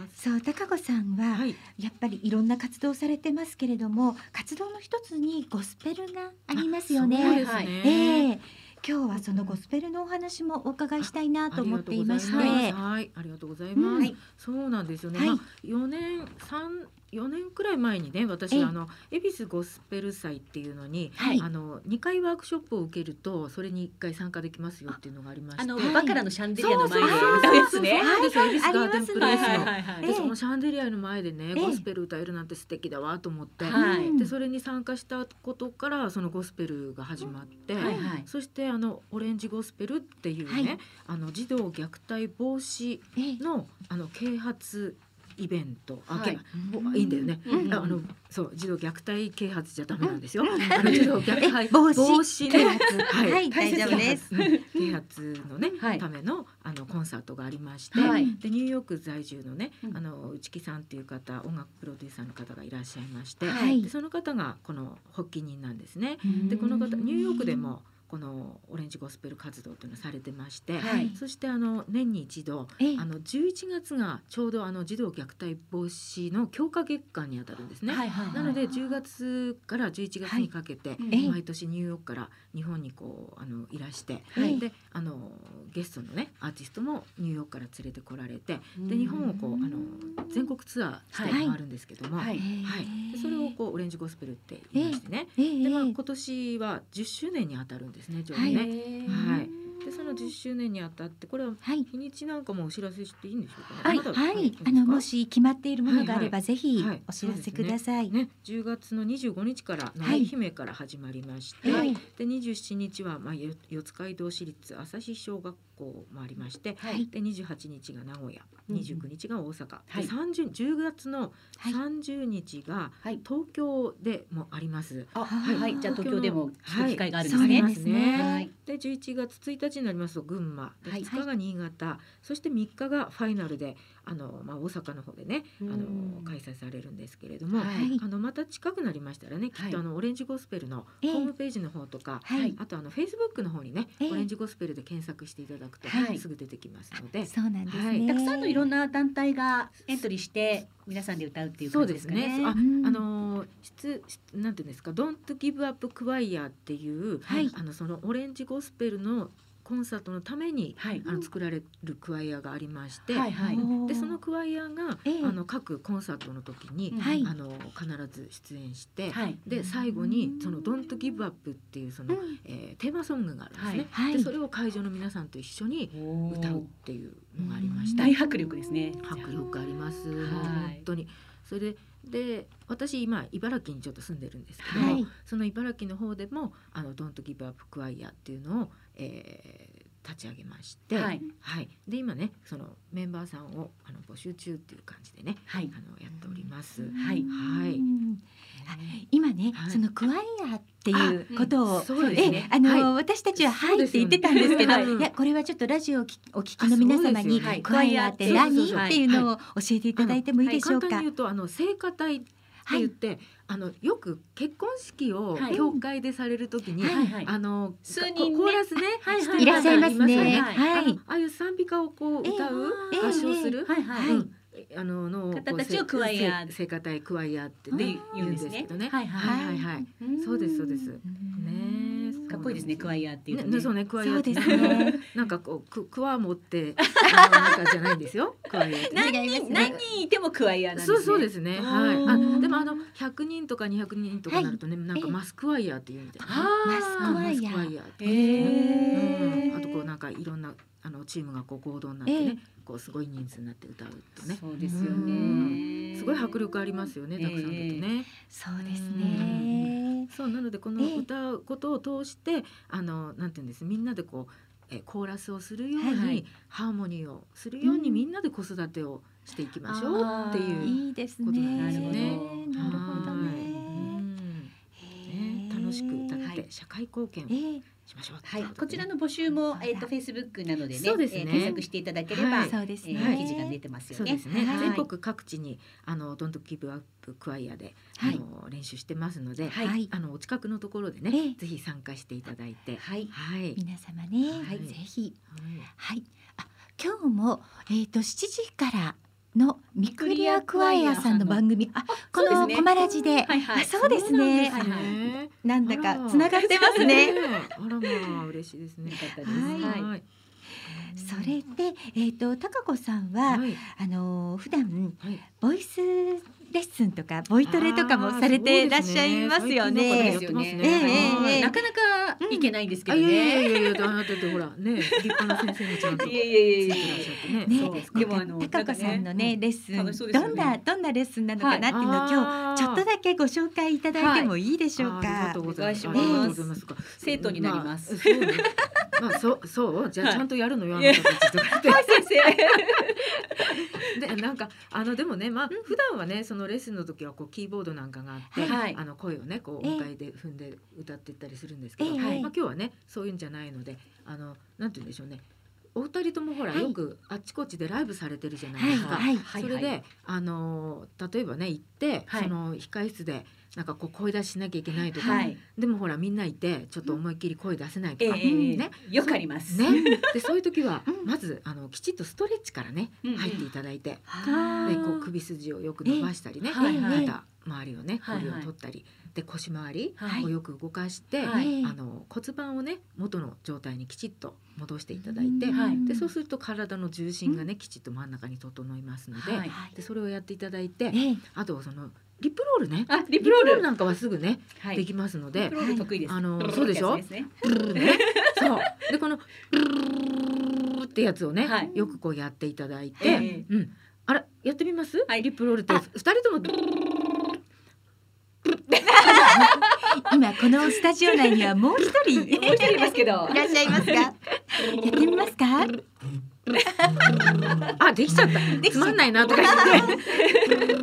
Speaker 6: ます
Speaker 1: そう高子さんは
Speaker 6: はい、
Speaker 1: やっぱりいろんな活動をされてますけれども活動の一つにゴスペルがありますよ
Speaker 6: そう
Speaker 1: ね
Speaker 6: で。す
Speaker 7: はい
Speaker 6: ね。
Speaker 1: ええ今日はそのゴスペルのお話もお伺いしたいなと思っていまして、
Speaker 6: はい、ありがとうございます。
Speaker 1: はい
Speaker 6: そうなんですよね。
Speaker 1: はい
Speaker 6: まあ4年三4年くらい前にね、
Speaker 1: ええ
Speaker 6: 私あの恵比寿ゴスペル祭っていうのに、
Speaker 1: はい
Speaker 6: あの2回ワークショップを受けるとそれに1回参加できますよっていうのがありまして、
Speaker 7: あの
Speaker 1: はい
Speaker 7: バカラのシャンデ
Speaker 6: そ
Speaker 7: リアの
Speaker 6: うそう
Speaker 7: 前で
Speaker 6: そう
Speaker 7: 歌うやつ
Speaker 6: そう
Speaker 7: ね
Speaker 6: なんですよ恵比寿ガーデンプレイス
Speaker 1: はい
Speaker 6: の。
Speaker 7: いは
Speaker 1: え
Speaker 6: で
Speaker 1: え
Speaker 6: そのシャンデリアの前でね
Speaker 1: ええ
Speaker 6: ゴスペル歌えるなんて素敵だわと思って、
Speaker 7: はい
Speaker 1: うん
Speaker 6: でそれに参加したことからそのゴスペルが始まって、
Speaker 7: はいはい
Speaker 6: そしてあのオレンジゴスペルっていうね、
Speaker 1: はい
Speaker 6: あの児童虐待防止
Speaker 1: ええ
Speaker 6: のあの啓発イベント、あ
Speaker 7: はい
Speaker 6: けおいいんだよね。
Speaker 7: うん
Speaker 6: ああのそう児童虐待啓発じゃダメなんですよ。あの児童虐
Speaker 1: え
Speaker 6: 待
Speaker 1: 防止
Speaker 6: 止
Speaker 1: 啓
Speaker 6: の
Speaker 1: 発
Speaker 6: はい
Speaker 1: はい大丈夫です。
Speaker 6: うん啓発のね、
Speaker 7: はい
Speaker 6: ためのあのコンサートがありまして、
Speaker 7: はい
Speaker 6: でニューヨーク在住のね、
Speaker 7: うん
Speaker 6: あの内木さんっていう方音楽プロデューサーの方がいらっしゃいまして、
Speaker 1: はい
Speaker 6: でその方がこの発起人なんですね。
Speaker 7: うん
Speaker 6: でこの方ニューヨークでもこのオレンジゴスペル活動っていうのをされてまして、
Speaker 7: はい
Speaker 6: そしてあの年に一度
Speaker 1: ええ
Speaker 6: あの11月がちょうどあの児童虐待防止の強化月間にあたるんですね。
Speaker 7: はいはいはい
Speaker 6: なので10月から11月にかけて、
Speaker 1: ええ
Speaker 6: 毎年ニューヨークから日本にこうあのいらして、
Speaker 1: はい
Speaker 6: であのゲストのねアーティストもニューヨークから連れてこられて、
Speaker 7: うん
Speaker 6: で日本をこうあの全国ツアーして回るんですけども、
Speaker 7: はい
Speaker 6: はいでそれをこうオレンジゴスペルって言いましてね、
Speaker 1: ええ
Speaker 6: でまあ今年は10周年にあたるんですねちょうどね。
Speaker 1: は
Speaker 6: はいい
Speaker 1: は
Speaker 6: でその10周年にあたってこれは
Speaker 1: はい
Speaker 6: 日にちなんかもお知らせしていいんでしょうかね、
Speaker 1: はい、
Speaker 6: まだ
Speaker 1: はい
Speaker 6: です、か
Speaker 1: あのもし決まっているものがあれば、
Speaker 6: は
Speaker 1: ぜひ
Speaker 6: はい
Speaker 1: お知らせください。
Speaker 6: ね、10月の25日からの
Speaker 1: はい
Speaker 6: 愛媛から始まりまして、
Speaker 1: はい
Speaker 6: で27日は、まあ、よ四街道市立朝日小学校もありまして、
Speaker 1: はい
Speaker 6: で28日が名古屋
Speaker 7: うんうん
Speaker 6: 29日が大阪、
Speaker 7: はい
Speaker 6: で30 10月の
Speaker 1: はい
Speaker 6: 30日が
Speaker 7: はい
Speaker 6: 東京でもあります。
Speaker 7: あ
Speaker 1: はい
Speaker 7: はいじゃあ東京でも聞く機会があるんで
Speaker 1: そ
Speaker 7: す
Speaker 1: うな
Speaker 7: ね
Speaker 1: んですね。
Speaker 7: はい
Speaker 6: で11月1日になりますと群馬で
Speaker 7: はい
Speaker 6: 2日が新潟、そして3日がファイナルであの、まあ、大阪の方でねあ
Speaker 7: うん
Speaker 6: の開催されるんですけれども、
Speaker 1: はい
Speaker 6: あのまた近くなりましたらねきっ
Speaker 7: はい
Speaker 6: とあのオレンジゴスペルの
Speaker 1: え
Speaker 6: ホ
Speaker 1: え
Speaker 6: ームページの方とか、
Speaker 1: はい
Speaker 6: あとあのフェイスブックの方にね、
Speaker 1: ええ
Speaker 6: オレンジゴスペルで検索していただくと
Speaker 7: はい
Speaker 6: すぐ出てきますので、
Speaker 1: あそうなんです
Speaker 6: はい
Speaker 1: ね。
Speaker 7: たくさんのいろん
Speaker 1: な。
Speaker 7: な団体がエントリーして皆さんで歌うっていう感じですかね。
Speaker 6: あ、
Speaker 1: うん
Speaker 6: あのー質質なんていうんですか、Don't Give Up Choir っていう、
Speaker 1: はい
Speaker 6: あのそのオレンジゴスペルのコンサートのために、
Speaker 7: はい
Speaker 6: あの作られるクワイアがありまして、
Speaker 7: はいはい
Speaker 1: おー
Speaker 6: でそのクワイアが、
Speaker 1: ええ
Speaker 6: あの各コンサートの時に、
Speaker 1: はい
Speaker 6: あの必ず出演して、
Speaker 7: はい
Speaker 6: で最後にその「Don't Give Up」っていうその、
Speaker 1: うん
Speaker 6: えーテーマソングがあるんですね、
Speaker 1: はい
Speaker 6: でそれを会場の皆さんと一緒に歌
Speaker 7: 歌
Speaker 6: うっ
Speaker 7: う
Speaker 6: ていうのがありました。
Speaker 7: 大迫力ですね。
Speaker 6: 迫力あります、
Speaker 7: はい
Speaker 6: もう本当にそれでで私今茨城にちょっと住んでるんですけど、
Speaker 1: はい
Speaker 6: その茨城の方でも「あのドントギブアップクワイアっていうのを、えー立ち上げまして、
Speaker 7: はい
Speaker 6: はいで今ねそのメンバーさんをあの募集中っていう感じでね
Speaker 7: はい
Speaker 6: あのやっております。
Speaker 7: はい
Speaker 6: はい
Speaker 1: うんあ今ね、
Speaker 6: はい
Speaker 1: そのクワイアっていうことを、
Speaker 6: あそうです
Speaker 1: え
Speaker 6: ね、
Speaker 1: あの、
Speaker 6: はい
Speaker 1: 私たちはは
Speaker 6: そう
Speaker 1: い
Speaker 6: で
Speaker 1: って
Speaker 6: す
Speaker 1: 言
Speaker 6: よ
Speaker 1: っ
Speaker 6: ね
Speaker 1: てたんですけど、
Speaker 6: はい
Speaker 1: いやこれはちょっとラジオをきお聞き
Speaker 6: あ
Speaker 1: の皆様
Speaker 6: そうで
Speaker 1: に
Speaker 6: すよ
Speaker 7: ね
Speaker 1: クワイアって
Speaker 6: はいそう
Speaker 1: 何
Speaker 6: そうそう
Speaker 1: っていうのを教えていただいてもいい
Speaker 6: は
Speaker 1: で
Speaker 6: い
Speaker 1: しょう
Speaker 6: 簡
Speaker 1: か。
Speaker 6: 単に言うとあの聖歌隊言って、あのよく結婚式を
Speaker 7: はい
Speaker 6: 教会でされるときに、
Speaker 7: はいはい
Speaker 6: あの
Speaker 7: 数人ね
Speaker 6: コーラスね、
Speaker 7: はい
Speaker 6: して
Speaker 7: はい
Speaker 1: いらっしゃいます
Speaker 6: よ
Speaker 1: ね。
Speaker 7: はい
Speaker 6: あ
Speaker 1: は
Speaker 6: の
Speaker 1: い。
Speaker 6: ああいう賛美歌をこう
Speaker 1: ええ
Speaker 6: 歌う、
Speaker 7: ええ
Speaker 6: 合唱する、
Speaker 7: はいはい
Speaker 6: うんあのの
Speaker 7: 方たち
Speaker 6: こう
Speaker 7: をクワイア
Speaker 6: せ聖歌隊クワイアって
Speaker 7: って
Speaker 6: ね言
Speaker 7: 言う
Speaker 6: うんん
Speaker 7: で
Speaker 6: ですす
Speaker 7: ね
Speaker 6: けどね。
Speaker 7: はいはい
Speaker 6: はいはいはい。そうですそうです。ねえ
Speaker 7: かっこいいですねクワ
Speaker 6: イ
Speaker 7: イアっていう
Speaker 6: ね
Speaker 7: のね
Speaker 6: そうねクワイ
Speaker 1: そ
Speaker 6: アっ
Speaker 1: う
Speaker 6: て
Speaker 1: で
Speaker 6: い
Speaker 1: す
Speaker 6: うのね。
Speaker 1: ね。
Speaker 6: なんかこうくクワ持ってあのなんかじゃないんですよ。クワイアってね。
Speaker 1: 違いますね。
Speaker 7: 何人いてもクワイアなんです
Speaker 6: そ
Speaker 7: ね
Speaker 6: うそうですね。はい。
Speaker 7: あー
Speaker 6: あでもあの100人とか200人とかになるとね、なんかマスクワイヤーっていうみたいなね。
Speaker 1: マス
Speaker 6: うん
Speaker 1: クワイヤ
Speaker 6: マスクワ
Speaker 1: ー。
Speaker 6: イヤーって
Speaker 7: へ
Speaker 6: 感じでね。
Speaker 7: ー
Speaker 6: うんあとこうなんかいろんなあのチームがこう合同になってね、こうすごい人数になって歌うとね。
Speaker 7: そうですよ
Speaker 6: う
Speaker 7: ね
Speaker 6: すごい迫力あります
Speaker 7: よ
Speaker 6: よね、たくさん出てね。
Speaker 1: そうです
Speaker 6: う
Speaker 1: ね。
Speaker 6: そうなのでこ
Speaker 1: え
Speaker 6: の
Speaker 1: え
Speaker 6: 歌うことを通して、あのなんていうんです、みんなでこうえコーラスをするように、
Speaker 1: はいはい
Speaker 6: ハーモニーをするように、
Speaker 1: うん
Speaker 6: みんなで子育てをしていきましょうっていう。
Speaker 1: いいです
Speaker 6: こと
Speaker 1: ね。
Speaker 6: な
Speaker 1: なんる
Speaker 6: です
Speaker 1: ほ
Speaker 6: よ
Speaker 1: ど
Speaker 6: ね
Speaker 1: ね。
Speaker 6: ね、楽しく歌っ
Speaker 1: はい
Speaker 6: て社会貢献を
Speaker 1: ええ
Speaker 6: しましょう。
Speaker 7: はい、
Speaker 6: とう
Speaker 7: こちら
Speaker 6: ね
Speaker 7: の募集も
Speaker 1: そう、だ
Speaker 7: えっと、フェイスブックなどでね、
Speaker 6: そうですね
Speaker 7: えー検索していただければ、
Speaker 6: はい
Speaker 1: そうです
Speaker 7: え
Speaker 1: ね。
Speaker 7: ー記事が出てます
Speaker 6: そ
Speaker 7: よ
Speaker 6: う
Speaker 7: ね。
Speaker 6: ですね、
Speaker 1: はい
Speaker 6: 全国各地にあのドントキブアップクワイアで、
Speaker 1: はい
Speaker 6: あの練習してますので、
Speaker 1: はい
Speaker 6: あのお近くのところでね、
Speaker 1: ええ
Speaker 6: ぜひ参加していただいて、
Speaker 7: はい、
Speaker 6: はい、
Speaker 1: 皆様ね、
Speaker 6: はい
Speaker 1: ぜひはい。あ、今日もえっ、と7時からのミクリアクワイアさんの番組、あ、
Speaker 7: そ
Speaker 1: こ
Speaker 7: うです
Speaker 1: の
Speaker 7: ね
Speaker 1: コマラジ
Speaker 7: は
Speaker 1: で、
Speaker 7: いはい
Speaker 1: あ、そうですね。
Speaker 7: そうなんですねはい
Speaker 6: ね
Speaker 1: なんだかつながってます
Speaker 6: ね
Speaker 1: ね。
Speaker 6: あらまあ嬉しいですね。
Speaker 7: よ。かったです。
Speaker 1: はい
Speaker 7: はい
Speaker 1: それで、えっ、と高子さんは、
Speaker 6: はい
Speaker 1: あのー普段
Speaker 6: はい
Speaker 1: ボイスレッスンとかボイトレとかもされてらっしゃいますよ
Speaker 6: あーそうですね最近なんかやって
Speaker 1: ね。
Speaker 6: ます
Speaker 1: え
Speaker 6: ね
Speaker 1: えええええ
Speaker 7: なかなかいけないんですけ
Speaker 6: あ
Speaker 7: ど
Speaker 6: いやいや
Speaker 7: ね。
Speaker 6: いやいやだってほらね立派な先生にちゃんと
Speaker 7: いやいやいやい
Speaker 6: いらっしゃって ね。
Speaker 1: ね
Speaker 7: そう
Speaker 1: なん
Speaker 7: でもあの
Speaker 1: か高子さんのねレッス
Speaker 7: 楽しそう
Speaker 1: ン、
Speaker 7: ですよね
Speaker 1: どんなどんなレッスンなのかなっていうのを、今
Speaker 6: あー
Speaker 1: 日ちょっとだけご紹介いただいてもいいでしょうか。
Speaker 6: あありがとうございます。
Speaker 7: お
Speaker 6: あ
Speaker 7: 願
Speaker 6: り
Speaker 7: いします
Speaker 6: がとうございます
Speaker 7: 生徒になります。
Speaker 6: まあそうねまあそうそうじゃあ
Speaker 7: はい
Speaker 6: ちゃんとやるのよ。あ
Speaker 7: いや
Speaker 6: なたたちとかっ
Speaker 7: はい、先生。
Speaker 6: て でなんかあのでもねまあ普段はねそのレッスンの時はこうキーボードなんかがあって、
Speaker 7: はい
Speaker 6: あの声をねこう
Speaker 1: ええ
Speaker 6: 音階で踏んで歌っていったりするんですけど、
Speaker 1: ええ
Speaker 6: まあ今日はねそういうんじゃないのであのなんて言うんでしょうね。お二人ともほら、
Speaker 1: はい
Speaker 6: よくあっちこっちでライブされてるじゃない
Speaker 1: は
Speaker 6: で
Speaker 1: い
Speaker 6: すか。
Speaker 1: はい。
Speaker 7: はい
Speaker 6: それで、あの例えばね行って、
Speaker 7: はい
Speaker 6: その控室でなんかこう声出ししなきゃいけないとか、
Speaker 7: はい、
Speaker 6: でもほらみんないてちょっと思いっきり声出せない
Speaker 7: え
Speaker 6: とか、
Speaker 7: え
Speaker 6: ね。
Speaker 7: よくあります。
Speaker 6: ね、でそういう時は、
Speaker 1: うん
Speaker 6: まずあのきちっとストレッチからね
Speaker 7: うんうん
Speaker 6: 入っていただいて、
Speaker 1: あ
Speaker 6: で
Speaker 1: ー
Speaker 6: こう首筋をよく伸ばしたりね、
Speaker 7: ええはい
Speaker 1: はい
Speaker 6: 肩周りをね
Speaker 7: はい
Speaker 6: こ
Speaker 7: は
Speaker 6: れ
Speaker 7: い
Speaker 6: を取ったり、で腰回り
Speaker 7: はい
Speaker 6: をよく動かして、
Speaker 7: はい
Speaker 1: ええ
Speaker 6: あの骨盤をね元の状態にきちっと戻していただいて、
Speaker 7: んはい
Speaker 6: でそうすると体の重心がね、きちっと真ん中に整いますので,、
Speaker 7: はい
Speaker 6: でそれをやっていただいて、
Speaker 1: ええ
Speaker 6: あとそのリップロールね
Speaker 7: あ、リプロール。
Speaker 6: なんかはすぐね、
Speaker 7: は
Speaker 6: できますの
Speaker 7: リ
Speaker 6: で
Speaker 7: プ。ロール得意です。
Speaker 6: あの
Speaker 7: プロ
Speaker 6: そうでしょ
Speaker 7: ってやつすね
Speaker 6: そう。でこのルーってやつをね、
Speaker 7: はい
Speaker 6: よくこうやっていただいて、
Speaker 7: ええ
Speaker 6: うん。あらやってみます？
Speaker 7: はい
Speaker 6: リップロールって
Speaker 7: あ
Speaker 6: 二人ともルー
Speaker 1: 今このスタジオ内にはもう一人い
Speaker 7: もう一人いますけど。
Speaker 1: らっしゃ いますか。やってみますか。
Speaker 6: あできちゃった。
Speaker 1: できちゃった
Speaker 6: つまんないなとか言って。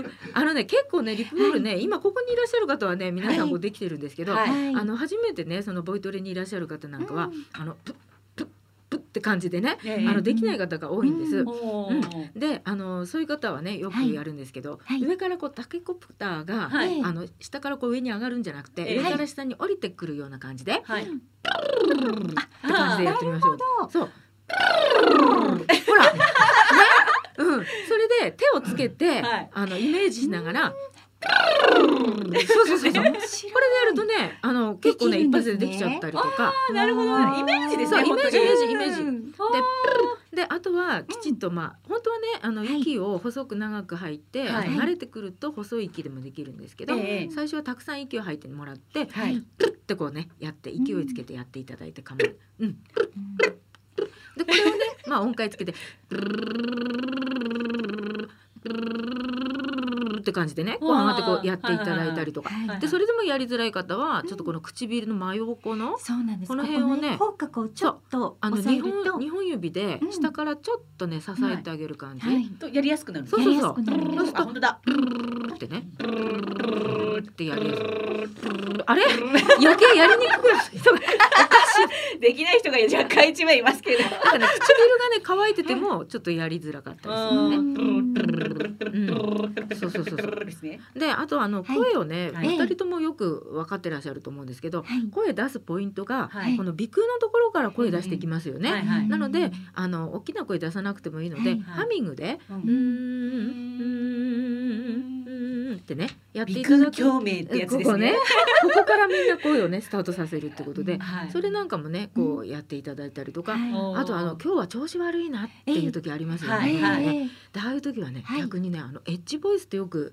Speaker 6: あのね結構ねリップロールね、今ここにいらっしゃる方はね皆さんこ
Speaker 1: は
Speaker 6: うできてるんですけど、
Speaker 7: はい
Speaker 6: あの初めてねそのボイトレにいらっしゃる方なんかは、
Speaker 1: うん
Speaker 6: あのプップップッって感じでね、
Speaker 7: ええ
Speaker 6: あのできない方が多いんです。
Speaker 1: うん
Speaker 7: おお。
Speaker 6: であのそういう方はねよくやるんですけど、
Speaker 1: はい
Speaker 6: 上からこうタケコプターが、
Speaker 7: はい
Speaker 1: ええ
Speaker 6: あの下からこう上に上がるんじゃなくて、
Speaker 7: ええ
Speaker 6: 上から下に降りてくるような感じで、
Speaker 7: はい。
Speaker 6: って感じでやってみましょう。
Speaker 1: ほど
Speaker 6: そう。ほら、ね、うん、それで手をつけて、
Speaker 7: はい
Speaker 6: あのイメージしながら。そうそうそうそう。これでやるとね、あの結構ね
Speaker 1: できるん
Speaker 6: 一
Speaker 1: ですね
Speaker 6: 発でできちゃったりとか。
Speaker 7: あなるほど
Speaker 1: あー
Speaker 7: イメージです
Speaker 6: そう
Speaker 7: ね
Speaker 6: イメージイメージイメージ。
Speaker 1: うん
Speaker 6: であとはきちんとまあ、本当はねあの
Speaker 1: い
Speaker 6: 息を細く長く吐いて、
Speaker 7: はい
Speaker 6: あの慣れてくると細い息でもできるんですけど、
Speaker 7: ええ
Speaker 6: 最初はたくさん息を吐いてもらって、
Speaker 7: は
Speaker 6: プ
Speaker 7: い
Speaker 6: ッてこうねやって勢いつけてやっていただいて構わない。うん、でこれをねまあ音階つけてって感じでねこう上がってこうやっていただいたりとか。
Speaker 1: はい
Speaker 6: でそれでもやりづらい方はちょっとこの唇の真横の
Speaker 1: そうなんです。
Speaker 6: この辺をね
Speaker 1: ここ口角をちょっと
Speaker 6: あの
Speaker 1: 押さえ
Speaker 6: 2
Speaker 1: ると、
Speaker 6: 本二本指で
Speaker 1: うん
Speaker 6: 下からちょっとね支えてあげる感じ、
Speaker 1: はい、
Speaker 7: とやりやすくなる。
Speaker 6: そう
Speaker 1: や
Speaker 6: そう
Speaker 1: りやすくなる。
Speaker 6: そうする
Speaker 7: あ、
Speaker 6: と
Speaker 7: 本当だ。
Speaker 6: ってねってやりやすいあれ余計やりにくくなった人が
Speaker 7: できない人が若干一名いますけど。
Speaker 6: なんかね唇がね乾いててもちょっとやりづらかったりするのね、うん、そうそうそうそう
Speaker 7: ですね。
Speaker 6: であとあの
Speaker 1: はい
Speaker 6: 声をね、
Speaker 7: はい
Speaker 6: お二人ともよく分かってらっしゃると思うんですけど、
Speaker 1: はい
Speaker 6: 声出すポイントが、
Speaker 7: はい
Speaker 6: この鼻腔のところから声出してきますよね。
Speaker 7: はいはい
Speaker 6: なのであの大きな声出さなくてもいいので、
Speaker 1: はい
Speaker 6: ハミングで「
Speaker 7: う
Speaker 6: うーんうーん」ってねやってい
Speaker 7: 鼻
Speaker 6: ただく
Speaker 7: 腔共鳴ってやつで
Speaker 6: こ
Speaker 7: す
Speaker 6: こ
Speaker 7: ね
Speaker 6: ね。ここからみんな声を ねスタートさせるってことで、
Speaker 7: はい
Speaker 6: それなんかもねこうやっていただいたりとか、
Speaker 1: は
Speaker 6: あとあの今日は調子悪いなっていう時ありますよね。
Speaker 7: はい
Speaker 1: い
Speaker 7: はい
Speaker 1: ええ
Speaker 6: でああいう時はね、
Speaker 1: はい
Speaker 6: 逆にねあのエッジボイスってよく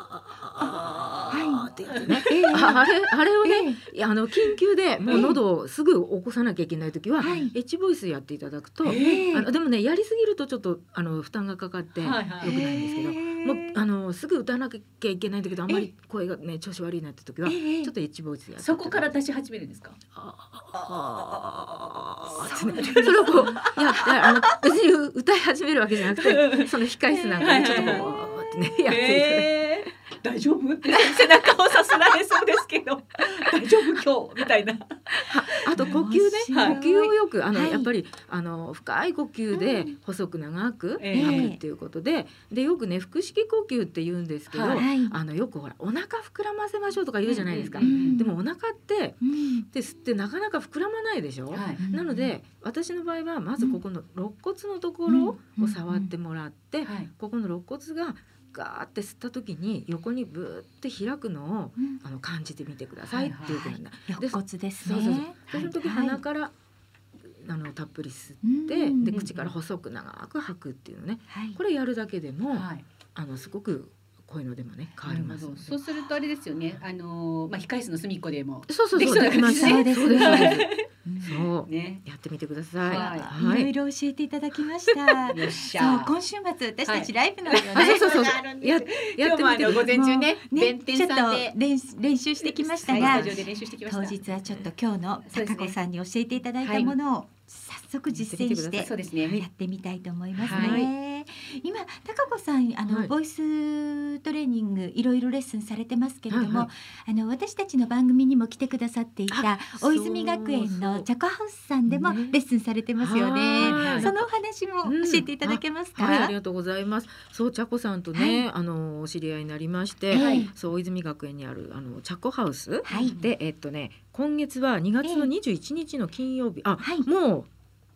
Speaker 6: ああああああってやつね、ああれあれをね、
Speaker 1: ええ
Speaker 6: いやあの緊急でもう喉をすぐ起こさなきゃいけない時は、
Speaker 1: はい
Speaker 6: エッジボイスやっていただくと、
Speaker 1: ええ
Speaker 6: あのでもねやりすぎるとちょっとあの負担がかかって良く
Speaker 7: はい
Speaker 6: な
Speaker 7: はい
Speaker 6: いんですけど、もうあのすぐ歌わなきゃいけないんだけどあんまり声がね調子悪いなって時は、
Speaker 1: ええ
Speaker 6: ちょっとエッジボイスやって
Speaker 7: そこから出し始めるんですか。
Speaker 6: それをこうやってあの別に歌い始めるわけじゃなくてその控え室なんかでちょっとこうってねやっていただいて。
Speaker 7: えー大丈夫 って背中をさすられそうですけど 大丈夫今日みたいな。
Speaker 6: あと呼吸ね、
Speaker 7: はい
Speaker 6: 呼吸をよくあの、
Speaker 1: はい
Speaker 6: やっぱりあの深い呼吸で細く長く
Speaker 7: ええ
Speaker 6: 吐くっていうことで、でよくね腹式呼吸って言うんですけど、
Speaker 7: はい
Speaker 1: はい
Speaker 6: あのよくほらお腹膨らませましょうとか言うじゃないですか。
Speaker 7: うんうんうん
Speaker 6: でもお腹って
Speaker 1: うん
Speaker 6: で吸ってなかなか膨らまないでしょ。
Speaker 7: はい
Speaker 6: なので私の場合はまずここの肋骨のところを触ってもらって、
Speaker 7: はい
Speaker 6: ここの肋骨がガーって吸った時に横にブーって開くのを
Speaker 1: うん
Speaker 6: あの感じてみてくださいっていうことなんだ。
Speaker 1: 肋骨です
Speaker 6: そうそうそう
Speaker 1: ね。
Speaker 6: でその時
Speaker 1: はい
Speaker 6: 鼻から、あのたっぷり吸っ
Speaker 1: うん
Speaker 6: て、で口から細く長く吐くっていうのね。
Speaker 1: はい
Speaker 6: これやるだけでも、
Speaker 7: はい。
Speaker 6: あのすごく声の出もね変わりますので。
Speaker 7: そうするとあれですよね。あのーまあ控室の隅っこでも
Speaker 6: そうそう
Speaker 7: でき
Speaker 6: そ
Speaker 7: そう
Speaker 6: う
Speaker 7: な
Speaker 6: でき
Speaker 7: 感
Speaker 6: ま
Speaker 7: じ
Speaker 6: す。
Speaker 7: ですね
Speaker 6: そうですそうですそうです
Speaker 7: う
Speaker 6: そ
Speaker 7: んね。
Speaker 6: うやってみてください。
Speaker 7: はい
Speaker 1: はい
Speaker 6: はい
Speaker 1: い。ろいろ教えていただきました。
Speaker 7: よっし
Speaker 1: そう
Speaker 7: ゃ。
Speaker 1: 今週末私たちライブなのよね。
Speaker 6: あそうそうそ
Speaker 2: ラ
Speaker 6: う
Speaker 2: イブがあるん。
Speaker 6: ややっ
Speaker 2: で
Speaker 7: 今
Speaker 6: て
Speaker 7: 日も
Speaker 6: み
Speaker 7: あ
Speaker 6: て
Speaker 7: の午前中ね
Speaker 1: ね、
Speaker 7: 弁
Speaker 1: ち
Speaker 7: 天
Speaker 1: ょっと
Speaker 7: さんで
Speaker 1: 練習練習してきました
Speaker 7: は
Speaker 1: が
Speaker 7: いス、タジオで練習してきました。
Speaker 1: 当日はちょっと今日の
Speaker 7: そうです
Speaker 1: 高
Speaker 7: ね
Speaker 1: 子さんに教えていただいたものを早速実践して
Speaker 7: そうですね。
Speaker 1: やってみたいと思います
Speaker 6: は
Speaker 1: ね。今高子さんあの、
Speaker 6: はい
Speaker 1: ボイストレーニングいろいろレッスンされてますけれども、
Speaker 6: はいは
Speaker 1: あの私たちの番組にも来てくださっていた
Speaker 6: そう
Speaker 1: 大泉学園のチャコハウスさんでもレ
Speaker 6: ね
Speaker 1: ッスンされてますよね。
Speaker 6: はい
Speaker 1: そのお話も教えていただけますか。
Speaker 6: はい、ありがとうございます。そう、茶子さんとね、あのお知り合いになりまして、
Speaker 1: はい
Speaker 6: そう、大泉学園にあるあの茶子ハウス、
Speaker 1: はい
Speaker 6: で、えっとね、今月は2月の21日の金曜日、あ、
Speaker 1: はい
Speaker 6: も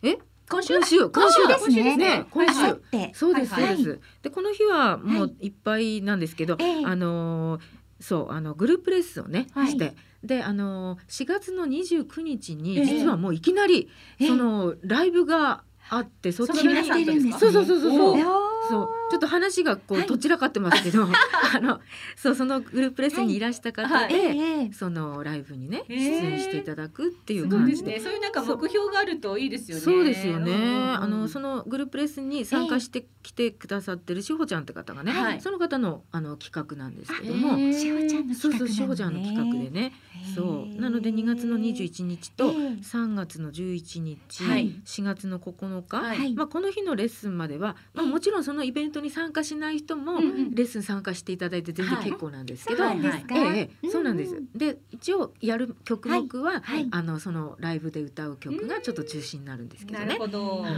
Speaker 6: うえ、
Speaker 7: 今週
Speaker 6: 今週、今週だ
Speaker 1: そうですね
Speaker 6: 今
Speaker 1: あさ
Speaker 6: 週
Speaker 1: っ。て
Speaker 6: そうです、
Speaker 7: はい
Speaker 1: はい
Speaker 6: そうです。で、この日はも
Speaker 1: は
Speaker 6: ういっぱいなんですけど、
Speaker 1: ええ
Speaker 6: あのーそうあのグループレッスンをね、
Speaker 1: はい
Speaker 6: してであのー4月の29日
Speaker 7: え
Speaker 6: に
Speaker 7: え
Speaker 6: 実はもういきなり、
Speaker 1: ええ
Speaker 6: そのライブがあってそっち
Speaker 7: そ
Speaker 6: に
Speaker 7: の
Speaker 1: 決
Speaker 7: 皆
Speaker 1: め
Speaker 7: さ
Speaker 1: て
Speaker 7: んとで
Speaker 1: いるん
Speaker 7: す
Speaker 1: で
Speaker 7: か
Speaker 1: す
Speaker 6: そう
Speaker 1: ね。
Speaker 6: そうそうそうそう
Speaker 1: おー
Speaker 6: そうちょっと話がこ
Speaker 1: は
Speaker 6: う
Speaker 1: い
Speaker 6: どちらかってます けど、あのそうそのグループレッスンにいらした方で、
Speaker 7: はい
Speaker 1: ええええ
Speaker 6: そのライブにね出
Speaker 7: へえ
Speaker 6: 演していただくっていう
Speaker 7: そう
Speaker 6: 感
Speaker 7: で
Speaker 6: じ
Speaker 7: す
Speaker 6: で。
Speaker 7: ね。そういうなんか目標があるといいですよね。
Speaker 6: そうですよね、
Speaker 7: うんうんうん
Speaker 6: あのそのグループレッスンに参加してきてくださってる志保ちゃんって方がね、
Speaker 7: はい
Speaker 6: その方のあの企画なんですけど
Speaker 7: あへ
Speaker 6: も、
Speaker 7: え
Speaker 1: しほちゃんの企画な
Speaker 6: そうそ
Speaker 1: のね。
Speaker 6: う志保ちゃんの企画でね、そうなので2月の21日と
Speaker 1: ええ
Speaker 6: 3月の11日、
Speaker 7: はい
Speaker 6: 4月の9日、
Speaker 7: はい
Speaker 6: まあ、この日のレッスンまでは、まあ、もちろんそのイベントに参加しない人も
Speaker 7: うんうん
Speaker 6: レッスン参加していただいて全然
Speaker 7: はい
Speaker 6: 結構なんです
Speaker 1: そ
Speaker 6: け
Speaker 1: う
Speaker 6: ど、
Speaker 1: な
Speaker 7: は
Speaker 1: ん
Speaker 7: い
Speaker 1: ですか。
Speaker 6: ええ、そうなんです。
Speaker 1: うう
Speaker 6: で、一応やる曲目は、
Speaker 1: はいはい
Speaker 6: あのそのライブで歌う曲がちょっと中心になるんですけど
Speaker 7: な
Speaker 6: ね
Speaker 7: る。ほど。でも
Speaker 6: は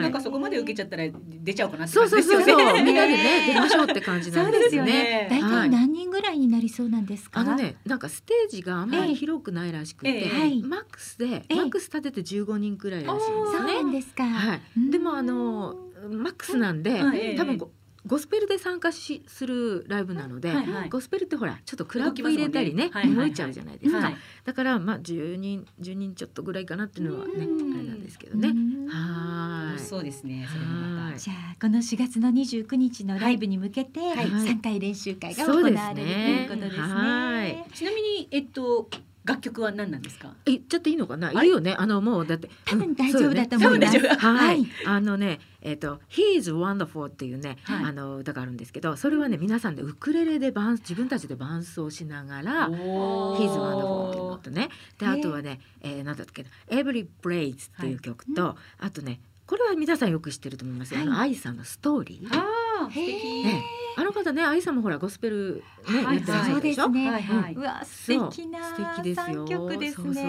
Speaker 6: い
Speaker 7: なんかそこまで受けちゃったら出ちゃうかなって
Speaker 6: そ
Speaker 7: 感
Speaker 6: う
Speaker 7: じ
Speaker 6: そう
Speaker 7: です
Speaker 6: そう
Speaker 7: よ
Speaker 6: そう、
Speaker 7: ね。
Speaker 6: みんなでね、 出ましょうって感じなん
Speaker 1: そうで
Speaker 6: ですす
Speaker 1: よ
Speaker 6: よ
Speaker 7: ね
Speaker 6: ね。
Speaker 1: 大
Speaker 6: は
Speaker 1: 体
Speaker 6: い
Speaker 1: 何人ぐらいになりそうなんですか。
Speaker 6: あのね、なんかステージがあんまり広くないらしくて、
Speaker 7: ええ
Speaker 1: はい
Speaker 6: マックスで、
Speaker 1: ええ
Speaker 6: マックス立てて15人くらいらしいんで
Speaker 1: そう
Speaker 6: す
Speaker 1: な
Speaker 6: ね。
Speaker 1: んですか。
Speaker 6: はい、
Speaker 1: うん
Speaker 6: でもあのマックスなんで、
Speaker 7: はいええ
Speaker 6: 多分ゴゴスペルで参加しするライブなので、
Speaker 7: はいはい
Speaker 6: ゴスペルってほらちょっとクラップ入れたりね
Speaker 7: 動きますもんね
Speaker 6: 動
Speaker 7: はいはいはい
Speaker 6: いちゃうじゃないですか、
Speaker 7: はい
Speaker 6: だからまあ10人10人ちょっとぐらいかなっていうのはね
Speaker 7: うん
Speaker 6: あれなんですけど
Speaker 1: う
Speaker 6: ね。
Speaker 1: ん
Speaker 6: は
Speaker 7: 楽し
Speaker 6: ー
Speaker 7: そうですね。それもま
Speaker 6: はい
Speaker 1: じゃあこの4月の29日のライブに向けて
Speaker 6: い
Speaker 1: 3回練習会が行
Speaker 6: そう
Speaker 1: わ
Speaker 6: で
Speaker 1: れ
Speaker 6: す
Speaker 1: る
Speaker 6: ね
Speaker 1: ということです
Speaker 6: はい
Speaker 1: ね。
Speaker 7: た。ちなみにえっと楽曲は何なんですか。
Speaker 6: い。言っちゃっていいのかな。いいよね。あのもうだって
Speaker 1: 多分
Speaker 6: うん
Speaker 1: 大丈夫だと思
Speaker 6: そうよ
Speaker 1: い
Speaker 6: ね
Speaker 1: ます。
Speaker 7: 多分大丈夫
Speaker 6: は
Speaker 1: はい
Speaker 6: い。あのね、えっと He's Wonderful っていうね、
Speaker 7: はい
Speaker 6: あの歌があるんですけど、それはね皆さんでウクレレで伴自分たちで伴奏しながら。
Speaker 7: お
Speaker 6: ヒーズワンダフォーっていうのとねで
Speaker 1: へ
Speaker 6: あ
Speaker 1: え
Speaker 6: とはね、えー、なんだっけな「エブリ・ブレイズ」っていう曲と、あとねこれは皆さんよく知ってると思いますよ、あの愛さんのストーリー、
Speaker 7: ああ素
Speaker 1: へ
Speaker 7: 敵。
Speaker 6: ね、あの方ね愛さんもほらゴスペル、ね
Speaker 7: はい
Speaker 6: やってらっしゃるでしょ
Speaker 1: そうですね。
Speaker 7: はいはいう
Speaker 1: わ素
Speaker 6: そう
Speaker 1: 敵な
Speaker 6: 素敵ですよ
Speaker 1: 3曲です
Speaker 6: そ
Speaker 1: ね。
Speaker 6: うそうそうそ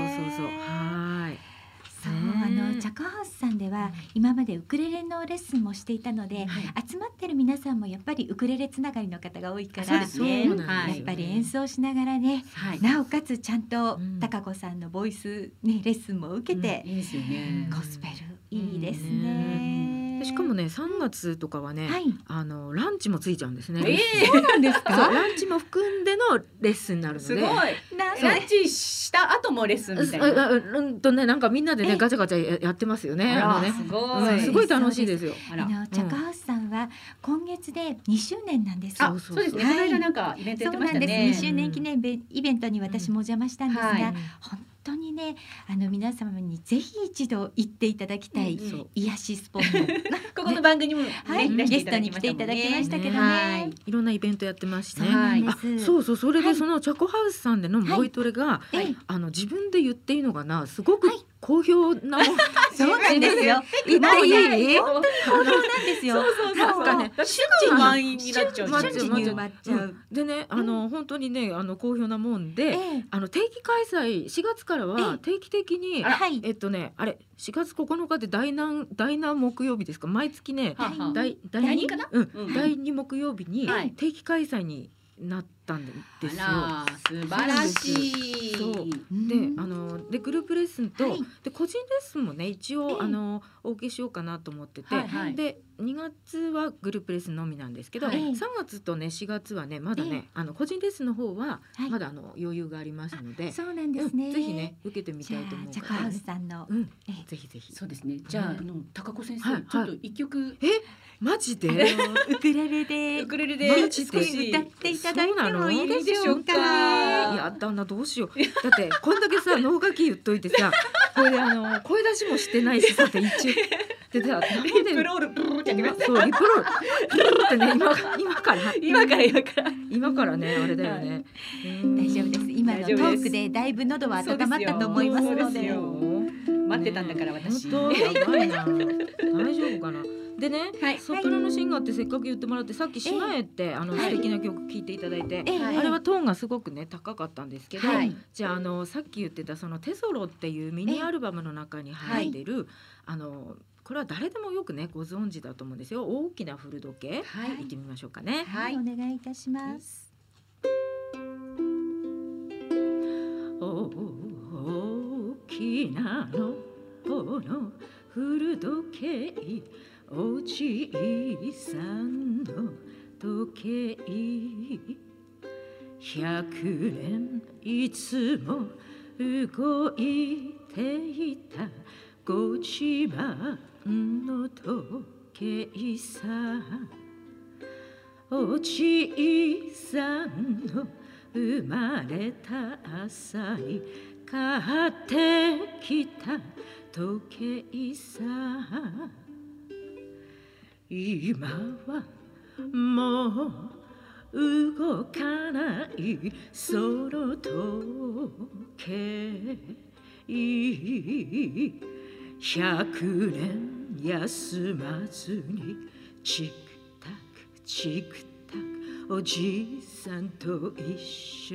Speaker 6: うはーい
Speaker 1: そうあのチャカハウスさんでは今までウクレレのレッスンもしていたので、集まってる皆さんもやっぱりウクレレつながりの方が多いから
Speaker 7: そうですね
Speaker 6: そうなん
Speaker 1: や
Speaker 6: で
Speaker 1: っ
Speaker 6: すよね
Speaker 1: ぱり演奏しながらね、
Speaker 7: はい
Speaker 1: なおかつちゃんと
Speaker 6: うん
Speaker 1: 高子さんのボイス、ね、レッスンも受けて、
Speaker 7: いいですよね
Speaker 6: うん
Speaker 1: ゴスペルいいですね。
Speaker 6: でしかもね3月とかはね、
Speaker 1: はい、
Speaker 6: あのランチもついちゃうんですね。
Speaker 7: え
Speaker 6: そうなんですか？ランチも含んでのレッスンになるので。
Speaker 7: すごい
Speaker 1: なん
Speaker 7: ランチした後もレッスンみたいな
Speaker 6: ああうんとねなんかみんなで
Speaker 1: え
Speaker 6: ねガチャガチャややってますよね。あの
Speaker 7: あら
Speaker 6: ね
Speaker 7: すご
Speaker 6: うん
Speaker 7: い
Speaker 6: すごい楽しいですよ。
Speaker 7: あ
Speaker 1: あ
Speaker 7: ら
Speaker 1: のチャカハウスさんは今月で2周年なんです。
Speaker 7: あ
Speaker 6: そう
Speaker 7: そ
Speaker 6: そうう
Speaker 7: ですねこ
Speaker 1: はい
Speaker 7: の間なんかイベントや
Speaker 1: そ
Speaker 7: って
Speaker 1: う
Speaker 7: ました
Speaker 1: なんで
Speaker 7: ね
Speaker 1: す。2周年記念べイベントに私もお邪魔したんですが、
Speaker 7: はい
Speaker 1: 本当にね、あの皆様にぜひ一度行っていただきたい、
Speaker 7: うんうん
Speaker 1: 癒しスポット。
Speaker 7: ここの番組にもね
Speaker 1: はい、
Speaker 7: 出
Speaker 1: ゲ
Speaker 7: してい
Speaker 1: ス
Speaker 7: た
Speaker 1: ト
Speaker 7: だ
Speaker 1: に
Speaker 7: き
Speaker 1: 来
Speaker 7: ま
Speaker 1: ていただきましたけどね。
Speaker 7: はい
Speaker 6: いろんなイベントやってますし
Speaker 1: そう
Speaker 6: ね。
Speaker 1: なんで
Speaker 6: あ
Speaker 1: す。
Speaker 6: そうそうそれ
Speaker 1: は
Speaker 6: で
Speaker 1: い
Speaker 6: そのチャコハウスさんでのボイトレが、
Speaker 1: ええ
Speaker 6: あの自分で言っていいのかなすごく好評な もん、そうなんですよ 言っていい
Speaker 7: 本
Speaker 1: そうなんですよ。
Speaker 7: そうそうそう
Speaker 1: なん
Speaker 6: かね
Speaker 7: だって瞬時満員になっちゃう
Speaker 6: 瞬
Speaker 1: 瞬
Speaker 6: 時
Speaker 1: 時
Speaker 6: 満
Speaker 1: に
Speaker 6: 員
Speaker 1: 埋まっちゃう。
Speaker 6: でねあの、本当にねあの好評なもん
Speaker 1: え
Speaker 6: で、
Speaker 1: え
Speaker 6: あの定期開催4月から
Speaker 1: ええ
Speaker 6: は定期的に、
Speaker 1: はい。
Speaker 6: えっとねあれ4月9日で第何第何木曜日ですか毎月ね
Speaker 7: はあはあ
Speaker 6: 第第
Speaker 7: 第
Speaker 6: 二
Speaker 7: 二かな
Speaker 6: うん
Speaker 7: うん
Speaker 6: 第二木曜日に
Speaker 7: はい
Speaker 6: 定期開催になったんですよ。
Speaker 7: あら素晴らしい
Speaker 6: そうなん
Speaker 7: う
Speaker 6: であのでグループレッスンと、
Speaker 1: はい
Speaker 6: で個人レッスンもね一応、
Speaker 1: ええ
Speaker 6: あのお受けしようかなと思ってて、
Speaker 7: はいはい
Speaker 6: で2月はグループレッスンのみなんですけど、
Speaker 1: はい
Speaker 6: 3月とね4月はねまだね、あの個人レッスンの方は
Speaker 1: はい
Speaker 6: まだあの余裕がありますので、
Speaker 1: そうなんで
Speaker 6: う
Speaker 1: すね。
Speaker 6: んぜひね。受けてみ
Speaker 1: じ
Speaker 6: た
Speaker 1: ゃ
Speaker 6: いと思うか
Speaker 1: あチャカ
Speaker 6: ら
Speaker 1: ハウ
Speaker 6: ね
Speaker 1: スさんの
Speaker 6: うん
Speaker 1: ええ
Speaker 6: ぜひぜひ
Speaker 7: そうですねじゃああ
Speaker 6: ね
Speaker 7: の高子先生
Speaker 6: はいはい
Speaker 7: ちょっと一曲
Speaker 6: マジで
Speaker 1: ウクレレで
Speaker 7: ウクレレで
Speaker 6: マジで
Speaker 1: 少し歌っていただいてもいいでしょう
Speaker 7: そうな
Speaker 1: か。
Speaker 7: の
Speaker 6: いや旦那どうしようだってこんだ けさ能書き言っといてさこれであの声出しもしてないしさって一 応でさなんで
Speaker 7: プロールブーってやってください
Speaker 6: そうリプロリプロってね今今から
Speaker 7: 今から今から
Speaker 6: 今からねあれだよ
Speaker 7: は
Speaker 6: ね
Speaker 1: 大丈夫です。今のトークでだいぶ喉は温まったと思いますの
Speaker 7: そうです
Speaker 1: で。
Speaker 7: よ待ってたんだから私
Speaker 6: 本当やばい な大丈夫かなでね、
Speaker 7: はい
Speaker 6: ソプラノシンガーってせっかく言ってもらってさっき「しまえ」ってあの
Speaker 1: はい
Speaker 6: 素敵な曲聴いていただいて、
Speaker 1: ええ
Speaker 6: あれはトーンがすごくね高かったんですけど、
Speaker 7: はい
Speaker 6: じゃああのさっき言ってたそのテソロっていうミニアルバムの中に入ってる、あのこれは誰でもよくねご存知だと思うんですよ大きな古時計、
Speaker 7: はい
Speaker 6: 行ってみましょうかね。
Speaker 1: はい、お願いいたします。
Speaker 6: 大きなのこの古時計おじいさんの時計百年いつも動いていたご自慢の時計さおじいさんの生まれた朝に買ってきた時計さ今はもう動かないその時計百年休まずにチクタクチクタクおじいさんと一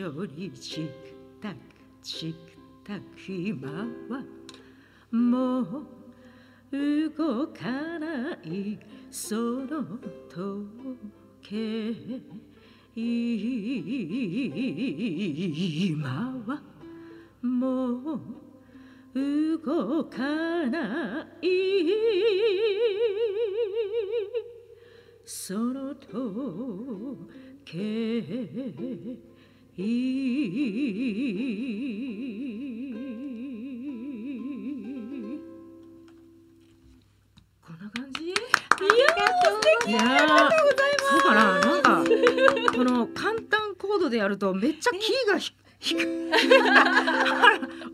Speaker 6: 緒にチクタクチクタク今はもう動かないその時計今はもう動かないその時計こんな感じいやーそうかななんかこの簡単コードでやるとめっちゃキーがひ低い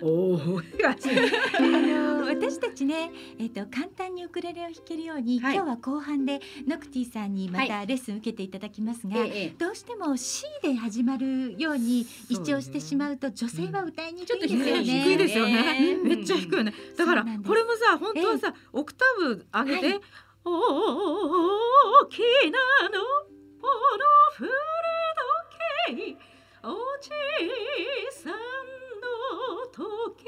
Speaker 6: おおがち
Speaker 1: あの私たちね、えっ、と簡単にウクレレを弾けるように、
Speaker 7: はい
Speaker 1: 今日は後半でノクティさんにまたレッスン受けていただきますが、
Speaker 7: ええ
Speaker 1: どうしても C で始まるように一聴してしまうと女性は歌いにくいんですよね。
Speaker 6: ね低いですよね
Speaker 7: うん
Speaker 6: めっちゃ低いよねだから
Speaker 1: そうなんです
Speaker 6: これもさ本当はさオクターブ上げて、
Speaker 1: はい
Speaker 6: 大きなのこの古時計おじいさんの時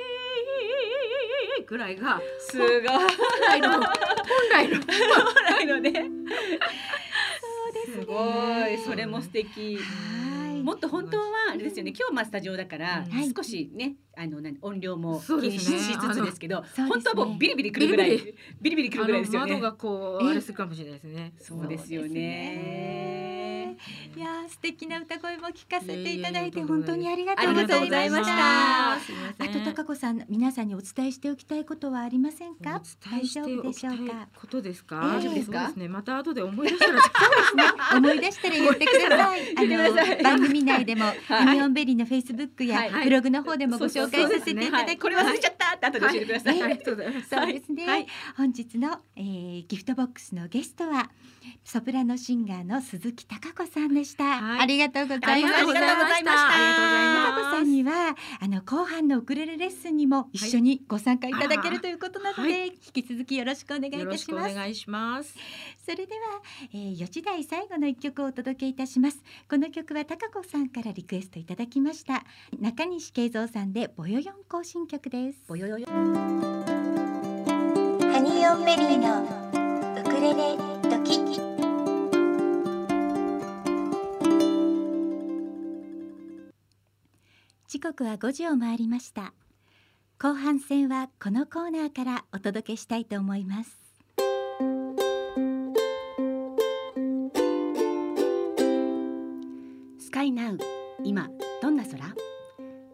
Speaker 6: 計
Speaker 8: ぐらいが
Speaker 3: すごい。
Speaker 8: 本来の本来の
Speaker 3: ないので。すごい、それも素敵。
Speaker 1: はい
Speaker 3: もっと本当はあれですよね。今日まあスタジオだから
Speaker 1: はい
Speaker 3: 少しね、あの何音量も気
Speaker 8: そうで
Speaker 3: にし
Speaker 8: すね
Speaker 3: しつつですけど、
Speaker 1: あの
Speaker 3: 本当はもうビリビリくるぐらい、
Speaker 8: ビ
Speaker 3: ビリビリくるぐらいです
Speaker 8: あの
Speaker 3: よ
Speaker 8: 窓
Speaker 3: ね。
Speaker 8: がこう
Speaker 1: え
Speaker 8: あれするかもしれないですね。
Speaker 3: そうですよ
Speaker 1: そうです
Speaker 3: ね
Speaker 1: ね。いやー素敵な歌声も聞かせていただ
Speaker 8: いや
Speaker 1: い
Speaker 8: いやい
Speaker 1: て
Speaker 8: や
Speaker 1: 本当にありがと
Speaker 3: あり
Speaker 1: うご
Speaker 3: が
Speaker 1: ざ
Speaker 3: とうご
Speaker 1: い
Speaker 3: ざ
Speaker 1: ま
Speaker 3: い
Speaker 1: し。
Speaker 3: ましたた
Speaker 1: あ
Speaker 8: すいません
Speaker 1: と高子さん皆さんにお伝えしておきたいことはありませんか
Speaker 8: お伝えしておきたいことですか。
Speaker 1: 大丈夫です
Speaker 3: か
Speaker 8: そうですね。また後で思い出したら。
Speaker 1: 思い出したら言ってくだ さいあ
Speaker 3: 言ってくださ
Speaker 1: の
Speaker 3: い
Speaker 1: 番組内でもハニオンベリーのフェイスブックや
Speaker 8: はい
Speaker 1: ブログの方でもご紹介
Speaker 3: そう
Speaker 1: さ
Speaker 3: で
Speaker 1: せて
Speaker 3: す
Speaker 1: い
Speaker 3: ね
Speaker 1: ただきます
Speaker 3: はいこれ忘れちゃったって後で教えてください。
Speaker 8: ありがとうございます。
Speaker 1: そうですね、
Speaker 8: はい
Speaker 1: 本日の、えーギフトボックスのゲストはソプラノシンガーの鈴木貴子さんでした、
Speaker 8: はい
Speaker 1: ありがとうございま
Speaker 3: ありがとうご
Speaker 1: し
Speaker 3: ざ
Speaker 1: た
Speaker 3: いました
Speaker 8: ありがとうございます
Speaker 1: 貴子さんにはあの後半のウクレレレッスンにも一緒にご参加いただけるということなので、
Speaker 8: はいあ
Speaker 1: 引き続きよろしくお願いい
Speaker 8: よ
Speaker 1: た
Speaker 8: ろし
Speaker 1: し
Speaker 8: くお
Speaker 1: ます
Speaker 8: 願いします。
Speaker 1: それでは、えー、4時台最後の一曲をお届けいたしますこの曲は貴子さんからリクエストいただきました中西慶三さんでボヨヨン行進曲です
Speaker 3: ぼよよよ
Speaker 9: ハニーオンベリーのウクレレドキ
Speaker 1: 時刻は5時を回りました後半戦はこのコーナーからお届けしたいと思います
Speaker 10: スカイナウ今どんな空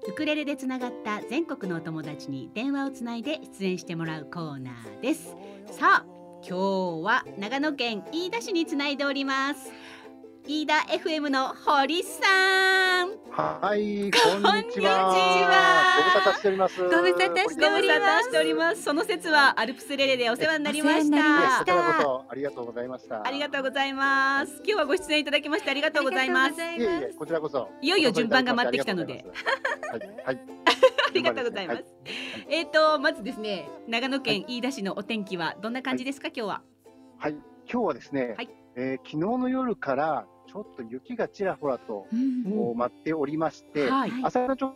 Speaker 10: ウクレレでつながった全国のお友達に電話をつないで出演してもらうコーナーですさあ今日は長野県飯田市につないでおります飯田 FM の堀さん
Speaker 11: はい、こんにちは。
Speaker 10: こんにちは
Speaker 11: ご無沙汰しております。ご
Speaker 1: 無沙汰して
Speaker 3: ご無沙汰しており
Speaker 11: ま
Speaker 3: ます。その説はアルプスレレでお世話になりま
Speaker 1: お世話に
Speaker 3: し
Speaker 1: なりま
Speaker 3: た
Speaker 1: し
Speaker 11: こ。ちらこそありがとうございました。
Speaker 3: ありがとう
Speaker 11: う。
Speaker 3: ございます。今日はご出演いただきましてありがとうございます。
Speaker 1: あり
Speaker 11: い
Speaker 1: がとうござい
Speaker 11: えいえ、こちらこそ。
Speaker 3: いよいよ順番が回ってきたので
Speaker 11: ご無沙汰いただきましてありがとうございます。はい、はい。
Speaker 3: ありがとうございます
Speaker 11: は。
Speaker 3: えっ、とまずですね、長野県飯田市のお天気はどんな感じですか、今日は。
Speaker 11: はい、今日はですね、
Speaker 3: はい
Speaker 11: えー昨日の夜からちょっと雪がちらほらとこう舞っておりまして、
Speaker 3: はい。
Speaker 11: 朝からちょっ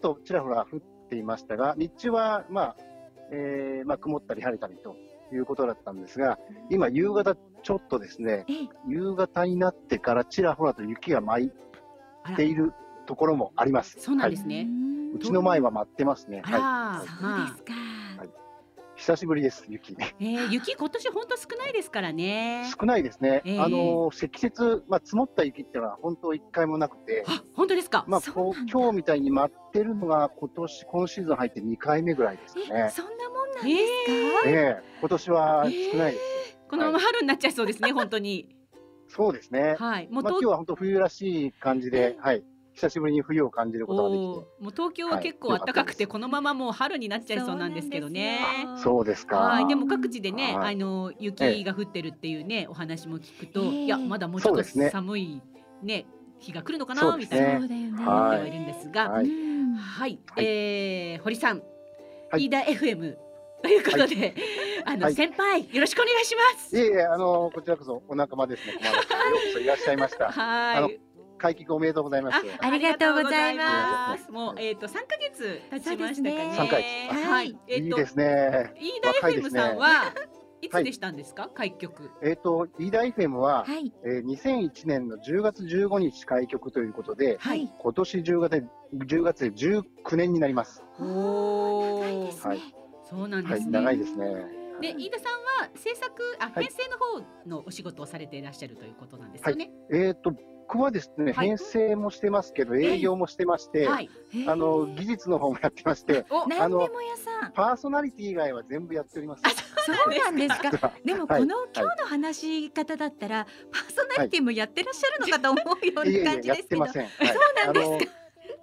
Speaker 11: とちらほら降っていましたが、日中はまあ、えーまあ曇ったり晴れたりということだったんですが、今夕方ちょっとですね、
Speaker 1: ええ
Speaker 11: 夕方になってからちらほらと雪が舞い
Speaker 3: あら
Speaker 11: ているところもあります。
Speaker 3: そうなんです
Speaker 11: は
Speaker 3: ね。
Speaker 11: い、うちの前は舞ってますね。
Speaker 3: あら、
Speaker 11: は
Speaker 1: そうで
Speaker 3: ます
Speaker 1: か、
Speaker 11: い、久しぶりです雪。
Speaker 3: あ、えー雪今年本当少ないですからね。
Speaker 11: 少ないですね。
Speaker 3: ええ
Speaker 11: あの積雪、まあ積もった雪っていうのは本当一回もなくて、
Speaker 3: あ、本当ですか。
Speaker 11: まあ
Speaker 1: そう
Speaker 11: こ
Speaker 1: なん
Speaker 11: う
Speaker 1: だ
Speaker 11: 今日みたいに舞ってるのが今年今シーズン入って2回目ぐらいですか
Speaker 1: え
Speaker 11: ね。
Speaker 1: そんなもんなん
Speaker 3: え
Speaker 1: ですか、
Speaker 11: ええ今年は少ないです。
Speaker 3: このまま春になっちゃいそうですね、本当に。
Speaker 11: そうですね。
Speaker 3: はい。も
Speaker 11: まあ
Speaker 3: う
Speaker 11: 今
Speaker 3: 東
Speaker 11: 日は本当冬らしい感じで、はい、久しぶりに冬を感じることができ
Speaker 3: おーもう東京は結構
Speaker 11: は
Speaker 3: 暖
Speaker 11: い
Speaker 3: かくて、
Speaker 11: よ
Speaker 3: このままもう春になっちゃいそうなんですけどね。
Speaker 11: て、そうですか。
Speaker 3: はい、でも各地でね、
Speaker 11: は
Speaker 3: あ
Speaker 11: い
Speaker 3: の
Speaker 11: え
Speaker 3: 雪
Speaker 11: え
Speaker 3: が降ってるっていうね、お話も聞くと、
Speaker 1: ええ
Speaker 3: いや、まだもうち
Speaker 11: そ
Speaker 3: ょっと
Speaker 11: うですね
Speaker 3: 寒いね、日が来るのか
Speaker 11: そ
Speaker 3: な
Speaker 11: うで
Speaker 3: み
Speaker 11: す
Speaker 3: た
Speaker 11: ね
Speaker 3: いな
Speaker 1: そうだよね、
Speaker 3: 思って
Speaker 11: は
Speaker 3: はい
Speaker 11: い
Speaker 3: るんですが、
Speaker 11: は
Speaker 3: はいい、
Speaker 1: うん
Speaker 11: はい
Speaker 3: えー堀さん、
Speaker 11: はい
Speaker 3: 飯田 FM ということで、あの、
Speaker 11: はい
Speaker 3: 先輩よろしくお願いします。
Speaker 11: いえいえ、あのこちらこそお仲間ですね、 駒田さん。ようこそいらっしゃいました。あ
Speaker 3: は
Speaker 11: の
Speaker 3: い、
Speaker 11: 開局おめでとうございます。
Speaker 1: ありがとうござい
Speaker 11: ます
Speaker 3: ありがとうございますもうえっ、と三ヶ月経ちましたか
Speaker 11: そうですね
Speaker 3: ね。
Speaker 11: 三
Speaker 1: 回
Speaker 3: はい、えっ、
Speaker 11: いい
Speaker 3: と、
Speaker 11: ですね。
Speaker 3: 飯田 FM さんは、いつでしたんですか、開局。
Speaker 11: えっ、と、飯田 FM は、
Speaker 1: はい
Speaker 11: えー2001年の10月15日開局ということで、
Speaker 1: はい
Speaker 11: 今年10月で10月で19年になります。
Speaker 3: お
Speaker 1: 長い
Speaker 3: ー
Speaker 1: ですね、
Speaker 11: はい
Speaker 3: そうなん
Speaker 11: は
Speaker 3: で
Speaker 11: い、
Speaker 3: すね。
Speaker 11: 長いですね。
Speaker 3: で飯田さんは制作あ
Speaker 11: はい
Speaker 3: 編成の方のお仕事をされていらっしゃるということなんですよね。
Speaker 11: えっ、と、僕はですね、
Speaker 3: はい
Speaker 11: 編成もしてますけど、営業もしてまして、
Speaker 3: はい。
Speaker 1: へー
Speaker 11: あの技術の方もやってまして、
Speaker 3: お
Speaker 1: 何
Speaker 11: あ
Speaker 1: でも
Speaker 11: の
Speaker 1: 屋さん
Speaker 11: パーソナリティ以外は全部やっております。
Speaker 1: そうなんですか
Speaker 11: か
Speaker 1: でもこ
Speaker 11: はい
Speaker 1: の、今日の話し方だったらパーソナリティもやってらっしゃるのかと思うよ
Speaker 11: いうえい
Speaker 1: な
Speaker 11: え
Speaker 1: 感じ
Speaker 11: や
Speaker 1: で
Speaker 11: っ
Speaker 1: す
Speaker 11: て
Speaker 1: けど
Speaker 11: ません。はい、あの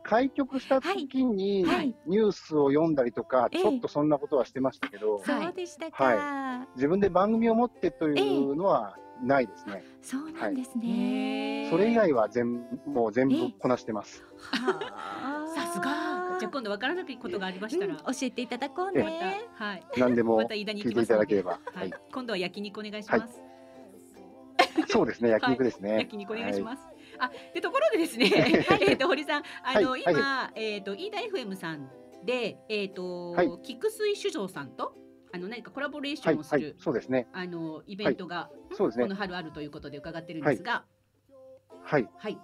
Speaker 11: 開局した時に
Speaker 1: はいはい
Speaker 11: ニュースを読んだりとか、
Speaker 1: ええ
Speaker 11: ちょっとそんなことはしてましたけど、
Speaker 1: そうでしたか、
Speaker 11: 自分で番組を持ってというのはないですね。
Speaker 1: そうなんですね、
Speaker 3: へー
Speaker 11: それ以外は全もう全
Speaker 1: ええ
Speaker 11: 部こなしてます。
Speaker 1: はあ
Speaker 3: さすが。じゃあ今度わからなくことがありました
Speaker 1: うん
Speaker 3: ら、
Speaker 1: 教えていただこう
Speaker 11: え
Speaker 3: また
Speaker 1: ね。
Speaker 3: はい。
Speaker 11: 何でも
Speaker 3: また飯田に
Speaker 11: 聞
Speaker 3: 行
Speaker 11: い
Speaker 3: き
Speaker 11: て
Speaker 3: ま
Speaker 11: い
Speaker 3: す
Speaker 11: た
Speaker 3: の
Speaker 11: だけ
Speaker 3: で
Speaker 11: れ。ば。
Speaker 3: は
Speaker 11: はいい。。
Speaker 3: 今度は焼肉お願いします。
Speaker 11: そうですね。焼肉ですね。
Speaker 3: 焼肉お願いします。 あ、でところでですね、えっと堀さん、あの
Speaker 11: はい
Speaker 3: 今えっと飯田 FM さん
Speaker 7: で、えっ、と、
Speaker 11: はい
Speaker 7: 菊水酒造さんとあの何かコラボレーシ
Speaker 11: は
Speaker 7: ョ
Speaker 11: い
Speaker 7: ンをす
Speaker 11: は
Speaker 7: る、
Speaker 11: いそうですね
Speaker 7: あのイベントが
Speaker 11: そうです
Speaker 7: こ
Speaker 11: ね
Speaker 7: の春あるということで伺ってるんですが、
Speaker 11: はい
Speaker 7: はい、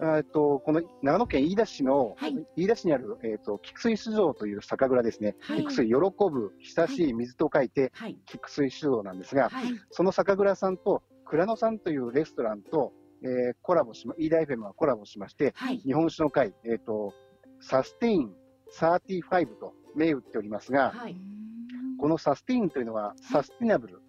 Speaker 11: えーっとこの長野県飯田市の、
Speaker 1: はい
Speaker 11: 飯田市にある、えーっと菊水酒造という酒蔵ですね、
Speaker 7: はい
Speaker 11: 菊水喜ぶ久しい水と書いて、
Speaker 7: はい、
Speaker 11: 菊水酒造なんですが、
Speaker 7: はい
Speaker 11: その酒蔵さんと蔵野さんというレストランと、えーコラボしま飯田 FM はコラボしまして
Speaker 7: はい、
Speaker 11: 日本酒の会、えー、とサステイン35と銘打っておりますが、
Speaker 7: はい、
Speaker 11: このサステインというのはサスティナブル、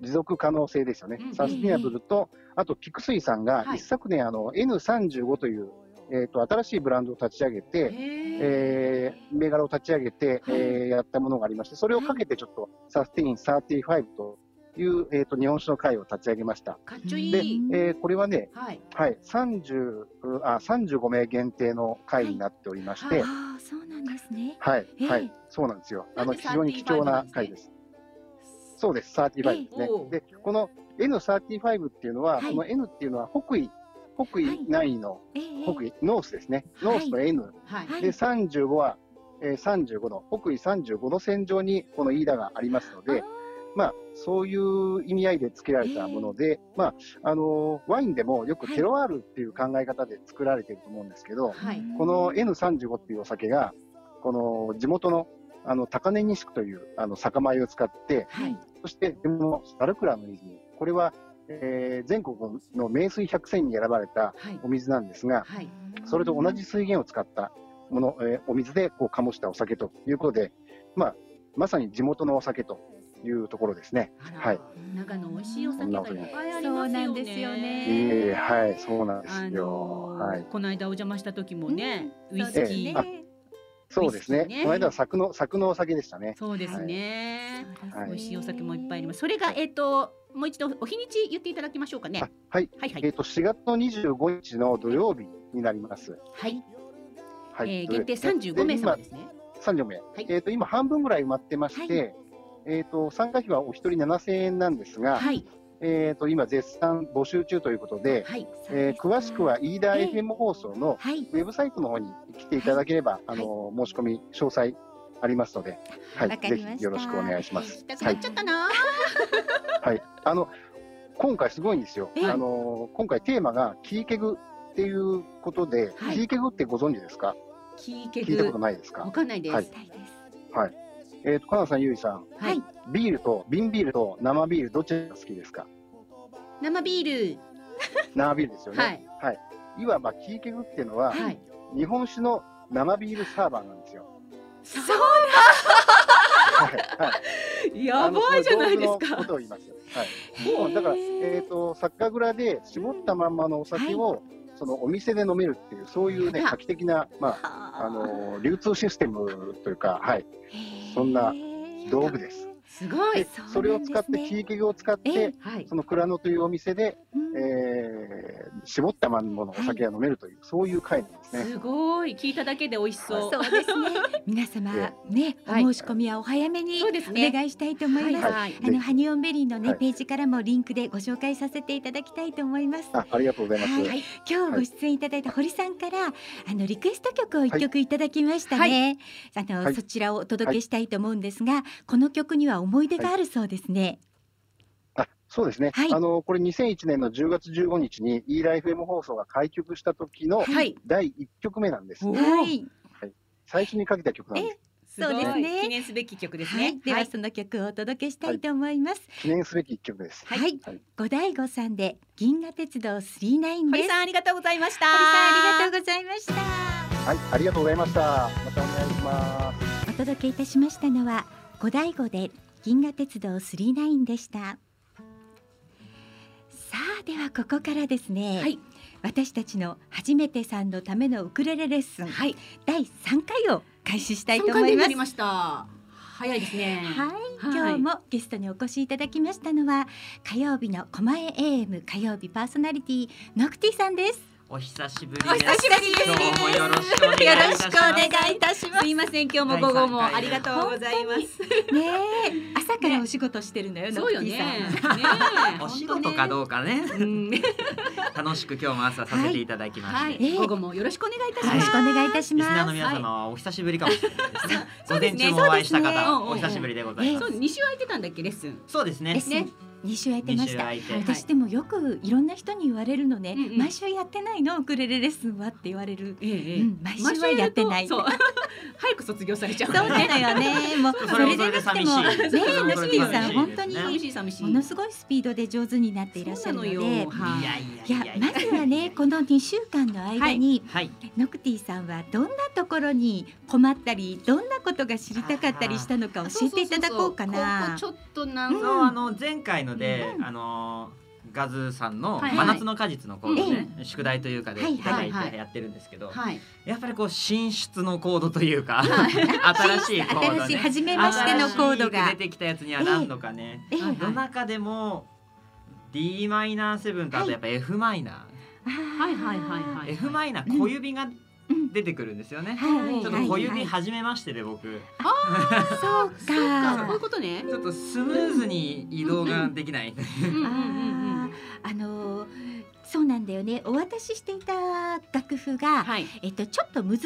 Speaker 11: 持続可能性ですよね、
Speaker 7: うん
Speaker 11: サスティナブルと、あと菊水さんが
Speaker 7: はい
Speaker 11: 一昨年、あの N35 という、えー、と新しいブランドを立ち上げて、えー銘柄を立ち上げて、えーやったものがありまして、それをかけてちょっとサスティーン35という、えー、と日本酒の会を立ち上げました。
Speaker 7: かっちょいい、
Speaker 11: えーこれはね、
Speaker 7: はい、
Speaker 11: はい、30あ35名限定の会になっておりまして、
Speaker 7: は
Speaker 11: はいい、
Speaker 1: ああそうなんですね。
Speaker 11: はい
Speaker 1: ええ
Speaker 11: そうなんですよ。あ
Speaker 7: な
Speaker 11: の
Speaker 7: んで
Speaker 11: 非常に貴重な会です。そうです、35ですね
Speaker 7: ええおう。
Speaker 11: で、この N35 っていうのは、
Speaker 1: はい
Speaker 11: この N っていうのは北緯、北緯内の、
Speaker 1: ええ
Speaker 11: 北緯、ノースですね。ノースの N
Speaker 7: はい、
Speaker 1: はい
Speaker 11: で35は、えー、35の北緯35の線上にこの飯田がありますのでまあそういう意味合いで付けられたもので、まああのーワインでもよくテロワールっていう考え方で作られてると思うんですけど、
Speaker 7: はい、
Speaker 11: この N35 っていうお酒がこの地元のあの高根錦というあの酒米を使って
Speaker 1: はい
Speaker 11: そしてこのサルクラの泉これは、えー全国の名水百選に選ばれた
Speaker 7: はい、
Speaker 11: お水なんですが、
Speaker 7: はい、
Speaker 11: それと同じ水源を使ったもの、えーお水でこう醸したお酒ということで、まあ、まさに地元のお酒というところですね。
Speaker 7: あら
Speaker 11: はい。
Speaker 7: 長野美味しいお酒がいっぱいありますよね。
Speaker 1: そうなんですよね
Speaker 11: えーはい、そうなんで
Speaker 7: あ
Speaker 11: す
Speaker 7: の
Speaker 11: よ。
Speaker 7: ー
Speaker 11: はい、
Speaker 7: この間お邪魔した時もね、
Speaker 1: うん
Speaker 7: ウイスキ
Speaker 1: そう
Speaker 7: ー
Speaker 1: ですね
Speaker 11: ええあそうですね
Speaker 7: ウイスキーね。
Speaker 11: この間は柵の柵のお酒でしたね。
Speaker 7: そうですね、
Speaker 11: はい
Speaker 7: 美味しいお酒もいっぱいあります。それがえっ、ともう一度お日にち言っていただきましょうかね
Speaker 11: あ。はい、
Speaker 7: はいは
Speaker 11: えっ、
Speaker 7: い
Speaker 11: と4月の25日の土曜日になります。
Speaker 7: はい。
Speaker 11: はい、
Speaker 7: えー限定
Speaker 11: という
Speaker 7: 三
Speaker 11: こと
Speaker 7: 十五名様ですね。
Speaker 11: 三十名。
Speaker 7: い
Speaker 11: えっ、と今半分ぐらい埋まってまして、えっ、と参加費はお一人7000円なんですが、
Speaker 7: はい
Speaker 11: えっ、と今絶賛募集中ということで、
Speaker 7: はい
Speaker 11: えー詳しくは飯田 FM 放送の
Speaker 1: はい
Speaker 11: ウェブサイトの方に来ていただければ、あの申し込み詳細ありますので、はい、
Speaker 1: わか
Speaker 11: ぜ
Speaker 1: りました
Speaker 11: ひよろしくお願いしま
Speaker 7: 行
Speaker 11: す
Speaker 7: き。たく
Speaker 11: は
Speaker 7: なっ
Speaker 11: い、
Speaker 7: ちゃったな。
Speaker 11: はい、あの今回すごいんですよ。
Speaker 1: え
Speaker 11: あの今回テーマがキーケグっていうことで、
Speaker 7: はい
Speaker 11: キーケグってご存知ですか？
Speaker 7: キーケ
Speaker 11: 聞いたこと
Speaker 7: グ
Speaker 11: ないです
Speaker 7: わ
Speaker 11: か？
Speaker 7: かんないです。は
Speaker 11: はいい
Speaker 1: したいです。
Speaker 11: えっ、とカナさん、ゆいさん、
Speaker 1: はい
Speaker 11: ビールと瓶ビールと生ビールどっちが好きですか？
Speaker 7: 生ビール
Speaker 11: 生ビールですよ
Speaker 7: は
Speaker 11: ね。
Speaker 7: い
Speaker 11: いわばキーケグっていうのは、
Speaker 7: はい
Speaker 11: 日本酒の生ビールサーバーなんですよ。
Speaker 7: そう
Speaker 11: はいはい。
Speaker 7: やばいじゃないです
Speaker 11: あのこれ道具のこ
Speaker 7: か。
Speaker 11: とを言いますよ。はい。もうだからえっ、と酒蔵で絞ったまんまのお酒を、そのお店で飲めるっていうそういうね
Speaker 7: あら
Speaker 11: 画期的なまああの流通システムというかはいそんな道具です。
Speaker 7: すごい
Speaker 11: でそれを使ってキーケグを使って、
Speaker 1: ええ
Speaker 7: はい
Speaker 11: その蔵野というお店で、え
Speaker 1: うん
Speaker 11: ー絞ったまんまのお酒が飲めるという、そういう会なんですね。
Speaker 7: すごい聞いただけで美味しそう。
Speaker 1: そうですね。皆様
Speaker 11: え
Speaker 1: ね、お
Speaker 7: はい
Speaker 1: 申し込みはお早めに
Speaker 7: そうです
Speaker 1: お
Speaker 7: ね
Speaker 1: 願いしたいと思います。
Speaker 7: はい
Speaker 1: あ
Speaker 11: ぜ
Speaker 1: の
Speaker 11: ひ
Speaker 1: ハニオンベリーのね、
Speaker 11: はい
Speaker 1: ページからもリンクでご紹介させていただきたいと思います。
Speaker 11: あありがとうございます。
Speaker 1: はい今日ご出演いただいた堀さんから、あのリクエスト曲を一
Speaker 11: はい
Speaker 1: 曲いただきましたね。あの、
Speaker 11: はい
Speaker 1: そちらをお届けしたいと思うんですが、この曲には思い出があるそうですね。
Speaker 11: あそうですね、
Speaker 1: はい
Speaker 11: あのこれ2001年の10月15日に e ライフ m 放送が開局した時の
Speaker 7: はい
Speaker 11: 第1曲目なんです、
Speaker 7: お
Speaker 1: はい、
Speaker 11: 最初にかけた曲なんです
Speaker 7: すごい
Speaker 1: そうですね
Speaker 7: 記念すべき曲です
Speaker 1: はい
Speaker 7: ね。
Speaker 1: ではその曲をお届けしたいと思います。
Speaker 11: 記念すべき1曲です、
Speaker 1: はい、
Speaker 11: はい
Speaker 1: 五醍醐さんで銀河鉄道39で
Speaker 7: 堀
Speaker 1: す。
Speaker 7: さんありがとうございました。
Speaker 1: 堀さんありがとうございました。
Speaker 11: はい、ありがとうございましたまたお願いします
Speaker 1: お届けいたしましたのは五醍醐で銀河鉄道39でしたさあではここからですね、
Speaker 7: はい
Speaker 1: 私たちの初めてさんのためのウクレレレッスン、
Speaker 7: はい
Speaker 1: 第3回を開始したいと
Speaker 7: 三
Speaker 1: 思
Speaker 7: 回目にな
Speaker 1: います
Speaker 7: りました。早いですね。
Speaker 1: はい、
Speaker 7: はい
Speaker 1: 今日もゲストにお越しいただきましたのは火曜日の狛江 AM 火曜日パーソナリティノクティさんです
Speaker 12: お久しぶりです。
Speaker 1: 久しぶりです
Speaker 12: どうも よろしくお願いい
Speaker 1: よろ
Speaker 12: たし
Speaker 1: しく
Speaker 12: ま
Speaker 1: お
Speaker 12: す。
Speaker 1: 願いいたします
Speaker 7: いません今日も午後もありがとうございます。
Speaker 1: ねえ朝からお仕事してるのよ、
Speaker 7: そうよ
Speaker 1: ノッテ
Speaker 7: ね。
Speaker 1: ィさん
Speaker 7: ねえ
Speaker 12: お仕事かどうかね、
Speaker 7: うん
Speaker 12: 楽しく今日も朝させていただきまして、
Speaker 7: は
Speaker 1: ええ
Speaker 7: い、午後もよろしくお願いいたし
Speaker 1: よ
Speaker 7: ま
Speaker 1: ろ
Speaker 7: す
Speaker 1: しくお。願いいたし
Speaker 12: リスナー
Speaker 1: ま
Speaker 12: の
Speaker 1: す。
Speaker 12: 皆様はお久しぶりかもしれないですね。
Speaker 7: そう
Speaker 12: 午
Speaker 7: で
Speaker 12: 前
Speaker 7: すね
Speaker 12: 中もお会いした
Speaker 1: そうですね
Speaker 12: 方、
Speaker 7: うんうん
Speaker 12: お久しぶりでございま
Speaker 7: そ
Speaker 12: す。
Speaker 7: う二週空いてたんだっけレッスン。
Speaker 12: そうですね。
Speaker 1: レッスン二週やってま
Speaker 12: 二週
Speaker 1: した
Speaker 12: 空。いて、
Speaker 7: はい
Speaker 1: 私でもよくいろんな人に言われるのね、
Speaker 7: うんうん
Speaker 1: 毎週やってないのウクレレレッスンはって言われる。
Speaker 7: ええ
Speaker 1: うん毎週はやってな
Speaker 7: 毎
Speaker 1: い
Speaker 7: 週るとそう 早く卒業されちゃう
Speaker 1: そ
Speaker 7: か
Speaker 1: うな
Speaker 7: らね。
Speaker 1: のよ ね。もう
Speaker 12: そ
Speaker 1: そ
Speaker 12: れも
Speaker 1: れ
Speaker 12: そ
Speaker 1: でなく
Speaker 12: れで
Speaker 1: て
Speaker 12: 寂
Speaker 1: も
Speaker 12: しい。
Speaker 1: ねえ、
Speaker 12: それ
Speaker 1: ノ
Speaker 12: も
Speaker 1: シ
Speaker 12: それ
Speaker 1: テ
Speaker 12: で
Speaker 1: ィさ
Speaker 12: 寂
Speaker 1: ん
Speaker 12: しい
Speaker 1: 本
Speaker 12: です
Speaker 1: 当に
Speaker 12: ね
Speaker 7: 寂しい寂しい。
Speaker 1: ものすごいスピードで上手になっていらっしゃるので。
Speaker 7: そうなのよはい
Speaker 12: や
Speaker 1: い
Speaker 12: いや
Speaker 1: や
Speaker 12: いやいや。
Speaker 1: まずはねこの2週間の間に、
Speaker 12: はい。
Speaker 1: ノクティさんはどんなところに困ったりどんなことが知りたかったりしたのか教えていただこうかな。
Speaker 7: そうそうそうここちょっとなん
Speaker 12: そうあの前回ので、
Speaker 1: うん
Speaker 12: あのガズーさん
Speaker 7: は
Speaker 12: の
Speaker 7: いはい
Speaker 12: 真夏の果実のコードね、
Speaker 7: う
Speaker 12: 宿題というかで
Speaker 1: はい
Speaker 12: いた
Speaker 1: は
Speaker 12: だ
Speaker 7: い
Speaker 12: い
Speaker 7: はい
Speaker 12: てやってるんですけど、
Speaker 7: はい。
Speaker 12: やっぱりこう進出のコードというか、 新しいコード
Speaker 1: 新しい
Speaker 12: ね。
Speaker 1: 初めましてのコード
Speaker 12: 新
Speaker 1: が
Speaker 12: しく出。てきたやつには何度かね、
Speaker 1: ええ
Speaker 7: はい
Speaker 12: の中でも d マイナー7とあとやっぱ f マイナ
Speaker 7: はいはいはい
Speaker 12: ー、
Speaker 7: はい
Speaker 12: f マイナー小指が出てくるんですよね、
Speaker 1: はい
Speaker 12: ちょっと小
Speaker 1: はいはい
Speaker 12: 指初めましてで僕、
Speaker 1: そう
Speaker 7: あ
Speaker 1: か
Speaker 7: こういう。ことね。
Speaker 12: ちょっとスムーズに移動ができない、
Speaker 7: うんうんうんう
Speaker 1: あ
Speaker 7: ん。
Speaker 1: ーあのーそうなんだよねお渡ししていた楽譜が、
Speaker 7: はい。
Speaker 1: えっと、ちょっと難し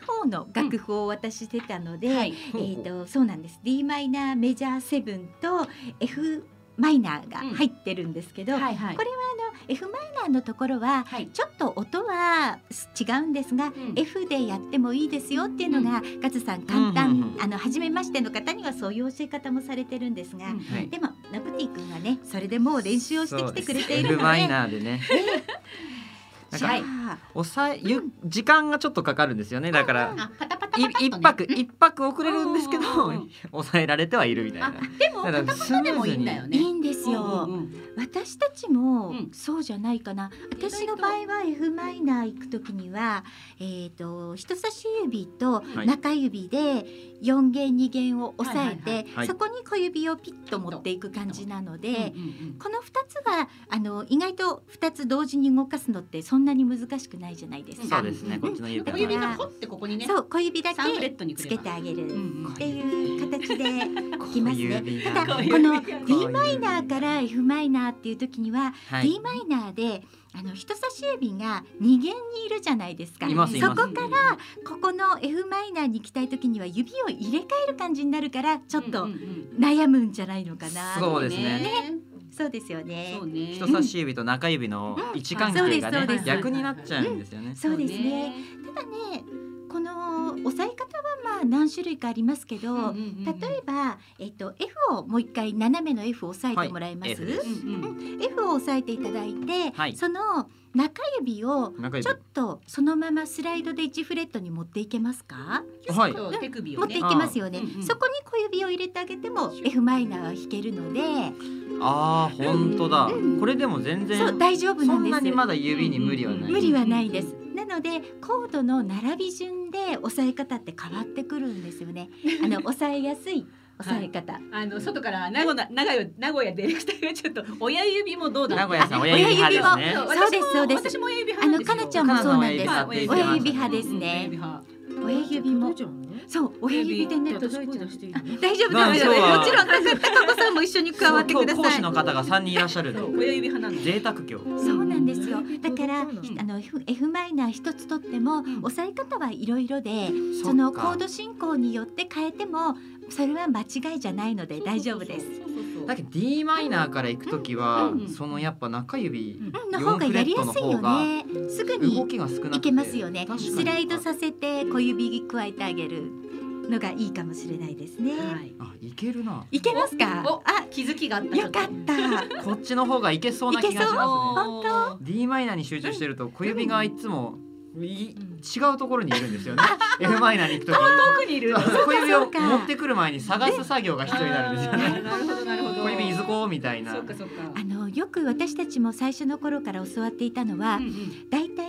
Speaker 1: い方の楽譜をお渡ししてたので、
Speaker 7: はい。
Speaker 1: えっと、そうなんです d マイナーメジャーセブンと f マイナーが入ってるんですけど、
Speaker 7: はいはい
Speaker 1: こ。れはあの f マイナーのところは
Speaker 7: はい。
Speaker 1: ちょっと音は違うんですが、
Speaker 7: ん
Speaker 1: F でやってもいいですよっていうのが、ガズさん簡単、
Speaker 12: うんうんうん
Speaker 1: あの初めましての方にはそういう教え方もされてるんですが、
Speaker 7: うん
Speaker 12: はい
Speaker 1: でもナプティ君はねそれでもう練習をしてきてくれているの
Speaker 12: F マイ
Speaker 1: で
Speaker 12: ナーでね。なん
Speaker 1: じゃ
Speaker 12: か
Speaker 1: あ
Speaker 12: 抑えゆ時間がちょっとかかるんですよね。だから
Speaker 7: あパタパタ
Speaker 12: い
Speaker 7: パタっ
Speaker 12: 一
Speaker 7: とね
Speaker 12: 泊一泊遅れるんですけど
Speaker 7: うんうんうん
Speaker 12: 抑えられてはいるみたいな
Speaker 7: あ。でも
Speaker 12: だからス
Speaker 7: でもいいんだよ
Speaker 12: ム
Speaker 7: ね。
Speaker 1: いいんですよ、
Speaker 7: うんうんうん
Speaker 1: 私たちも
Speaker 7: うん
Speaker 1: そうじゃないかな、
Speaker 7: 外と
Speaker 1: 私の場合は F マイナー行く時には、えー、と人差し指と
Speaker 12: はい
Speaker 1: 中指で4弦2弦を押さえて、
Speaker 7: はい
Speaker 12: はい
Speaker 1: そこに小指をピッと持っていく感じなので。
Speaker 7: うんうん
Speaker 1: この2つはあの意外と2つ同時に動かすのってそんなに難しくないじゃないです
Speaker 12: そ
Speaker 1: か。
Speaker 12: うですね。こっちの
Speaker 7: うん
Speaker 12: 指
Speaker 7: 小
Speaker 12: が
Speaker 7: 指がほってここにね。
Speaker 1: そう小指だけ
Speaker 7: サンフレットにく
Speaker 1: つ
Speaker 7: れば
Speaker 1: けてあげる
Speaker 7: う
Speaker 1: っ
Speaker 7: んうん
Speaker 1: ていう形でいきますね。
Speaker 12: 指
Speaker 1: ただ
Speaker 12: が
Speaker 1: こ
Speaker 7: 小
Speaker 1: の
Speaker 7: 指が
Speaker 1: d マイナーから F マイナーっていう時には、
Speaker 12: は
Speaker 1: d マイナーであの人差し指が2弦にいるじゃないですか。
Speaker 12: いますいます
Speaker 1: そこからここの F マイナーに行きたい時には指を入れ替える感じになるからちょっ
Speaker 7: う
Speaker 1: と
Speaker 7: んうん
Speaker 1: 悩むんじゃないのかな。
Speaker 12: そう
Speaker 7: うん
Speaker 12: ですね
Speaker 1: そうですよね。
Speaker 7: そうね。
Speaker 12: 人差し指と中指の位置関
Speaker 1: そうで
Speaker 12: 係
Speaker 1: す
Speaker 12: が
Speaker 1: そうで
Speaker 12: ね
Speaker 1: す
Speaker 12: 逆になっちゃうんですよね。
Speaker 1: そうですね。ただねこの押さえ方はまあ何種類かありますけど、
Speaker 7: うんうんうん
Speaker 1: 例えば、えっと、F をもう一回斜めの F を押さえてもらいます、
Speaker 12: はい F です
Speaker 7: うんうん
Speaker 1: F を押さえていただいて、
Speaker 12: はい
Speaker 1: その中指を
Speaker 12: 中指
Speaker 1: ちょっとそのままスライドで1フレットに持っていけますか、
Speaker 12: はい。
Speaker 7: そう手首
Speaker 1: 持
Speaker 7: を
Speaker 1: ってい
Speaker 7: ね
Speaker 1: け。ますよね、
Speaker 7: うんうん
Speaker 1: そこに小指を入れてあげても F マイナーは弾けるので、
Speaker 12: ああ本当だ
Speaker 1: う。
Speaker 12: これでも全
Speaker 1: そう
Speaker 12: 然
Speaker 1: 大丈夫な
Speaker 12: そ
Speaker 1: ん
Speaker 12: ん
Speaker 1: で
Speaker 12: な
Speaker 1: す
Speaker 12: にまだ指に無理はない。
Speaker 1: 無理はないです、なのでコードの並び順で押さえ方って変わってくるんですよねあの押さえやすい押さえ方、
Speaker 7: あの外から名古屋名古屋名古屋ディレクターがちょっと親指もどうだ
Speaker 12: 名古屋さん
Speaker 1: あ
Speaker 12: 親指派です
Speaker 1: 親
Speaker 12: ね
Speaker 1: 指。を
Speaker 7: 私も
Speaker 1: そうですそうです
Speaker 7: 私も親指
Speaker 1: あ
Speaker 7: 派なん
Speaker 1: の
Speaker 7: ですよ。
Speaker 1: かなちゃんもそうなんです
Speaker 12: かなちゃんも
Speaker 1: 親
Speaker 12: 親
Speaker 1: 指
Speaker 12: 指
Speaker 1: 派
Speaker 12: 派
Speaker 1: です
Speaker 7: うん親
Speaker 1: ね
Speaker 7: 指派
Speaker 1: 親指も
Speaker 6: じゃんね
Speaker 1: そう親指でね
Speaker 6: 届いちゃうしていいの
Speaker 1: 大丈夫
Speaker 12: な
Speaker 1: 大
Speaker 12: んで
Speaker 1: 丈
Speaker 12: 今日
Speaker 1: 夫
Speaker 12: は
Speaker 1: もちろん高子さんも一緒に加わってくだ
Speaker 12: 今日講
Speaker 1: さ
Speaker 12: 師
Speaker 1: い
Speaker 12: の方が三人いらっしゃる
Speaker 7: そ
Speaker 12: の
Speaker 7: う。親指派なんです。
Speaker 12: 贅沢今日。
Speaker 1: そうなんですよだから、
Speaker 6: うん
Speaker 1: あの F, F マイナー一つとっても、
Speaker 7: ん
Speaker 1: 押さえ方はいろいろで
Speaker 12: っか
Speaker 1: そのコード進行によって変えてもそれは間違いじゃないので大丈夫です。
Speaker 7: そうそうそう
Speaker 12: だけど D マイナーから行くときは、
Speaker 7: うんうん
Speaker 12: そのやっぱ中指
Speaker 1: うんの方がやりやすいよねすぐに
Speaker 12: 動きが少なくて
Speaker 1: いけますよね
Speaker 12: 確かに
Speaker 1: スライドさせて小指に加えてあげるのがいいかもしれないですね、、
Speaker 7: はい。
Speaker 12: あいけるない
Speaker 1: けますか
Speaker 7: お
Speaker 1: あ
Speaker 7: 気づきがあった。
Speaker 1: よかった
Speaker 12: こっちの方がいけそうな気がしますね
Speaker 7: 本当。
Speaker 12: D マイナーに集中してると小指がいつもい違うところにいるんです よね F マイナーに行くとき
Speaker 7: 奥にいる。
Speaker 12: 小指
Speaker 1: そ
Speaker 12: を
Speaker 1: うか
Speaker 12: 持ってくる前に探す作業が必要になるんですよ
Speaker 7: あ
Speaker 12: ね
Speaker 7: ーなるほどなるほど。
Speaker 12: 小指いずこうみたいな
Speaker 7: そっかそっか。
Speaker 1: あのよく私たちも最初の頃から教わっていたのは
Speaker 7: うんうん
Speaker 1: だいたい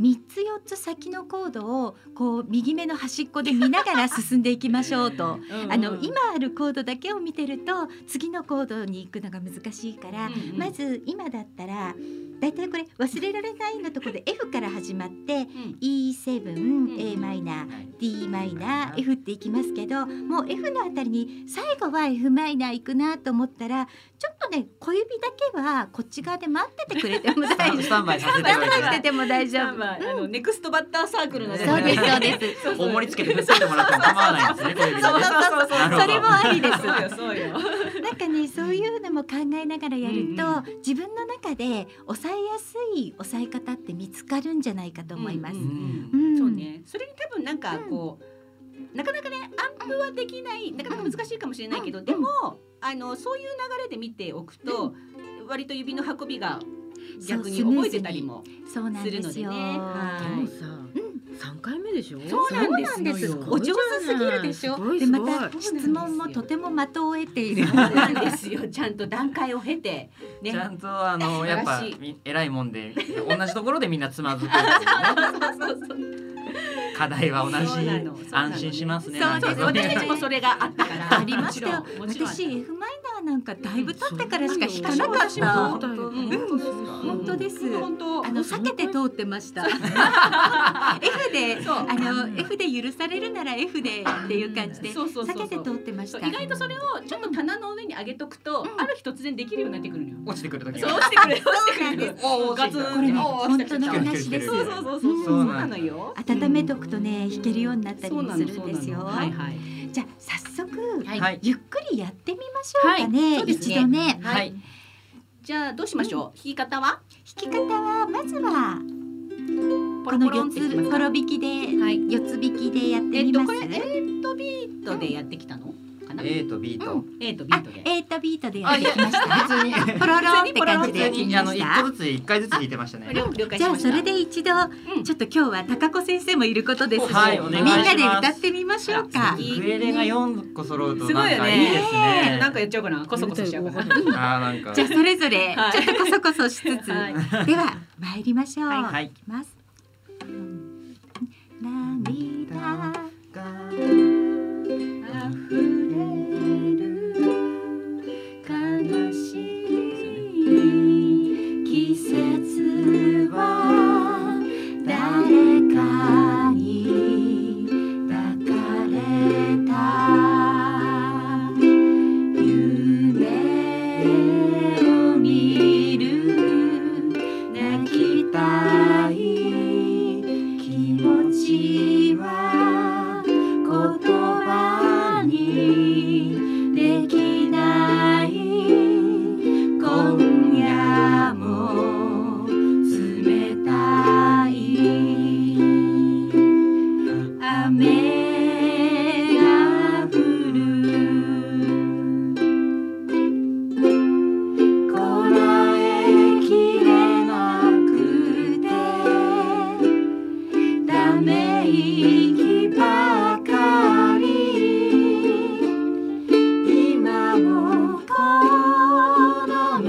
Speaker 1: 3つ4つ先のコードをこう右目の端っこで見ながら進んでいきましょうと
Speaker 7: うん
Speaker 1: あの今あるコードだけを見てると次のコードに行くのが難しいから
Speaker 7: うんうん
Speaker 1: まず今だったらだいたいこれ忘れられないのところで F から始まって E7、A マイナー、D マイナー、F っていきますけど、もう F のあたりに最後は F マイナーいくなと思ったら、ちょっとね小指だけはこっち側で待っててくれても大丈夫。
Speaker 12: スタンバイさせてく
Speaker 1: 待
Speaker 12: だ
Speaker 1: って
Speaker 12: さ
Speaker 1: てても大丈夫。
Speaker 7: まあ、あのネクストバッターサー クルのね
Speaker 1: そうですそうです。
Speaker 12: い。重りつけてぶつけてもらっても構わないんですね。小指で
Speaker 1: そう
Speaker 12: ね
Speaker 1: そうそうそう
Speaker 12: なるほど
Speaker 1: それもありです。
Speaker 7: そうよそうよ。
Speaker 1: なんかねそういうのも考えながらやると、自分の中で抑えやすい抑え方って見つかるんじゃないかと思います。
Speaker 12: う
Speaker 1: うんん
Speaker 7: そうね。それに多分なんかこうなかなかねアンプはできないなかなか難しいかもしれないけど、でもあのそういう流れで見ておくと、割と指の運びが逆に覚えてたりも
Speaker 1: そうなんです
Speaker 7: する
Speaker 1: よ。
Speaker 7: のでね
Speaker 6: で
Speaker 7: は
Speaker 6: もさ、三回目でしょ。
Speaker 7: そうなんです
Speaker 6: のよ
Speaker 7: そうなんですお上手すぎるでしょ
Speaker 6: すごい
Speaker 1: です
Speaker 6: ご
Speaker 1: ま
Speaker 6: い
Speaker 1: た質問もとても的を得ている。
Speaker 7: そうなんですよ。ちゃんと段階を経てね
Speaker 12: ち。ゃんとあのやっぱ
Speaker 7: 素晴ら
Speaker 12: み偉いもんで同じところでみんなつまずくっていうね課題は同
Speaker 7: そうなの
Speaker 12: じ安心しますね。
Speaker 7: そう
Speaker 12: な
Speaker 7: で
Speaker 12: ん
Speaker 7: す。
Speaker 12: かね
Speaker 7: 私たちもそれがあったから。
Speaker 1: ありましたよ
Speaker 7: もち。ろんもちろん
Speaker 1: 私 F マイナーなんかだいぶ経ってからしか弾
Speaker 7: 私
Speaker 1: かな
Speaker 7: も
Speaker 1: かっ
Speaker 7: 私も
Speaker 1: た。
Speaker 12: 本当
Speaker 7: うん
Speaker 12: 本当ですか。
Speaker 1: 本当です。
Speaker 7: 本当。
Speaker 1: あの避けて通ってました。F で、
Speaker 7: そう
Speaker 1: あの F で許されるなら F でっていう感じで
Speaker 7: そうそうそうそう
Speaker 1: 避けて通ってまし
Speaker 7: そう
Speaker 1: た。
Speaker 7: 意外とそれをちょっと棚の上に上げとくと、
Speaker 1: うん
Speaker 7: ある日突然できるようになってくるのよ。
Speaker 12: 落ちてくる時
Speaker 7: そう
Speaker 12: が。
Speaker 7: 落ちてくる落ちて
Speaker 1: そう
Speaker 7: く
Speaker 1: なんで
Speaker 7: る
Speaker 1: す。
Speaker 12: おー落
Speaker 7: ガ
Speaker 12: ちて
Speaker 7: ツ
Speaker 12: く
Speaker 7: ン
Speaker 1: こ
Speaker 12: る
Speaker 1: れね
Speaker 7: おー
Speaker 1: 本当の話です。
Speaker 12: そう
Speaker 7: そうそうそう
Speaker 12: う
Speaker 7: そ
Speaker 12: ん
Speaker 7: うなのよ。
Speaker 1: 温めとくとね、弾けるようになったり
Speaker 7: そう
Speaker 1: も
Speaker 7: な
Speaker 1: す
Speaker 7: の
Speaker 1: る
Speaker 7: そ
Speaker 1: ん
Speaker 7: うな
Speaker 1: ですよ。
Speaker 7: の。はいはい。
Speaker 1: じゃあ早速、
Speaker 7: は
Speaker 12: はい。
Speaker 1: ゆっくりやってみましょうかね。
Speaker 7: はいそうです
Speaker 1: 一
Speaker 7: ね
Speaker 1: 度ね、弾
Speaker 12: はい。
Speaker 7: じゃあどうしましょう。弾き方は
Speaker 1: き方はまずは
Speaker 7: ポロ
Speaker 1: こ
Speaker 7: ポ
Speaker 1: の
Speaker 7: ロン
Speaker 1: 四
Speaker 7: ってい
Speaker 1: つ
Speaker 7: きます
Speaker 1: コ
Speaker 7: か。
Speaker 1: ロ引きで、
Speaker 7: はい。
Speaker 1: 四つ引きでやって
Speaker 7: えっ
Speaker 1: み
Speaker 7: と
Speaker 1: ま
Speaker 7: こ
Speaker 1: す。
Speaker 7: れエートビートでやってきたのかな。
Speaker 12: A と B と。
Speaker 7: エイトビ
Speaker 1: あ
Speaker 7: ートで、。
Speaker 1: エイトビートでやってきました。
Speaker 12: 普通に
Speaker 1: ポロロンって感
Speaker 12: 普
Speaker 1: じで
Speaker 12: 通
Speaker 1: やってみ
Speaker 12: にあ
Speaker 1: ま
Speaker 12: の
Speaker 1: し
Speaker 12: 一
Speaker 1: た
Speaker 12: 個。ずつ一回ずつ弾いてましたね。
Speaker 7: 了了解
Speaker 1: じ
Speaker 7: し
Speaker 1: ゃ
Speaker 7: ま
Speaker 1: あ
Speaker 7: した。
Speaker 1: それで一度、
Speaker 7: ん
Speaker 1: ちょっと今日は高子先生もいることですし、
Speaker 12: はいお願いし
Speaker 1: み
Speaker 12: ます
Speaker 1: んなで歌ってみましょうか。
Speaker 12: ウクレレが四個揃うと
Speaker 7: すごい
Speaker 12: なん
Speaker 7: よ
Speaker 12: か
Speaker 7: ね。
Speaker 12: いいですね。
Speaker 7: なんかやっちゃおうかな。コソコソしちゃうかな。
Speaker 12: あーなんか
Speaker 1: じゃあそれぞれ
Speaker 7: はい
Speaker 1: ちょっとこそこそしつつ、
Speaker 7: はい
Speaker 1: では参りましょう。
Speaker 12: はい
Speaker 1: いきます。涙
Speaker 7: 悲しい季節は誰かに抱かれた夢を見る泣きたい気持ちは言葉にできない今夜も冷たい雨が降るこらえきれなくてため息ばかり今もこの胸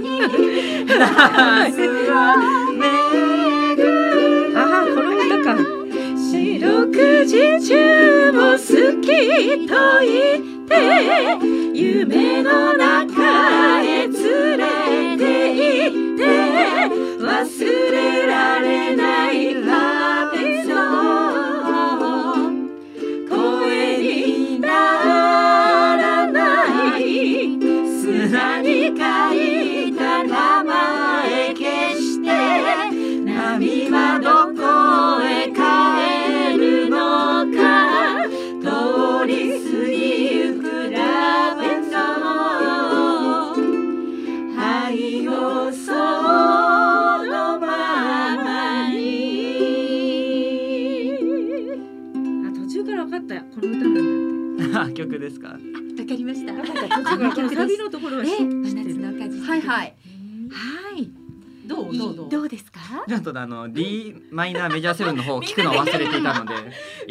Speaker 7: に 夏は巡るああこの歌か四六時中も好きと言って夢の中へ連れて行って忘れられないラブソング声にならない砂に書いた名前消して波はどこへ帰るのか通り過ぎゆくラブソング愛をそのままに
Speaker 6: あ途中から分かったよこの歌なん
Speaker 12: あ 曲ですか。
Speaker 1: わかりました。
Speaker 6: だって。途中からこのサビのところは知
Speaker 1: え、真
Speaker 6: 知って
Speaker 1: 夏
Speaker 6: る。
Speaker 1: の果実。
Speaker 7: はいはい
Speaker 1: はい。
Speaker 7: どう
Speaker 1: い
Speaker 7: ど
Speaker 1: いう
Speaker 7: どう
Speaker 1: どうですか？
Speaker 12: ちょっとあの D マイナーメジャーセブンの方を聞くのを忘れていたので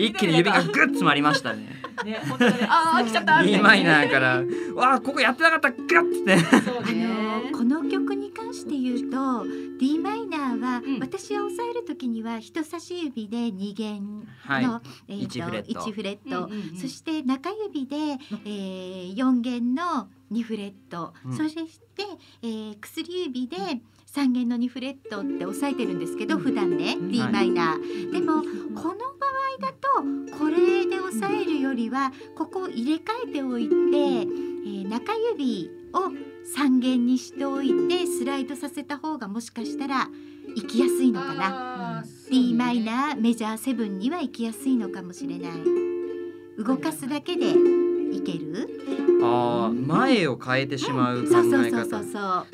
Speaker 12: 一気に指がグッ詰まりましたね
Speaker 7: ね本当だねあー飽きちゃったみ
Speaker 12: D
Speaker 7: た
Speaker 12: マ
Speaker 7: い
Speaker 12: イナーから「わあここやってなかったグッ!」って
Speaker 7: なそう
Speaker 1: あの
Speaker 7: ね
Speaker 1: この曲に関して言うと D マイナーはは、
Speaker 3: うん
Speaker 1: 私は押さえるときには人差し指で二弦の、
Speaker 12: はい
Speaker 1: えーと
Speaker 12: 一フレット
Speaker 1: 一フレット、
Speaker 3: うんうんうん
Speaker 1: そして中指で、えー、4弦の二フレット、
Speaker 12: うん
Speaker 1: そして、えー、薬指で三弦の二フレットって押さえてるんですけど、普段ね
Speaker 12: ん
Speaker 1: D
Speaker 12: はい
Speaker 1: マイナー、でもこの場合だとこれで押さえるよりはここを入れ替えておいて、えー中指を三弦にしておいてスライドさせた方がもしかしたら行きやすいのかな。
Speaker 12: な
Speaker 1: D マイナーメジャーセブンには行きやすいのかもしれない動かすだけでいける
Speaker 12: あー前を変えてしまう考
Speaker 1: そうそう
Speaker 12: え
Speaker 1: そうそ
Speaker 12: 方
Speaker 1: うそうあ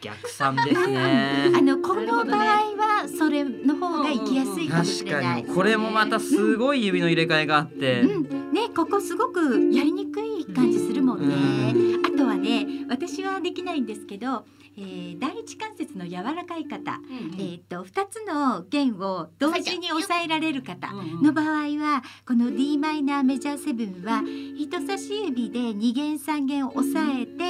Speaker 12: 逆算ですね
Speaker 1: のこ
Speaker 3: なる
Speaker 1: の
Speaker 3: ほ
Speaker 1: 場
Speaker 3: どね
Speaker 1: 合はそれの方が行きやすいかもし
Speaker 12: 確
Speaker 1: れ
Speaker 12: か
Speaker 1: ない
Speaker 12: にこれもまたすごい指の入れ替えがあって、
Speaker 1: うん、ねここすごくやりにくい感じするもんね
Speaker 12: う
Speaker 1: あとはね私はできないんですけど、えー第一関節の柔らかい方、えーっと2つの弦を同時に押さえられる方の場合はこの d マイナーメジャーセブンは人差し指で2弦3弦を押さえてで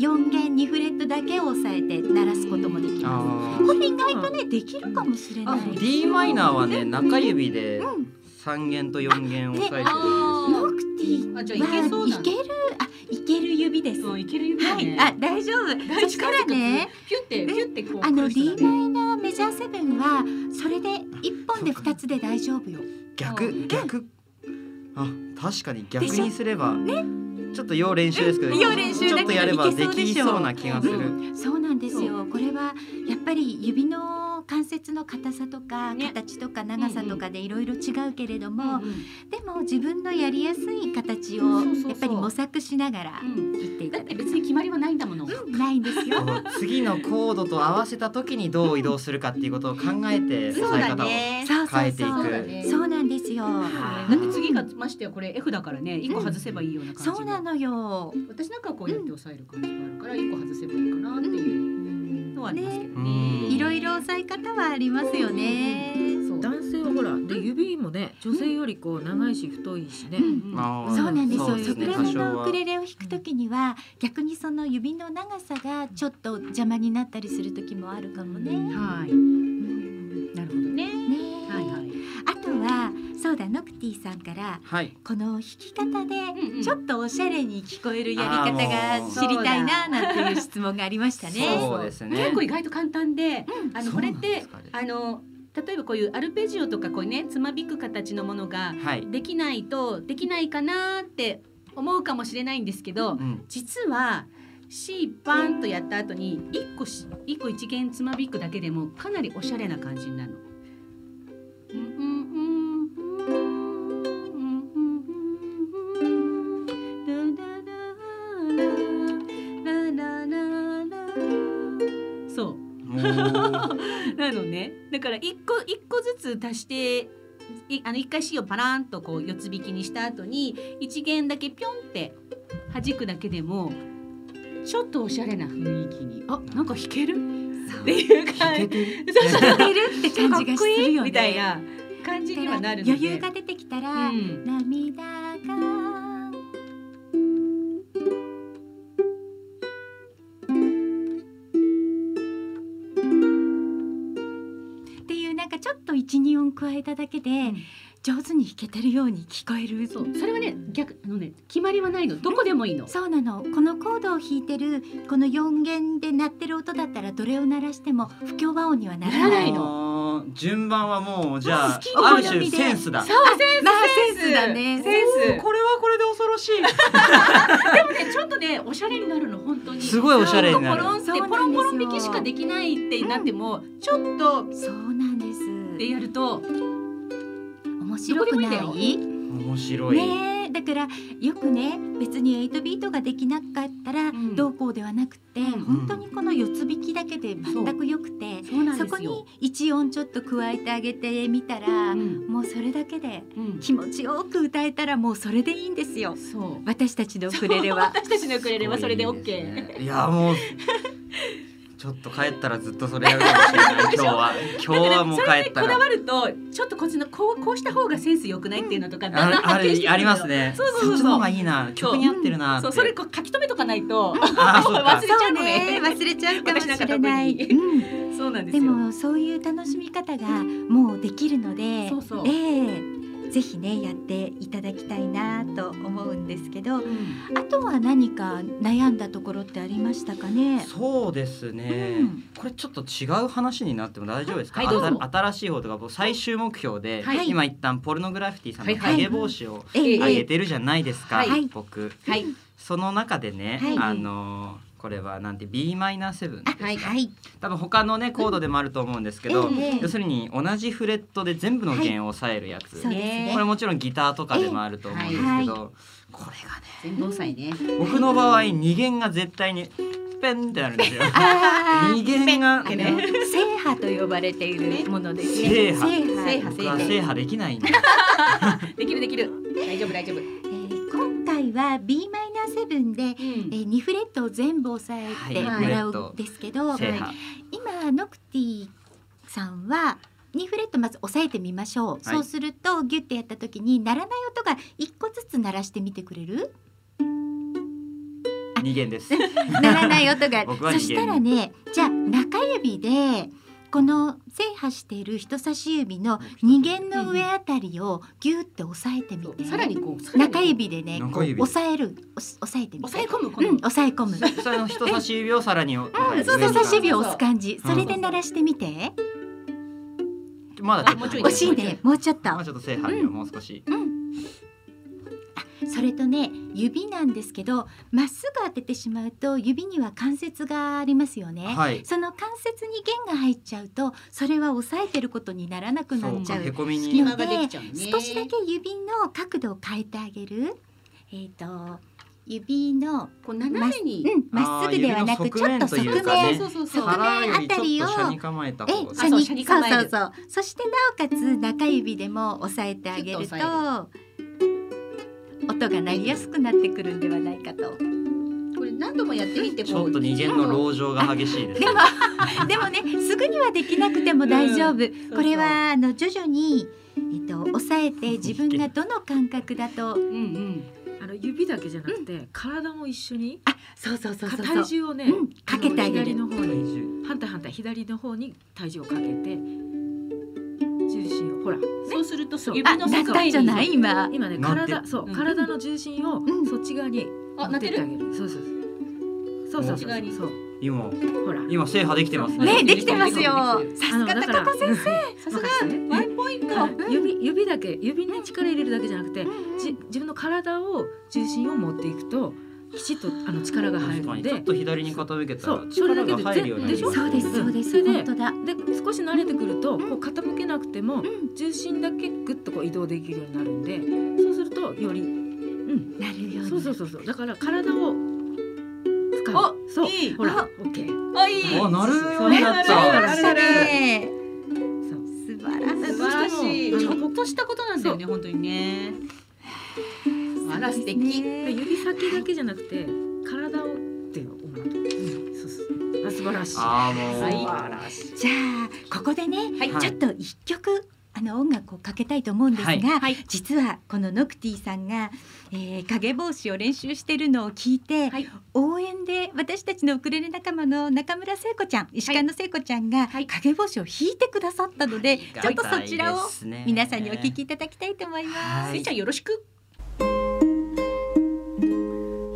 Speaker 1: 4弦2フレットだけを押さえて鳴らすこともできま
Speaker 12: あ
Speaker 1: す。これ意外とねできるかもしれない。
Speaker 12: ー D マイナーはね中指で3弦と4弦を押さえてるんですよ
Speaker 1: ノクティは
Speaker 3: あ
Speaker 1: い
Speaker 3: じ
Speaker 1: け
Speaker 3: ゃ
Speaker 1: る
Speaker 3: あいけそうだね
Speaker 1: あいける指です。
Speaker 3: う
Speaker 1: は
Speaker 3: ん、いけるよ、
Speaker 1: い、あ大丈夫。そしたらね、
Speaker 3: ピュって、ピュって、こう。
Speaker 1: あの D
Speaker 3: マ
Speaker 1: マイナーメジャーセブンはそれで一本で二つで大丈夫よ。
Speaker 12: 逆逆あ確かに逆にすればちょっと要練習ですけど
Speaker 1: うん要練習
Speaker 12: ち
Speaker 1: だ
Speaker 12: ょ
Speaker 1: け
Speaker 12: っ
Speaker 1: ど
Speaker 12: とやれば
Speaker 1: いけ
Speaker 12: で
Speaker 1: そうでしょ
Speaker 12: きそうな気がする
Speaker 1: そうなんですよ。これはやっぱり指の関節の硬さとか、
Speaker 3: ね
Speaker 1: 形とか長さとかでいろいろ違うけれども、
Speaker 3: うん
Speaker 1: でも自分のやりやすい形
Speaker 3: そう
Speaker 1: を
Speaker 3: そうそう
Speaker 1: やっぱり模索しながら
Speaker 3: うん
Speaker 1: 切ってい
Speaker 3: だ
Speaker 1: た
Speaker 3: っ
Speaker 1: だ
Speaker 3: て
Speaker 1: く。
Speaker 3: 別に決まりはないんだもの。
Speaker 1: うんないんですよ。
Speaker 12: こう次のコードと合わせた時にどう移動するかっていうことを考えて押さえ方を変
Speaker 1: そうそう
Speaker 12: えてい
Speaker 1: そう。
Speaker 12: く
Speaker 1: そうなんですよ。
Speaker 3: だって次がましてはこれ F だからね一個外せばいいような感じ、
Speaker 1: そうなのよ。
Speaker 3: 私なんかはこうやって押さえる感じがあるから一個外せばいいかなっていうのはありますけどね
Speaker 12: ね
Speaker 1: いろいろ押さえ方はありますよね。
Speaker 3: そう
Speaker 6: 男性はほらで指もね女性よりこう長いし太いしね、
Speaker 12: あー
Speaker 1: そうなんですよ。
Speaker 12: そうです
Speaker 1: ソプ
Speaker 12: ね
Speaker 1: ラノのウク
Speaker 12: 多少は
Speaker 1: レレを弾くときには、逆にその指の長さがちょっと邪魔になったりする時もあるかもね。ね
Speaker 3: はいなるほどねはいはい
Speaker 1: あとはそうだノクティさんから
Speaker 12: はい
Speaker 1: この弾き方で
Speaker 3: うんうん
Speaker 1: ちょっとおしゃれに聞こえるやり方が知りたいななんていう質問がありましたね。
Speaker 12: そうですね
Speaker 3: 結構意外と簡単で、あの
Speaker 12: そ
Speaker 3: こ
Speaker 12: う
Speaker 3: れっ
Speaker 12: なんで
Speaker 3: て
Speaker 12: すかね
Speaker 3: あの例えばこういうアルペジオとかこういうねつまびく形のものが
Speaker 12: はい
Speaker 3: できないとできないかなって思うかもしれないんですけど、
Speaker 12: うん
Speaker 3: 実は C バンとやった後に1個し一個一弦つまびくだけでもかなりおしゃれな感じになるの。そう
Speaker 12: おー
Speaker 3: なのねだから一個一個ずつ足していあの一回 C をパラーンとこう四つ引きにした後に一弦だけピョンって弾くだけでもちょっとおしゃれな雰囲気にあなんか弾けるっていう
Speaker 12: 弾け
Speaker 3: 感じ
Speaker 12: てる
Speaker 3: そうそう
Speaker 1: 似てるって感じがするよね。
Speaker 3: みたいな感じにはなるので
Speaker 1: 余裕が出てきた
Speaker 3: う
Speaker 1: ら、
Speaker 3: ん
Speaker 1: 涙がっていうなんかちょっと一二音加えただけで、上手に弾けてるように聞こえる
Speaker 3: そうそれはね逆あのね決まりはないのどこでもいいの。
Speaker 1: そうなのこのコードを弾いてるこの4弦で鳴ってる音だったらどれを鳴らしても不協和音にはな
Speaker 3: な
Speaker 1: ら
Speaker 3: ら
Speaker 1: な
Speaker 3: ないい
Speaker 12: の順番はもうじゃあ
Speaker 1: 好き
Speaker 12: あ
Speaker 1: 好
Speaker 12: る
Speaker 1: みで
Speaker 12: 種センスだ
Speaker 1: まあセンスだね
Speaker 3: センス
Speaker 12: おーこれはこれで恐ろしい
Speaker 3: ねちょっとねおしゃれになるの本当に
Speaker 12: すごいおしゃれになる
Speaker 3: ポロンって
Speaker 1: そうなんです
Speaker 3: ポ
Speaker 1: よ
Speaker 3: ロンポロン引きしかできないってなっても、ちょっとっ
Speaker 1: そうなんです
Speaker 3: てやると
Speaker 1: 面白くな
Speaker 3: どこでもい
Speaker 1: い
Speaker 12: 面白い、
Speaker 1: ねえだからよくね別に8ビートができなかったら
Speaker 3: ん
Speaker 1: どうこうではなくて、
Speaker 3: うん
Speaker 1: 本当にこの四つ弾きだけで全くよくて
Speaker 3: そうな
Speaker 1: そこに一音ちょっと加えてあげてみたら、
Speaker 3: うん
Speaker 1: もうそれだけで
Speaker 3: うん
Speaker 1: 気持ちよく歌えたらもうそれでいいんですよ
Speaker 3: そう
Speaker 1: 私たちのウクレレは。
Speaker 3: 私たちのウクレレはそれでオッケ
Speaker 12: ーいやもう ちちょっと帰ったらずっとそれやるかも しれない今日は今日はもう帰った
Speaker 3: こだ
Speaker 12: ら
Speaker 3: わるとちょっとこっちのこうこうした方がセンス良くないっていうのとかだんだん
Speaker 12: ああ
Speaker 3: 発見してくるん
Speaker 12: れありますね
Speaker 3: そうそうそうそう
Speaker 12: っちの方がいいな曲に合ってるなって
Speaker 3: そうそれこう書き留めとかないと
Speaker 12: あーそう
Speaker 3: 忘
Speaker 12: か
Speaker 3: れちゃうのね
Speaker 1: ね忘れちゃうかもしれ
Speaker 3: 私
Speaker 1: な
Speaker 3: なん
Speaker 1: い。
Speaker 3: か特
Speaker 1: うん
Speaker 3: そうなんです
Speaker 1: で
Speaker 3: よ
Speaker 1: もそういう楽しみ方がもうできるので、
Speaker 3: そうそう
Speaker 1: ええぜひねやっていただきたいなと思うんですけど、あとは何か悩んだところってありましたかね。
Speaker 12: そうですね、
Speaker 1: うん
Speaker 12: これちょっと違う話になっても大丈夫ですか、
Speaker 3: はいどうぞ
Speaker 12: あた新しい方とか僕最終目標で、
Speaker 1: はい
Speaker 12: 今一旦ポルノグラフィティさんの
Speaker 3: はいはい
Speaker 12: 影帽子を
Speaker 1: え
Speaker 12: あげてるじゃないですか、
Speaker 1: はい
Speaker 12: 僕
Speaker 3: はい
Speaker 12: その中でね、
Speaker 1: はい
Speaker 12: あのーこれはなんて b マイナーセブン
Speaker 1: はいはい
Speaker 12: 多分他のねコードでもあると思うんですけど、
Speaker 1: ええ
Speaker 12: 要するに同じフレットで全部の弦を押さえるやつ、
Speaker 1: そうですね。
Speaker 12: これもちろんギターとかでもあると思うんですけど、
Speaker 1: ええはい
Speaker 12: これ
Speaker 3: 全部抑えね
Speaker 12: がね僕の場合2弦が絶対にペンってなるんで すよ。
Speaker 1: あ
Speaker 12: 二弦が
Speaker 1: あの制覇と呼ばれているものですね。
Speaker 12: 制覇
Speaker 1: 制覇
Speaker 12: 僕は制覇できないんで
Speaker 3: できるできる大丈夫大丈夫
Speaker 1: えー今回は b マイナーセブンで、えー、2フレットを全部押さえて
Speaker 12: はい
Speaker 1: もら
Speaker 12: は
Speaker 1: う
Speaker 12: い
Speaker 1: んですけど、
Speaker 12: 制覇
Speaker 1: 今ノクティさんは2フレットまず押さえてみましょう、そうするとギュッてやった時に鳴らない音が1個ずつ鳴らしてみてくれる
Speaker 12: 二弦です。
Speaker 1: 鳴ら ない音が
Speaker 12: 僕は
Speaker 1: そしたらねじゃあ中指でこの制覇している人差し指の2弦の上あたりをギュッて押さえてみて、
Speaker 3: さらにこう
Speaker 1: 中指でね
Speaker 12: 中指
Speaker 1: 押さえる押す押さえてみて
Speaker 3: 抑え込むこの、
Speaker 1: うん、押さえ込む。
Speaker 12: それの人差し指をさらに、うん、
Speaker 1: 人差し指を押す感じ、
Speaker 12: そう
Speaker 1: そ
Speaker 12: そう
Speaker 1: れで鳴らしてみて。
Speaker 12: まだちょっ
Speaker 3: あも
Speaker 12: と
Speaker 3: うちょい
Speaker 1: 惜しいね、もうちょっと
Speaker 12: まあ。ちょっと制覇にはもう少し、
Speaker 1: それとね、指なんですけど、まっすぐ当ててしまうと、指には関節がありますよね。
Speaker 12: はい。
Speaker 1: その関節に弦が入っちゃうと、それは抑えてることにならなくな
Speaker 12: そ
Speaker 1: っ
Speaker 12: う
Speaker 1: ち
Speaker 12: か
Speaker 1: ゃう。
Speaker 12: へこみ
Speaker 1: 隙
Speaker 12: に
Speaker 1: 間
Speaker 3: 間ができちゃうね
Speaker 1: 少しだけ指の角度を変えてあげる。えっ、と、指の、
Speaker 3: こう斜めに、
Speaker 1: うん、まっすぐではな
Speaker 12: あー
Speaker 1: く、
Speaker 12: 指
Speaker 1: ちょっと
Speaker 12: の側面と
Speaker 1: 側
Speaker 12: い
Speaker 1: 面
Speaker 12: うかね。
Speaker 3: そうそうそう
Speaker 1: 側面
Speaker 12: 腹よりちょ
Speaker 1: あたりを
Speaker 12: っと斜に構えた
Speaker 1: え、
Speaker 12: 方が
Speaker 1: シャニ
Speaker 3: シャニ
Speaker 1: そう
Speaker 3: 構え
Speaker 1: そう
Speaker 3: る
Speaker 1: そう。そしてなおかつ中指でも押さえてあげる
Speaker 3: ち
Speaker 1: と
Speaker 3: ょっと
Speaker 1: 音が鳴りやすくなってくるんではないかと。
Speaker 3: これ何度もやってみてこう
Speaker 12: ちょっと二弦の籠城が激しいですね。
Speaker 1: でもね、すぐにはできなくても大丈夫。
Speaker 3: そう
Speaker 1: これはあの徐々にえっと押さえて自分がどの感覚だと
Speaker 3: うんうん
Speaker 7: あの指だけじゃなくて、体も一緒に
Speaker 1: そうそうそうそうそう
Speaker 7: 体重をね、
Speaker 1: うんかけてあげ
Speaker 7: 左
Speaker 1: る。
Speaker 7: の方に反対反対左の方に体重をかけて重心をほら
Speaker 3: そうすると
Speaker 7: そう
Speaker 1: あ、
Speaker 3: 指の
Speaker 1: なったんじゃない今。
Speaker 7: 今ね
Speaker 12: なって
Speaker 7: 体そう、
Speaker 3: うん
Speaker 7: 体の重心を
Speaker 1: ん
Speaker 7: そっち側に
Speaker 3: あ
Speaker 7: 持
Speaker 3: な
Speaker 7: っ
Speaker 3: ってて
Speaker 7: ってあ
Speaker 3: る
Speaker 7: げる、そうそうそうそうそうそう
Speaker 3: こっち側に
Speaker 7: そう
Speaker 12: 今
Speaker 7: ほら
Speaker 12: 今制覇できてますね。
Speaker 1: ね、できてますよ。さ
Speaker 7: あ
Speaker 1: す
Speaker 7: の
Speaker 1: が
Speaker 7: だから
Speaker 1: 高子先生。
Speaker 3: さすが
Speaker 7: 任せて
Speaker 3: ワンポイント
Speaker 7: あの指指だけ指に力入れるだけじゃなくて、じ自分の体を重心を持っていくときちっとあの力が入
Speaker 12: 確
Speaker 7: る
Speaker 12: か
Speaker 7: の
Speaker 12: にちょっ
Speaker 7: で
Speaker 12: と左に傾けた
Speaker 7: そ
Speaker 12: ら
Speaker 7: うそれだ
Speaker 12: 力
Speaker 7: け
Speaker 12: が
Speaker 7: で
Speaker 12: 入るようになります
Speaker 1: そう
Speaker 12: ね
Speaker 1: ですそうで
Speaker 7: う
Speaker 1: す。
Speaker 7: んそれで
Speaker 1: 本当だ。
Speaker 7: で少し慣れてくるとこう傾けなくても重心だけグッとこう移動できるようになるんでそうするとよりうん
Speaker 1: なるよ
Speaker 7: そうそうそうそうだから体を使う
Speaker 3: お
Speaker 7: そう
Speaker 3: いい
Speaker 7: ほら OK
Speaker 3: あいい
Speaker 12: あなるよう
Speaker 7: ね
Speaker 12: になっ
Speaker 3: なる
Speaker 12: た。
Speaker 3: よ
Speaker 1: 素晴らしい。
Speaker 7: そう
Speaker 1: 素晴らしい
Speaker 3: 素晴らし
Speaker 7: どう
Speaker 3: い
Speaker 7: し
Speaker 3: ち
Speaker 7: ても
Speaker 3: ょっとしたことなんだよね本当にねあら素敵
Speaker 7: で指先だけじゃなくて体をって思う、うん、そうそうあ素晴らしい
Speaker 12: ああもう。
Speaker 3: はい
Speaker 12: らしい。
Speaker 1: じゃあここでね、
Speaker 3: はい
Speaker 1: ちょっと一曲あの音楽をかけたいと思うんですが、
Speaker 12: はい
Speaker 3: はい
Speaker 1: 実はこのノクティさんが、えー、影帽子を練習してるのを聞いて、
Speaker 3: はい
Speaker 1: 応援で私たちのウクレレ仲間の中村聖子ちゃん石川の聖子ちゃんが
Speaker 3: はい
Speaker 1: 影帽子を弾いてくださったので、ちょっとそちらを皆さんにお聞きいただきたいと思います。
Speaker 12: は
Speaker 3: スイ
Speaker 12: い
Speaker 3: ちゃんよろしく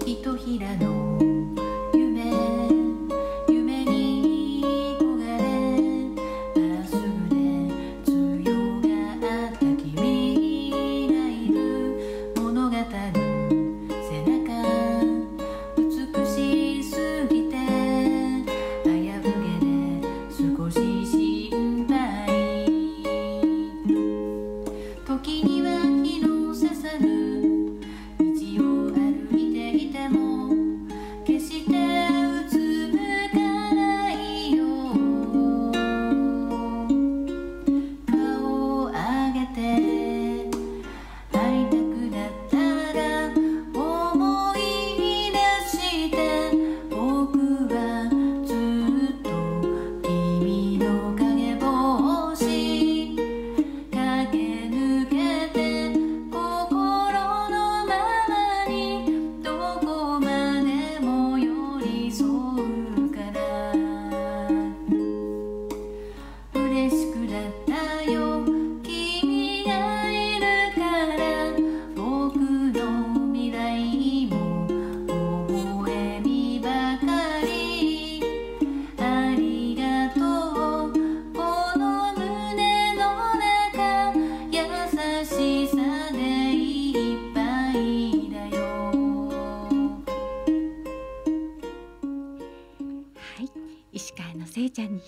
Speaker 7: ひとひらの夢夢に焦がれまっすぐで強があった君がいる物語背中美しすぎてあやふげで少し心配時には日の刺さる道を歩いていても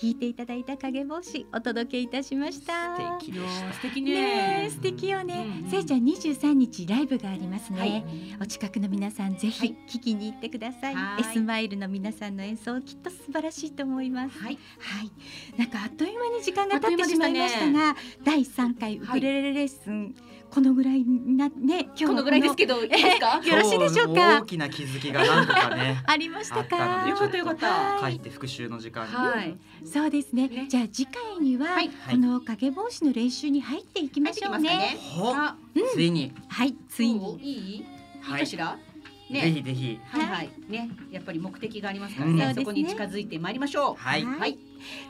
Speaker 1: いていただいた影帽子お届けいたしました。
Speaker 4: 素敵
Speaker 3: い
Speaker 4: で
Speaker 3: や
Speaker 4: した
Speaker 3: ー素敵ね
Speaker 1: ねえ素敵よね。せいちゃん23日ライブがありますね。お近くの皆さんぜひ聞きに行ってください。
Speaker 3: はい
Speaker 1: エスマイルの皆さんの演奏きっと素晴らしいと思います。
Speaker 3: はい
Speaker 1: はい、なんかあっという間に時間が
Speaker 3: あっと
Speaker 1: 経
Speaker 3: い
Speaker 1: っ
Speaker 3: う間で
Speaker 1: てし
Speaker 3: し
Speaker 1: ま
Speaker 3: た
Speaker 1: い
Speaker 3: ね
Speaker 1: ましたが、第3回ウクレレレッスン、このぐらいなね今日は
Speaker 3: このぐらいですけどいいですか
Speaker 1: よろしいでしょうか
Speaker 12: 今日の大きな気づきが何個かね
Speaker 1: ありまし
Speaker 12: あ
Speaker 1: た
Speaker 12: ったの
Speaker 1: か
Speaker 12: で
Speaker 3: よかったよかった
Speaker 12: 帰
Speaker 1: は
Speaker 12: っ
Speaker 1: い
Speaker 12: て復習の時間に、
Speaker 3: はい
Speaker 1: そうですね
Speaker 3: ね
Speaker 1: じゃあ次回には、
Speaker 3: はい
Speaker 1: この影帽子の練習に入っていきましょうね
Speaker 12: ほ
Speaker 3: あ
Speaker 12: ついに、
Speaker 1: はいついに、
Speaker 3: いいいい
Speaker 12: はい
Speaker 3: かしらね
Speaker 12: ぜひぜひ
Speaker 3: はいはいねやっぱり目的がありますから
Speaker 12: うん
Speaker 3: ねそこに近づいてまいりましょう
Speaker 12: はい
Speaker 1: はい
Speaker 3: はい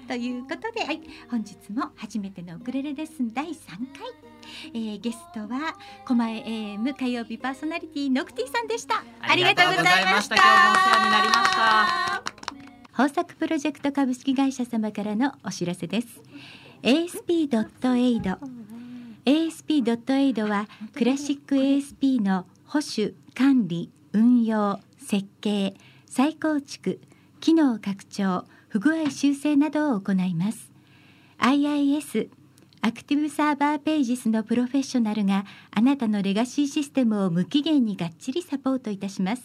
Speaker 1: ということで、本日も初めてのウクレレレッスン第3回、えー、ゲストは狛江 AM 火曜日パーソナリティノクティさんでした
Speaker 12: ありがとうございました今日もお世話になりました
Speaker 1: 豊作プロジェクト株式会社様からのお知らせです ASP.AID ASP.AID はクラシック ASP の保守管理運用設計再構築機能拡張不具合修正などを行います IIS アクティブサーバーページスのプロフェッショナルがあなたのレガシーシステムを無期限にがっちりサポートいたします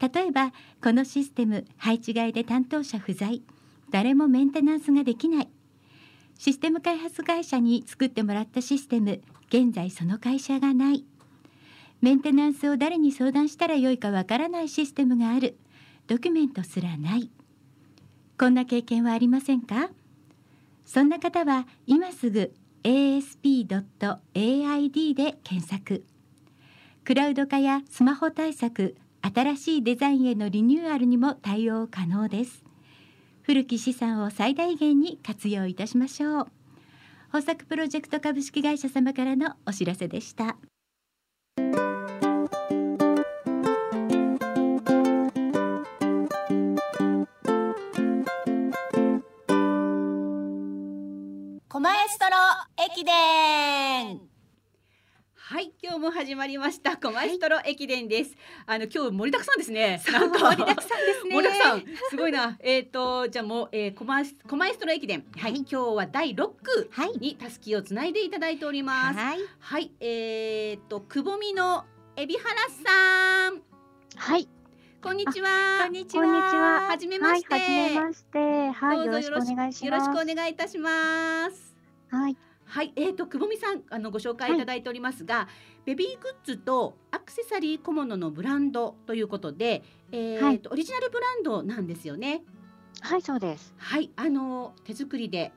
Speaker 1: 例えばこのシステム配置外で担当者不在誰もメンテナンスができないシステム開発会社に作ってもらったシステム現在その会社がないメンテナンスを誰に相談したらよいかわからないシステムがあるドキュメントすらないこんな経験はありませんかそんな方は今すぐ asp.aid で検索クラウド化やスマホ対策新しいデザインへのリニューアルにも対応可能です古き資産を最大限に活用いたしましょう豊作プロジェクト株式会社様からのお知らせでした
Speaker 2: コマエストロ駅伝
Speaker 3: はい今日も始まりましたコマエストロ駅伝ですあの今日盛りだくさんですねなんか盛りだくさんですね盛りだくさんすごいなえっとじゃあもうえーコマエスコマエストロ駅伝はい今日は第六区
Speaker 1: はい
Speaker 3: にたすきをつないでいただいております
Speaker 1: はい
Speaker 3: はいえっとくぼみの海老原さん
Speaker 13: はい、
Speaker 3: こんにち
Speaker 13: こ
Speaker 3: は
Speaker 1: に
Speaker 13: んにちは。
Speaker 3: はじめまして
Speaker 13: はい、はじめまして。はい、
Speaker 3: ど
Speaker 13: よ
Speaker 3: うぞ
Speaker 13: ろしくお願いし
Speaker 3: よろ
Speaker 13: ま
Speaker 3: し
Speaker 13: す。
Speaker 3: くお願いいたします
Speaker 13: はい、
Speaker 3: はい、えー、と久保美さんあのご紹介いただいておりますが、ベビーグッズとアクセサリー小物のブランドということで、えーと
Speaker 13: はい
Speaker 3: オリジナルブランドなんですよね。
Speaker 13: はい、そうです。
Speaker 3: はい、あの手作りで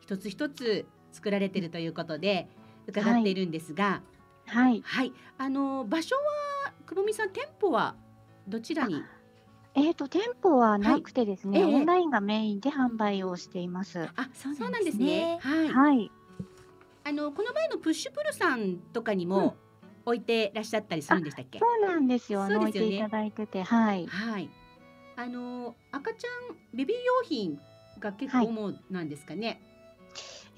Speaker 3: 一つ一つ作られているということで伺っているんですが、
Speaker 13: はい、
Speaker 3: はい、あの場所は久保美さん店舗はどちらに？
Speaker 13: えっ、と店舗はなくてですね、
Speaker 3: はいえ
Speaker 13: オ
Speaker 3: え
Speaker 13: ンラインがメインで販売をしています。は
Speaker 3: あ、そうう
Speaker 1: な
Speaker 3: なんん
Speaker 1: で
Speaker 3: ですす
Speaker 1: ね
Speaker 3: ね。はい、
Speaker 13: い、
Speaker 3: あのこの前のプッシュプルさんとかにも置いてらっしゃったりするんでしたっけ？
Speaker 13: そうなんですよ。
Speaker 3: そう
Speaker 13: 置
Speaker 3: で
Speaker 13: い
Speaker 3: すよ
Speaker 13: て
Speaker 3: ね
Speaker 13: いただいてて、はい、
Speaker 3: はい。あの赤ちゃんベビー用品が結
Speaker 13: は
Speaker 3: 構
Speaker 13: い
Speaker 3: 主なんですかね。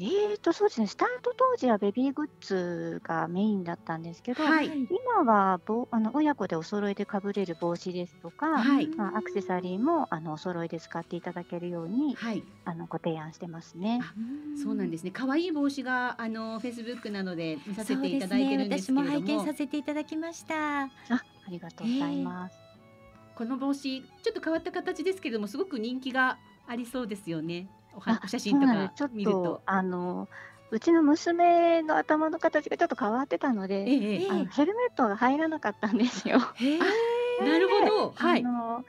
Speaker 13: えっ、とそうですね。スタート当時はベビーグッズがメインだったんですけど、
Speaker 3: はい。
Speaker 13: 今はぼあの親子でお揃いで被れる帽子ですとか、
Speaker 3: はい。
Speaker 13: まあ、アクセサリーもあのお揃いで使っていただけるように
Speaker 3: はい。
Speaker 13: あのご提案してますね。
Speaker 3: そうなんですね。可愛い帽子があのフェイスブックなどで見させ
Speaker 1: そう
Speaker 3: てい
Speaker 1: で
Speaker 3: た
Speaker 1: す
Speaker 3: だいて
Speaker 1: ね
Speaker 3: るんですけれ
Speaker 1: 私
Speaker 3: ど
Speaker 1: も
Speaker 3: も、
Speaker 1: 拝見させていただきました
Speaker 13: あ、ありがとうございます。
Speaker 3: この帽子ちょっと変わった形ですけれども、すごく人気がありそうですよね。おは
Speaker 13: あ
Speaker 3: お写真と
Speaker 13: そうなんですちょ
Speaker 3: か
Speaker 13: っ
Speaker 3: 見ると。
Speaker 13: あのうちの娘の頭の形がちょっと変わってたので、
Speaker 3: ええ
Speaker 1: え
Speaker 13: あのヘルメットが入らなかったんですよ。
Speaker 1: へ え
Speaker 3: なるほど。はい
Speaker 13: あ。の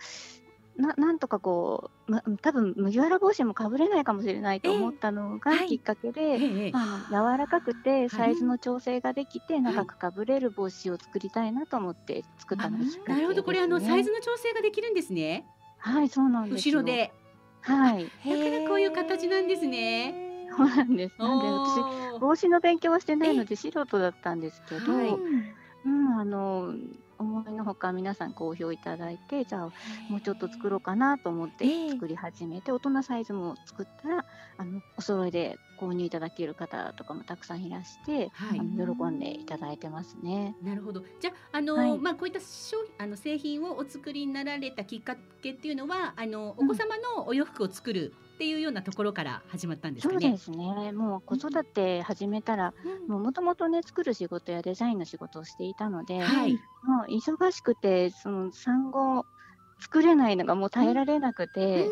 Speaker 13: ななんとかこう、ま、多分麦わら帽子もかぶれないかもしれないと思ったのが
Speaker 1: ええはい
Speaker 13: きっかけで、
Speaker 3: ええ
Speaker 13: あの柔らかくてサイズの調整ができて、長くかぶれる帽子を作りたいなと思って作ったのがきっかけです、ね、
Speaker 3: なるほど。これあのサイズの調整ができるんですね。
Speaker 13: はいそうなんです
Speaker 3: 後
Speaker 13: よ
Speaker 3: ろで。
Speaker 13: はい
Speaker 3: だからこういう形なんですね。
Speaker 13: そうなんですなんで私
Speaker 3: おー
Speaker 13: 帽子の勉強はしてないので素人だったんですけど、
Speaker 3: はい
Speaker 13: うん、あの思いのほか皆さん好評いただいてじゃあもうちょっと作ろうかなと思って
Speaker 1: ええ
Speaker 13: 作り始めて、大人サイズも作ったらあのお揃いで購入いただける方とかもたくさんいらして、
Speaker 3: はい
Speaker 13: あの喜んでいただいてますね。
Speaker 3: なるほど。じゃあ、あの、
Speaker 13: はい
Speaker 3: まあ、こういった商品、あの製品をお作りになられたきっかけっていうのは、あの、
Speaker 13: うん
Speaker 3: お子様のお洋服を作る。っていうようなところから始まったんです
Speaker 13: そ
Speaker 3: か
Speaker 13: うで
Speaker 3: ね。
Speaker 13: すね。もう子育て始めたら、もともとね、作る仕事やデザインの仕事をしていたので、
Speaker 3: はい
Speaker 13: もう忙しくて、その産後、作れないのがもう耐えられなくて、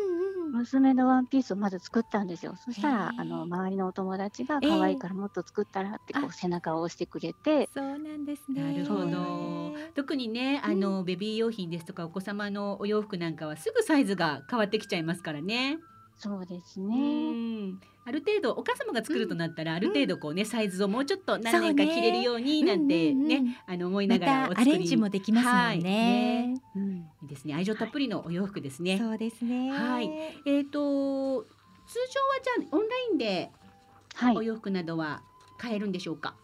Speaker 13: 娘のワンピースをまず作ったんですよ。そしたら、あの、周りのお友達が、
Speaker 1: ええ
Speaker 13: 可愛いからもっと作ったらって、こう、背中を押してくれて、
Speaker 1: そうなんですね。
Speaker 3: なるほど。特にね、あの、ベビー用品ですとか、お子様のお洋服なんかはすぐサイズが変わってきちゃいますからね。
Speaker 13: そうです
Speaker 3: ね。ある程度お母様が作るとなったら、ある程度こうね、サイズをもうちょっと何年か着れるようになんてね、あの思いながらお
Speaker 1: ま
Speaker 3: 作
Speaker 1: たア
Speaker 3: り
Speaker 1: レンジもできますもんね。
Speaker 3: はいいいですね。愛情たっぷりのお洋服ですね。
Speaker 1: そうですね。
Speaker 3: はい。えっ、と通常はじゃあオンラインでお洋服などは買えるんでしょうか。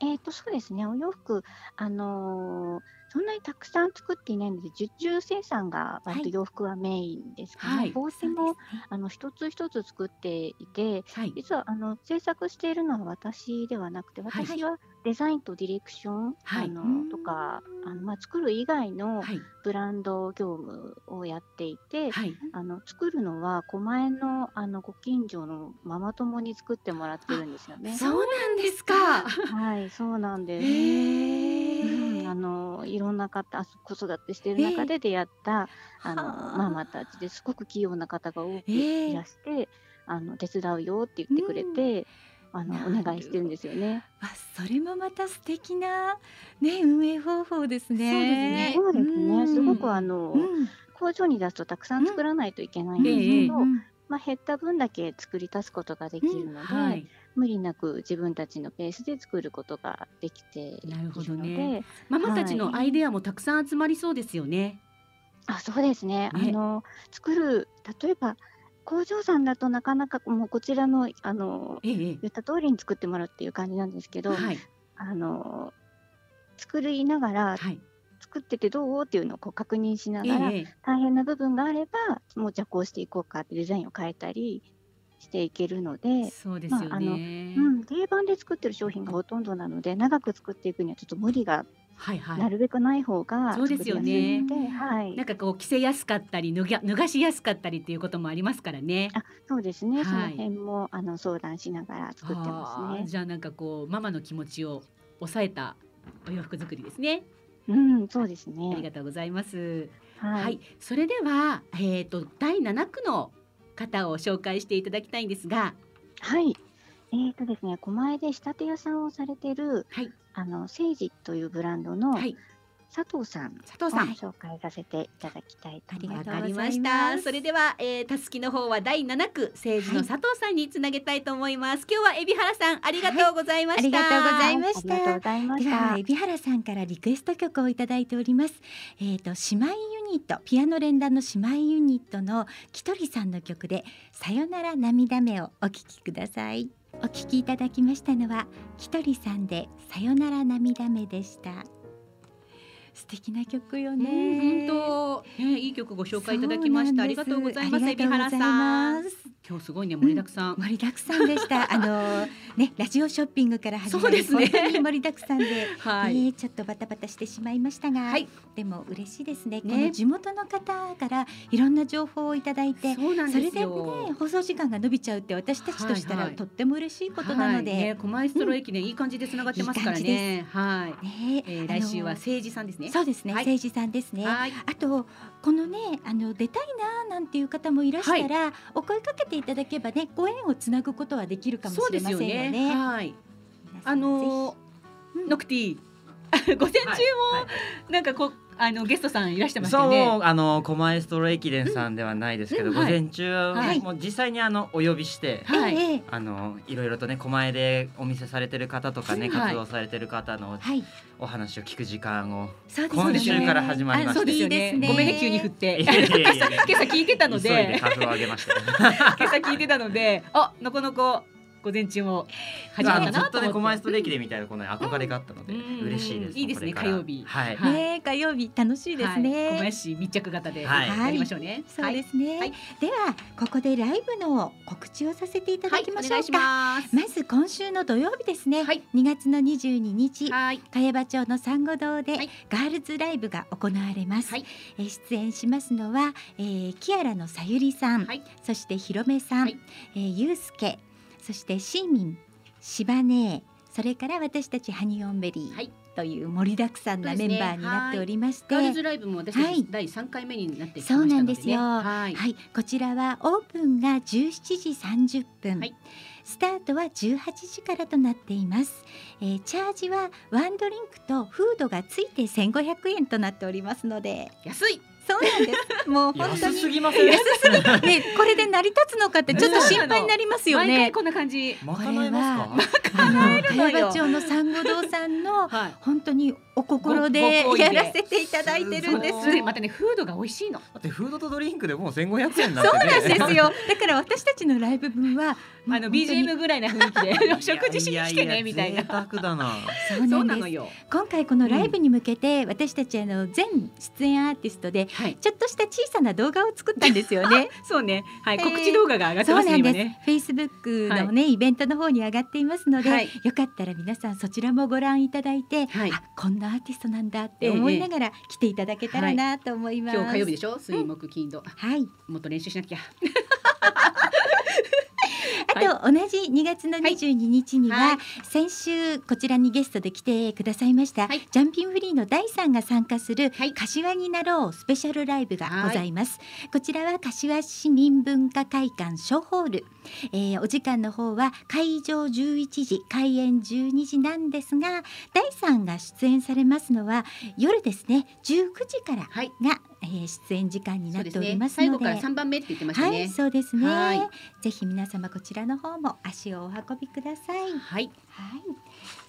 Speaker 13: えっ、と、そうですね、お洋服、あのーそんなにたくさん作っていないので、受注生産が割と洋服はメインですかね。
Speaker 3: はい
Speaker 13: 帽子も、あの一つ一つ作っていて、実はあの制作しているのは私ではなくて、
Speaker 3: はい
Speaker 13: 私はデザインとディレクション、
Speaker 3: はい
Speaker 13: あのとか、あのまあ、作る以外のブランド業務をやっていて、あの作るのは狛江のあのご近所のママ友に作ってもらってるんですよね。
Speaker 1: そうなんですか。
Speaker 13: はい、そうなんです。うんあのいろんな方、あ子育てしてる中で出会った、あのママたちですごく器用な方が多くいらして、あの手伝うよって言ってくれて、あのお願いしてるんですよね。
Speaker 1: わそれもまた素敵なね運営方法ですね。
Speaker 13: そうですね。すごくあの、
Speaker 1: うん
Speaker 13: 工場に出すとたくさん作らないといけないんですけど、まあ減った分だけ作り足すことができるので、
Speaker 3: はい
Speaker 13: 無理なく自分たちのペースで作ることができているので、
Speaker 3: なるほどね。ママたちのアイデアもたくさん集まりそうですよね。
Speaker 13: あそうですねあの作る例えば工場さんだとなかなかもうこちらのあの、言った通りに作ってもらうっていう感じなんですけど、あの作りながら、作っててどうっていうのをこう確認しながら、
Speaker 3: ええ
Speaker 13: 大変な部分があればもうじゃあこうしていこうかってデザインを変えたりしていけるので
Speaker 3: そうですよね
Speaker 13: まああのうん、定番で作ってる商品がほとんどなので長く作っていくにはちょっと無理が
Speaker 3: はいはい。
Speaker 13: なるべくない方が
Speaker 3: そうですよね
Speaker 13: 作りやすいのではい、
Speaker 3: なんかこう着せやすかったり脱が脱がしやすかったりっていうこともありますからね。
Speaker 13: そうですね、そ
Speaker 3: は
Speaker 13: の
Speaker 3: い
Speaker 13: 辺もあの相談しながら作ってま
Speaker 3: あー
Speaker 13: すね。
Speaker 3: じゃあなんかこうママの気持ちを抑えたお洋服作りですね。
Speaker 13: うん、そうですね。
Speaker 3: ありがとうございます。
Speaker 13: はい、
Speaker 3: それではえっ、と第七区の方を紹介していただきたいんですが、
Speaker 13: はい。えっ、とですね、狛江で仕立て屋さんをされてる、あのセイジというブランドの、佐藤さん、
Speaker 3: 佐藤さん
Speaker 13: 紹介させていただきたいと思います。
Speaker 3: わかりました。それではえーたすきの方は第七区政治の佐藤さんにつなげたいと思います。今日は海老原さんありがとうございま
Speaker 1: あ
Speaker 3: し
Speaker 1: り
Speaker 3: た。
Speaker 1: がとうございました。では、
Speaker 3: では
Speaker 1: 海老原さんからリクエスト曲をいただいております。えっ、と、姉妹ユニット、ピアノ連弾の姉妹ユニットのきとりさんの曲で。さよなら涙目をお聞きください。お聞きいただきましたのは、きとりさんでさよなら涙目でした。素敵な曲よね。
Speaker 3: うん本当、ね、いい曲ご紹介いただきました。ありがとうございます。
Speaker 1: あ
Speaker 3: 海
Speaker 1: りが
Speaker 3: 老
Speaker 1: とうござ
Speaker 3: 原
Speaker 1: います
Speaker 3: さん。今日すごいね、盛りだくさん。
Speaker 1: 盛りだくさん でした。あのねラジオショッピングから始まり、
Speaker 3: そうですね
Speaker 1: 本当に盛りだくさんで、
Speaker 3: はい
Speaker 1: ねちょっとバタバタしてしまいましたが、でも嬉しいですね。
Speaker 3: ね
Speaker 1: この地元の方からいろんな情報をいただいて、
Speaker 3: そうなんですよ
Speaker 1: れでね放送時間が伸びちゃうって私たちとした
Speaker 3: は
Speaker 1: ら、
Speaker 3: いはい
Speaker 1: とっても嬉しいことなので、
Speaker 3: はいね、狛江ストロー駅ね、いい感じでつながってますからね。
Speaker 1: いい
Speaker 3: はい。
Speaker 1: ね
Speaker 3: えー来週は誠治さんですね。
Speaker 1: そうですね、誠治さんですね。あとこのねあの出たいななんていう方もいらしたら、お声かけていただけばねご縁をつなぐことはできるかもしれませんよ
Speaker 3: そうで
Speaker 1: ね。
Speaker 3: すよねはい。あのーノクティ、 午前中も、なんかこうあのゲストさんいらしてました
Speaker 14: そ
Speaker 3: よ
Speaker 14: う、
Speaker 3: ね。
Speaker 14: あの狛江ストロ駅伝さんではないですけど、
Speaker 3: うん
Speaker 14: 午前中は、
Speaker 3: はい
Speaker 14: もう実際にあのお呼びして、
Speaker 3: はいえ
Speaker 1: え
Speaker 14: あのいろいろとね狛江でお店されてる方とかね、
Speaker 3: はい
Speaker 14: 活動されてる方の
Speaker 1: はい
Speaker 14: お話を聞く時間を、
Speaker 1: そうですよね
Speaker 14: 今週から始まりま
Speaker 3: あ
Speaker 14: し
Speaker 3: そう
Speaker 14: て
Speaker 3: ですよねごめんね急に振って。
Speaker 14: い
Speaker 3: 今
Speaker 14: やいやいやい
Speaker 3: 朝
Speaker 14: や
Speaker 3: 今朝聞いてたの
Speaker 14: 急いで
Speaker 3: で、
Speaker 14: 株を上げました。
Speaker 3: 今朝聞いてたので、あなかなか午前中も始
Speaker 14: 始ま
Speaker 3: まっ
Speaker 14: ったた
Speaker 3: な
Speaker 14: な
Speaker 3: と
Speaker 14: と
Speaker 3: 思って
Speaker 14: ねコマエストレ駅伝みたいなこの憧れがあったので嬉しいです。
Speaker 3: いいですね
Speaker 14: これから
Speaker 3: 火曜日
Speaker 14: はい。
Speaker 1: ねえ火曜日楽しいですね、
Speaker 3: はい小林密着型で
Speaker 14: はい
Speaker 3: やりましょうね。
Speaker 1: そうですね、ではここでライブの告知をさせていただきましょうか、まず今週の土曜日ですね、2月の22日、茅場町の産後堂でガールズライブが行われます、えー出演しますのは、えーキアラのさゆりさん、そしてひろめさん、えーゆうすけそしてシーミンしばねそれから私たちハニーオンベリー、という盛りだくさんなメンバーになっておりまして、
Speaker 3: ガールズライブも私たち第三回目になってきました
Speaker 1: そう
Speaker 3: のでね
Speaker 1: なんですよ。
Speaker 3: は
Speaker 1: はい、こちらはオープンが17時30分、スタートは18時からとなっています。えー、チャージはワンドリンクとフードがついて1500円となっておりますので、
Speaker 3: 安い。
Speaker 1: そうなんで す。もう本当に
Speaker 3: 安すぎません
Speaker 1: 安すぎ。ね、これで成り立つのかってちょっと心配になりますよね。
Speaker 3: 毎回こんな感じ。
Speaker 1: これはあの茅場町の産後堂さんの本当にお心で
Speaker 3: ごご厚意
Speaker 1: や
Speaker 3: で
Speaker 1: らせていただいてるんです。
Speaker 3: そうまたねフードが美味しいの。
Speaker 14: だってフードとドリンクでもう1500円なん
Speaker 1: そう
Speaker 14: てね
Speaker 1: なんですよ。だから私たちのライブ分はあの
Speaker 3: BGM ぐらいな雰囲気でお食事しに来てねみたいな。
Speaker 14: 贅沢だな。
Speaker 1: そう
Speaker 3: そう
Speaker 1: な
Speaker 3: なん
Speaker 1: で
Speaker 3: の
Speaker 1: す
Speaker 3: よ。
Speaker 1: 今回このライブに向けて、私たちあの全出演アーティストで、ちょっとした小さな動画を作ったんですよね。
Speaker 3: そうね。 はい告知動画が上がってますね
Speaker 1: そうなん
Speaker 3: 今
Speaker 1: です
Speaker 3: ね。
Speaker 1: フェイスブックのね、イベントの方に上がっていますので、
Speaker 3: はい
Speaker 1: よかったら皆さんそちらもご覧いただいて、あこんなアーティストなんだって思いながら来ていただけたらなと思います。
Speaker 3: 今日火曜日でし
Speaker 1: う
Speaker 3: ょ。
Speaker 1: ん
Speaker 3: 水木金土。
Speaker 1: はい。
Speaker 3: もっと練習しなきゃ。
Speaker 1: あと同じ2月の22日には、先週こちらにゲストで来てくださいました、ジャンピンフリーの第3が参加する柏になろうスペシャルライブがございます、こちらは柏市民文化会館小ホール、えーお時間の方は会場11時開演12時なんですが第3が出演されますのは夜ですね19時からが、えー出演時間になっておりますので
Speaker 3: 最後から三番目って言ってました
Speaker 1: はい、
Speaker 3: ね。
Speaker 1: そうですね
Speaker 3: はい。
Speaker 1: ぜひ皆様こちらの方も足をお運びください。
Speaker 3: はい。
Speaker 1: はい。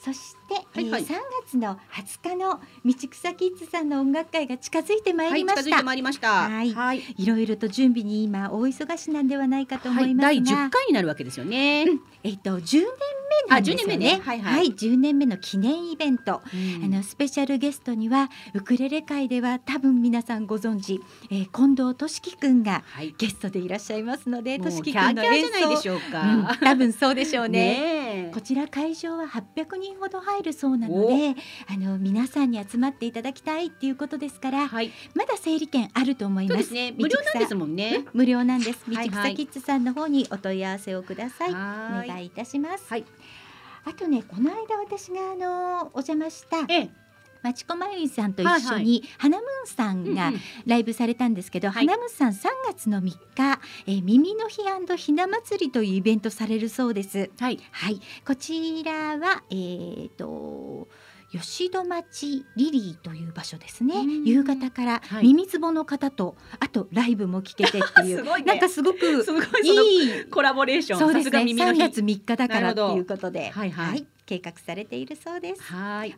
Speaker 1: そして、
Speaker 3: はいはい
Speaker 1: えー3月の20日の道草キッズさんの音楽会が近づいてまいりまし
Speaker 3: は
Speaker 1: た。
Speaker 3: い近づいてまいりました
Speaker 1: はい。い、ろいろと準備に今大忙しなんではないかと思いますが、
Speaker 3: 第十回になるわけですよね。
Speaker 1: えっと10年目なんですよね。
Speaker 3: あ10年目ねは
Speaker 1: はいい、
Speaker 3: はい
Speaker 1: 10年目の記念イベント、
Speaker 3: うん
Speaker 1: あのスペシャルゲストにはウクレレ界では多分皆さんご存知、えー、近藤俊樹くんがゲストでいらっしゃいますので、
Speaker 3: もう
Speaker 1: 俊樹くんの演奏
Speaker 3: キャーキャーじゃないでしょうか
Speaker 1: ん多分そうでしょう
Speaker 3: ね
Speaker 1: ね。こちら会場は800人ほど入るそうなので、あの皆さんに集まっていただきたいっていうことですから、まだ整理券あると思います。
Speaker 3: そうですね無料なんですもんね
Speaker 1: 道草無料なんです。道
Speaker 3: はいはい
Speaker 1: 草キッズさんの方にお問い合わせをください。
Speaker 3: はい
Speaker 1: お願いいたします。あとね、この間私があのお邪魔した。まちこまゆいさんと一緒
Speaker 3: はいは
Speaker 1: に花ムーンさん
Speaker 3: う
Speaker 1: が
Speaker 3: んうん
Speaker 1: ライブされたんですけど、花ムーンさん3月の3日、えー耳の日ひな祭りというイベントされるそうです。
Speaker 3: はい、
Speaker 1: こちらはえー、と吉戸町リリーという場所ですね夕方から耳つぼの方と、あとライブも聞けてってい う
Speaker 3: すごいね
Speaker 1: なんかすごく
Speaker 3: すごい
Speaker 1: いい
Speaker 3: そのコラボレーション。
Speaker 1: そうで
Speaker 3: さ
Speaker 1: す
Speaker 3: が
Speaker 1: ね。
Speaker 3: 耳の
Speaker 1: 3
Speaker 3: 日
Speaker 1: 月3日だからということ
Speaker 3: な
Speaker 1: で、
Speaker 3: るほどはいはい
Speaker 1: 計画されているそうです。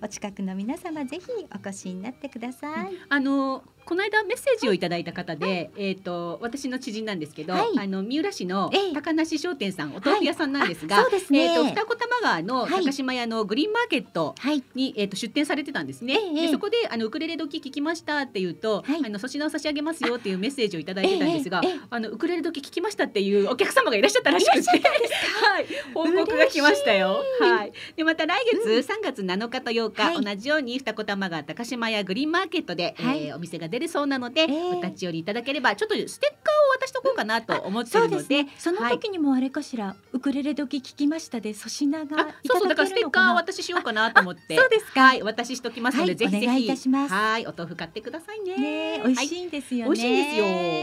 Speaker 1: お近くの皆様ぜひお越しになってください。
Speaker 3: あのこの間メッセージをいただいた方で、えっ、と私の知人なんですけど、あの三浦市の高梨商店さん、お豆腐屋さんなんですが、
Speaker 1: はいあそうですね
Speaker 3: えっ、と二子玉川の高島屋のグリーンマーケットに、えっ、と出店されてたんですね。
Speaker 1: ええ
Speaker 3: でそこであのウクレレ時聞きましたっていうと、あの粗品を差し上げますよっていうメッセージをいただいてたんですが、
Speaker 1: ええええ
Speaker 3: あのウクレレ時聞きましたっていうお客様がいらっしゃったらしくて、
Speaker 1: いらっしゃったん
Speaker 3: はい報告が来ましたよ。はい。でまた来月3月7日と8日、同じように二子玉川高島屋グリーンマーケットで、
Speaker 1: はい
Speaker 3: えーお店が出るそうなので、お立ち寄りいただければちょっとステッカーを渡しとこうかなと思って
Speaker 1: そ
Speaker 3: る
Speaker 1: うで
Speaker 3: の
Speaker 1: す
Speaker 3: で
Speaker 1: ね。その時にもあれかしら、ウクレレ時聞きましたで粗品がい
Speaker 3: そうそうだ
Speaker 1: ただ
Speaker 3: からス
Speaker 1: ける
Speaker 3: テ
Speaker 1: の
Speaker 3: ッカ
Speaker 1: か
Speaker 3: ーを
Speaker 1: な。
Speaker 3: 渡ししようかなと思って
Speaker 1: そうです
Speaker 3: かはい渡ししときますので、
Speaker 1: はい
Speaker 3: ぜひぜひ
Speaker 1: お願いいたします
Speaker 3: はいお豆腐買ってくださいね
Speaker 1: ね美味しいんですよね
Speaker 3: はい美味しいん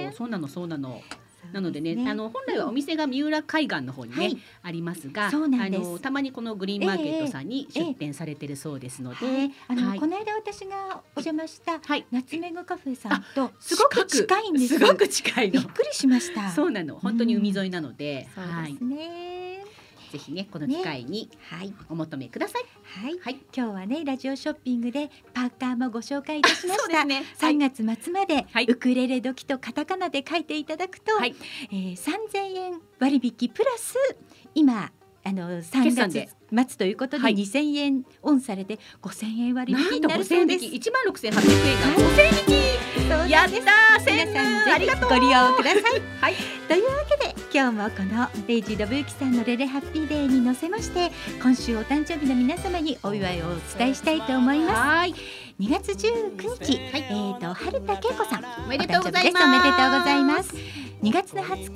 Speaker 3: ですよそうなのそうなのなのでねあの本来はお店が三浦海岸の方にね、
Speaker 1: はい
Speaker 3: ありますが
Speaker 1: そうなんです
Speaker 3: あのたまにこのグリーンマーケットさんに出店されてるそうですので、
Speaker 1: はい、あの、
Speaker 3: はい
Speaker 1: この間私がお邪魔した、夏目ぐカフェさんと
Speaker 3: す
Speaker 1: す
Speaker 3: ご
Speaker 1: ご
Speaker 3: く
Speaker 1: く近いんで
Speaker 3: す
Speaker 1: す。
Speaker 3: ごく近いの。
Speaker 1: びっくりしました。
Speaker 3: そうなの、本当に海沿いなので、
Speaker 1: そう
Speaker 3: は
Speaker 1: で
Speaker 3: い
Speaker 1: す、ね。
Speaker 3: ぜひね、この機会にお求めください。
Speaker 1: はい、今日はねラジオショッピングでパーカーもご紹介いたし ました。3月末まで、ウクレレ時とカタカナで書いていただくと、えー3000円割引プラス今。あの3
Speaker 3: 算
Speaker 1: 月
Speaker 3: で
Speaker 1: 末ということで2000円オンされて5000円割
Speaker 3: な
Speaker 1: 引
Speaker 3: ん
Speaker 1: に
Speaker 3: と
Speaker 1: なる
Speaker 3: 5000
Speaker 1: そう
Speaker 3: 円
Speaker 1: で
Speaker 3: 引
Speaker 1: す。
Speaker 3: き1万6800円が5000円
Speaker 1: そう
Speaker 3: やったー
Speaker 1: 皆
Speaker 3: 千
Speaker 1: さん
Speaker 3: 円
Speaker 1: ぜ
Speaker 3: ありが
Speaker 1: ひ
Speaker 3: とう
Speaker 1: ご利用く ださい。はい、というわけで今日もこのレイジー・ドブユキさんの「レレハッピーデー」に乗せまして今週お誕生日の皆様にお祝いをお伝えしたいと思います。はい2月19日、えー、と春田恵子さんお
Speaker 3: めでとうございます
Speaker 1: お誕生日でおめでとうございます2月の20日、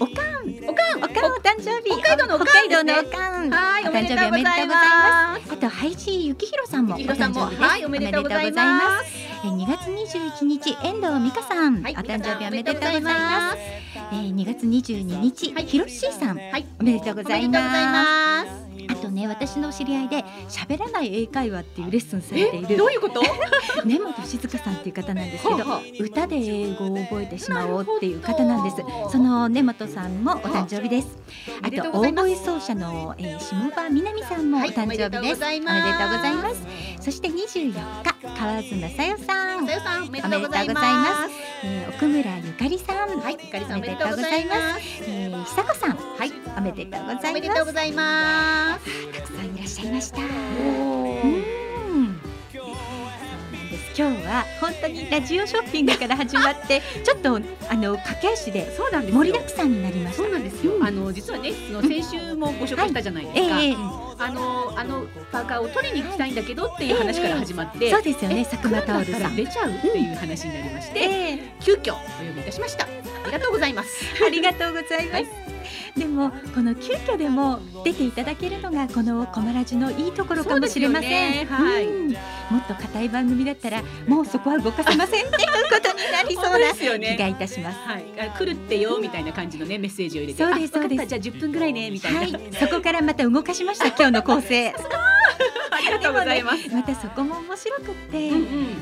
Speaker 1: おかんおかんおかんお誕生日北海道のおかん
Speaker 3: ですね
Speaker 1: 北海道のおかん
Speaker 3: はいおめでとうございます
Speaker 1: お誕生日おめでとうございますあと配信ゆきひろさんもお
Speaker 3: ゆきひろさんも
Speaker 1: 誕生日です
Speaker 3: はいおめでとうございます
Speaker 1: おめでとうございますえー2月21日遠藤美香さん、お誕生日おめでとうございますえー2月22日、ひろっしーさん、おめでとうございますあとね私の知り合いで喋らない英会話っていうレッスンされている
Speaker 3: えどういうこと
Speaker 1: 根本静香さんっていう方なんですけど
Speaker 3: はあはあ
Speaker 1: 歌で英語を覚えてしまおうっていう方なんですその根本さんもお誕生日ですあと大声奏者の、えー、下場みなみさんもお誕生日です、
Speaker 3: おめでとうござい
Speaker 1: お
Speaker 3: ます
Speaker 1: めでとうございますそして24日川津正代さん
Speaker 3: さよさんお
Speaker 1: おめ
Speaker 3: めでと
Speaker 1: でとう
Speaker 3: うご
Speaker 1: ござ
Speaker 3: ざ
Speaker 1: い
Speaker 3: い
Speaker 1: ま
Speaker 3: ますす
Speaker 1: えー奥村ゆかりさんはいゆかり、
Speaker 3: さんおめでとうございます
Speaker 1: えー、久子さんはいおめでとうございます
Speaker 3: おめでとうございます
Speaker 1: たくさんいらっしゃいましたうん今日は本当にラジオショッピングから始ま ってちょっとあの駆け足で盛りだくさんになりました。そうなんですよ。
Speaker 3: あの実はねその先週もご紹介したじゃないですか、
Speaker 1: はいええ
Speaker 3: あのあのパーカーを取りに行きたいんだけどっていう話から始まって、
Speaker 1: ええそうですよね佐久間
Speaker 3: タ
Speaker 1: 薫
Speaker 3: オル
Speaker 1: さん
Speaker 3: 出ちゃうっていう話になりまして、急遽お呼びいたしましたありがとうございます
Speaker 1: ありがとうございます。でもこの急遽でも出ていただけるのがこのコマラジのいいところかもしれませ
Speaker 3: そう
Speaker 1: ん。
Speaker 3: ですよねはい
Speaker 1: うんもっと硬い番組だったらもうそこは動かせませんっていうことになりそうな
Speaker 3: 本当ですよね
Speaker 1: 気がいたします。
Speaker 3: はいあ来るってよみたいな感じのねメッセージを入れて
Speaker 1: そうです
Speaker 3: あ
Speaker 1: そうです
Speaker 3: わかったじゃあ10分ぐらいねみたいな、
Speaker 1: はい、そこからまた動かしました今日の構成。
Speaker 3: ありがとうございます
Speaker 1: でもねまたそこも面白くって、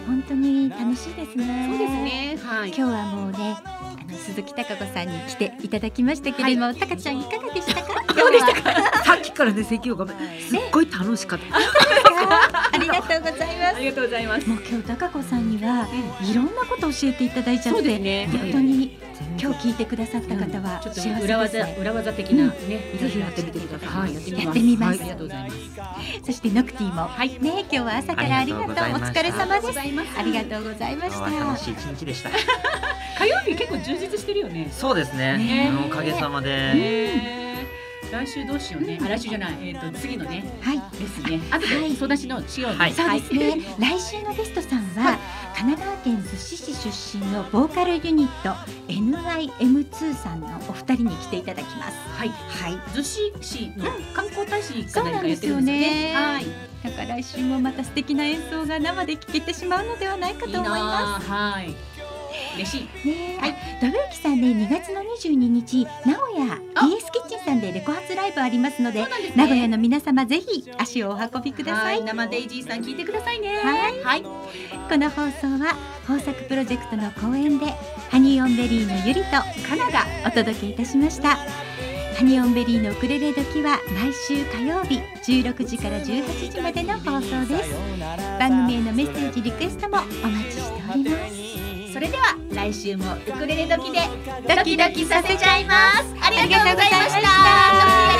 Speaker 1: 本当に楽しいですね。
Speaker 3: そうですねはい
Speaker 1: 今日はもうね。あの鈴木孝子さんに来ていただきましたけれども、たかちゃんいかがでしたか。どうでしたか。
Speaker 15: さっきからね、席をがめん、すっごい楽しかった。
Speaker 1: ありがとうございます。
Speaker 3: ありがとうございます。
Speaker 1: もう今日高子さんには、いろんなことを教えていただいちゃって、本当に今日聞いてくださった方は
Speaker 3: ちょっ
Speaker 1: 幸せです、
Speaker 3: と
Speaker 1: ね。
Speaker 3: 裏技、裏技的なね、
Speaker 1: ぜひやってみ
Speaker 3: てください。やってみます。
Speaker 1: やっ
Speaker 3: はいありが
Speaker 1: てみます
Speaker 3: とうございます。
Speaker 1: そしてノクティも、ね今日は朝からありがとうお
Speaker 14: ありがとうございまし
Speaker 1: 疲
Speaker 14: た
Speaker 1: れ様です。あ
Speaker 3: あ
Speaker 1: り
Speaker 3: り
Speaker 1: が
Speaker 3: が
Speaker 1: とうございまし
Speaker 14: 今日は楽
Speaker 1: た。
Speaker 14: しい一日でした。
Speaker 3: 火曜日結構充実してるよね。
Speaker 14: そうです
Speaker 3: ね
Speaker 14: ね。おかげさまで。
Speaker 3: ね来週どうしようね。あ来週じゃない。えっ、と次のね。
Speaker 1: はい。
Speaker 3: ですね。あとで相談しのしようね。
Speaker 1: そうですね、来週のゲストさんは神奈川県逗子市出身のボーカルユニット NYM2 さんのお二人に来ていただきます。
Speaker 3: はい、
Speaker 1: はい、
Speaker 3: 逗子市の観光大使か
Speaker 1: そ
Speaker 3: 何
Speaker 1: うなん
Speaker 3: か
Speaker 1: で
Speaker 3: やって
Speaker 1: す
Speaker 3: る
Speaker 1: よ
Speaker 3: んですよね。
Speaker 1: ね。はい、だから来週もまた素敵な演奏が生で聴けてしまうのではないかと思います。
Speaker 3: はい。嬉しい。
Speaker 1: ねえ、はい、ドブユキさんね、2月の22日、名古屋 BS キッチンさんでレコ発ライブありますので、名古屋の皆様ぜひ足をお運びください。
Speaker 3: 生デイジーさん聞いてくださいね。
Speaker 1: はい、この放送は豊作プロジェクトの公演でハニーオンベリーのゆりとかながお届けいたしましたハニーオンベリーのウクレレ時は毎週火曜日16時から18時までの放送です番組へのメッセージリクエストもお待ちしております
Speaker 3: それでは来週もウクレレ時で
Speaker 1: ドキドキさせちゃいます
Speaker 3: ありがとうございました。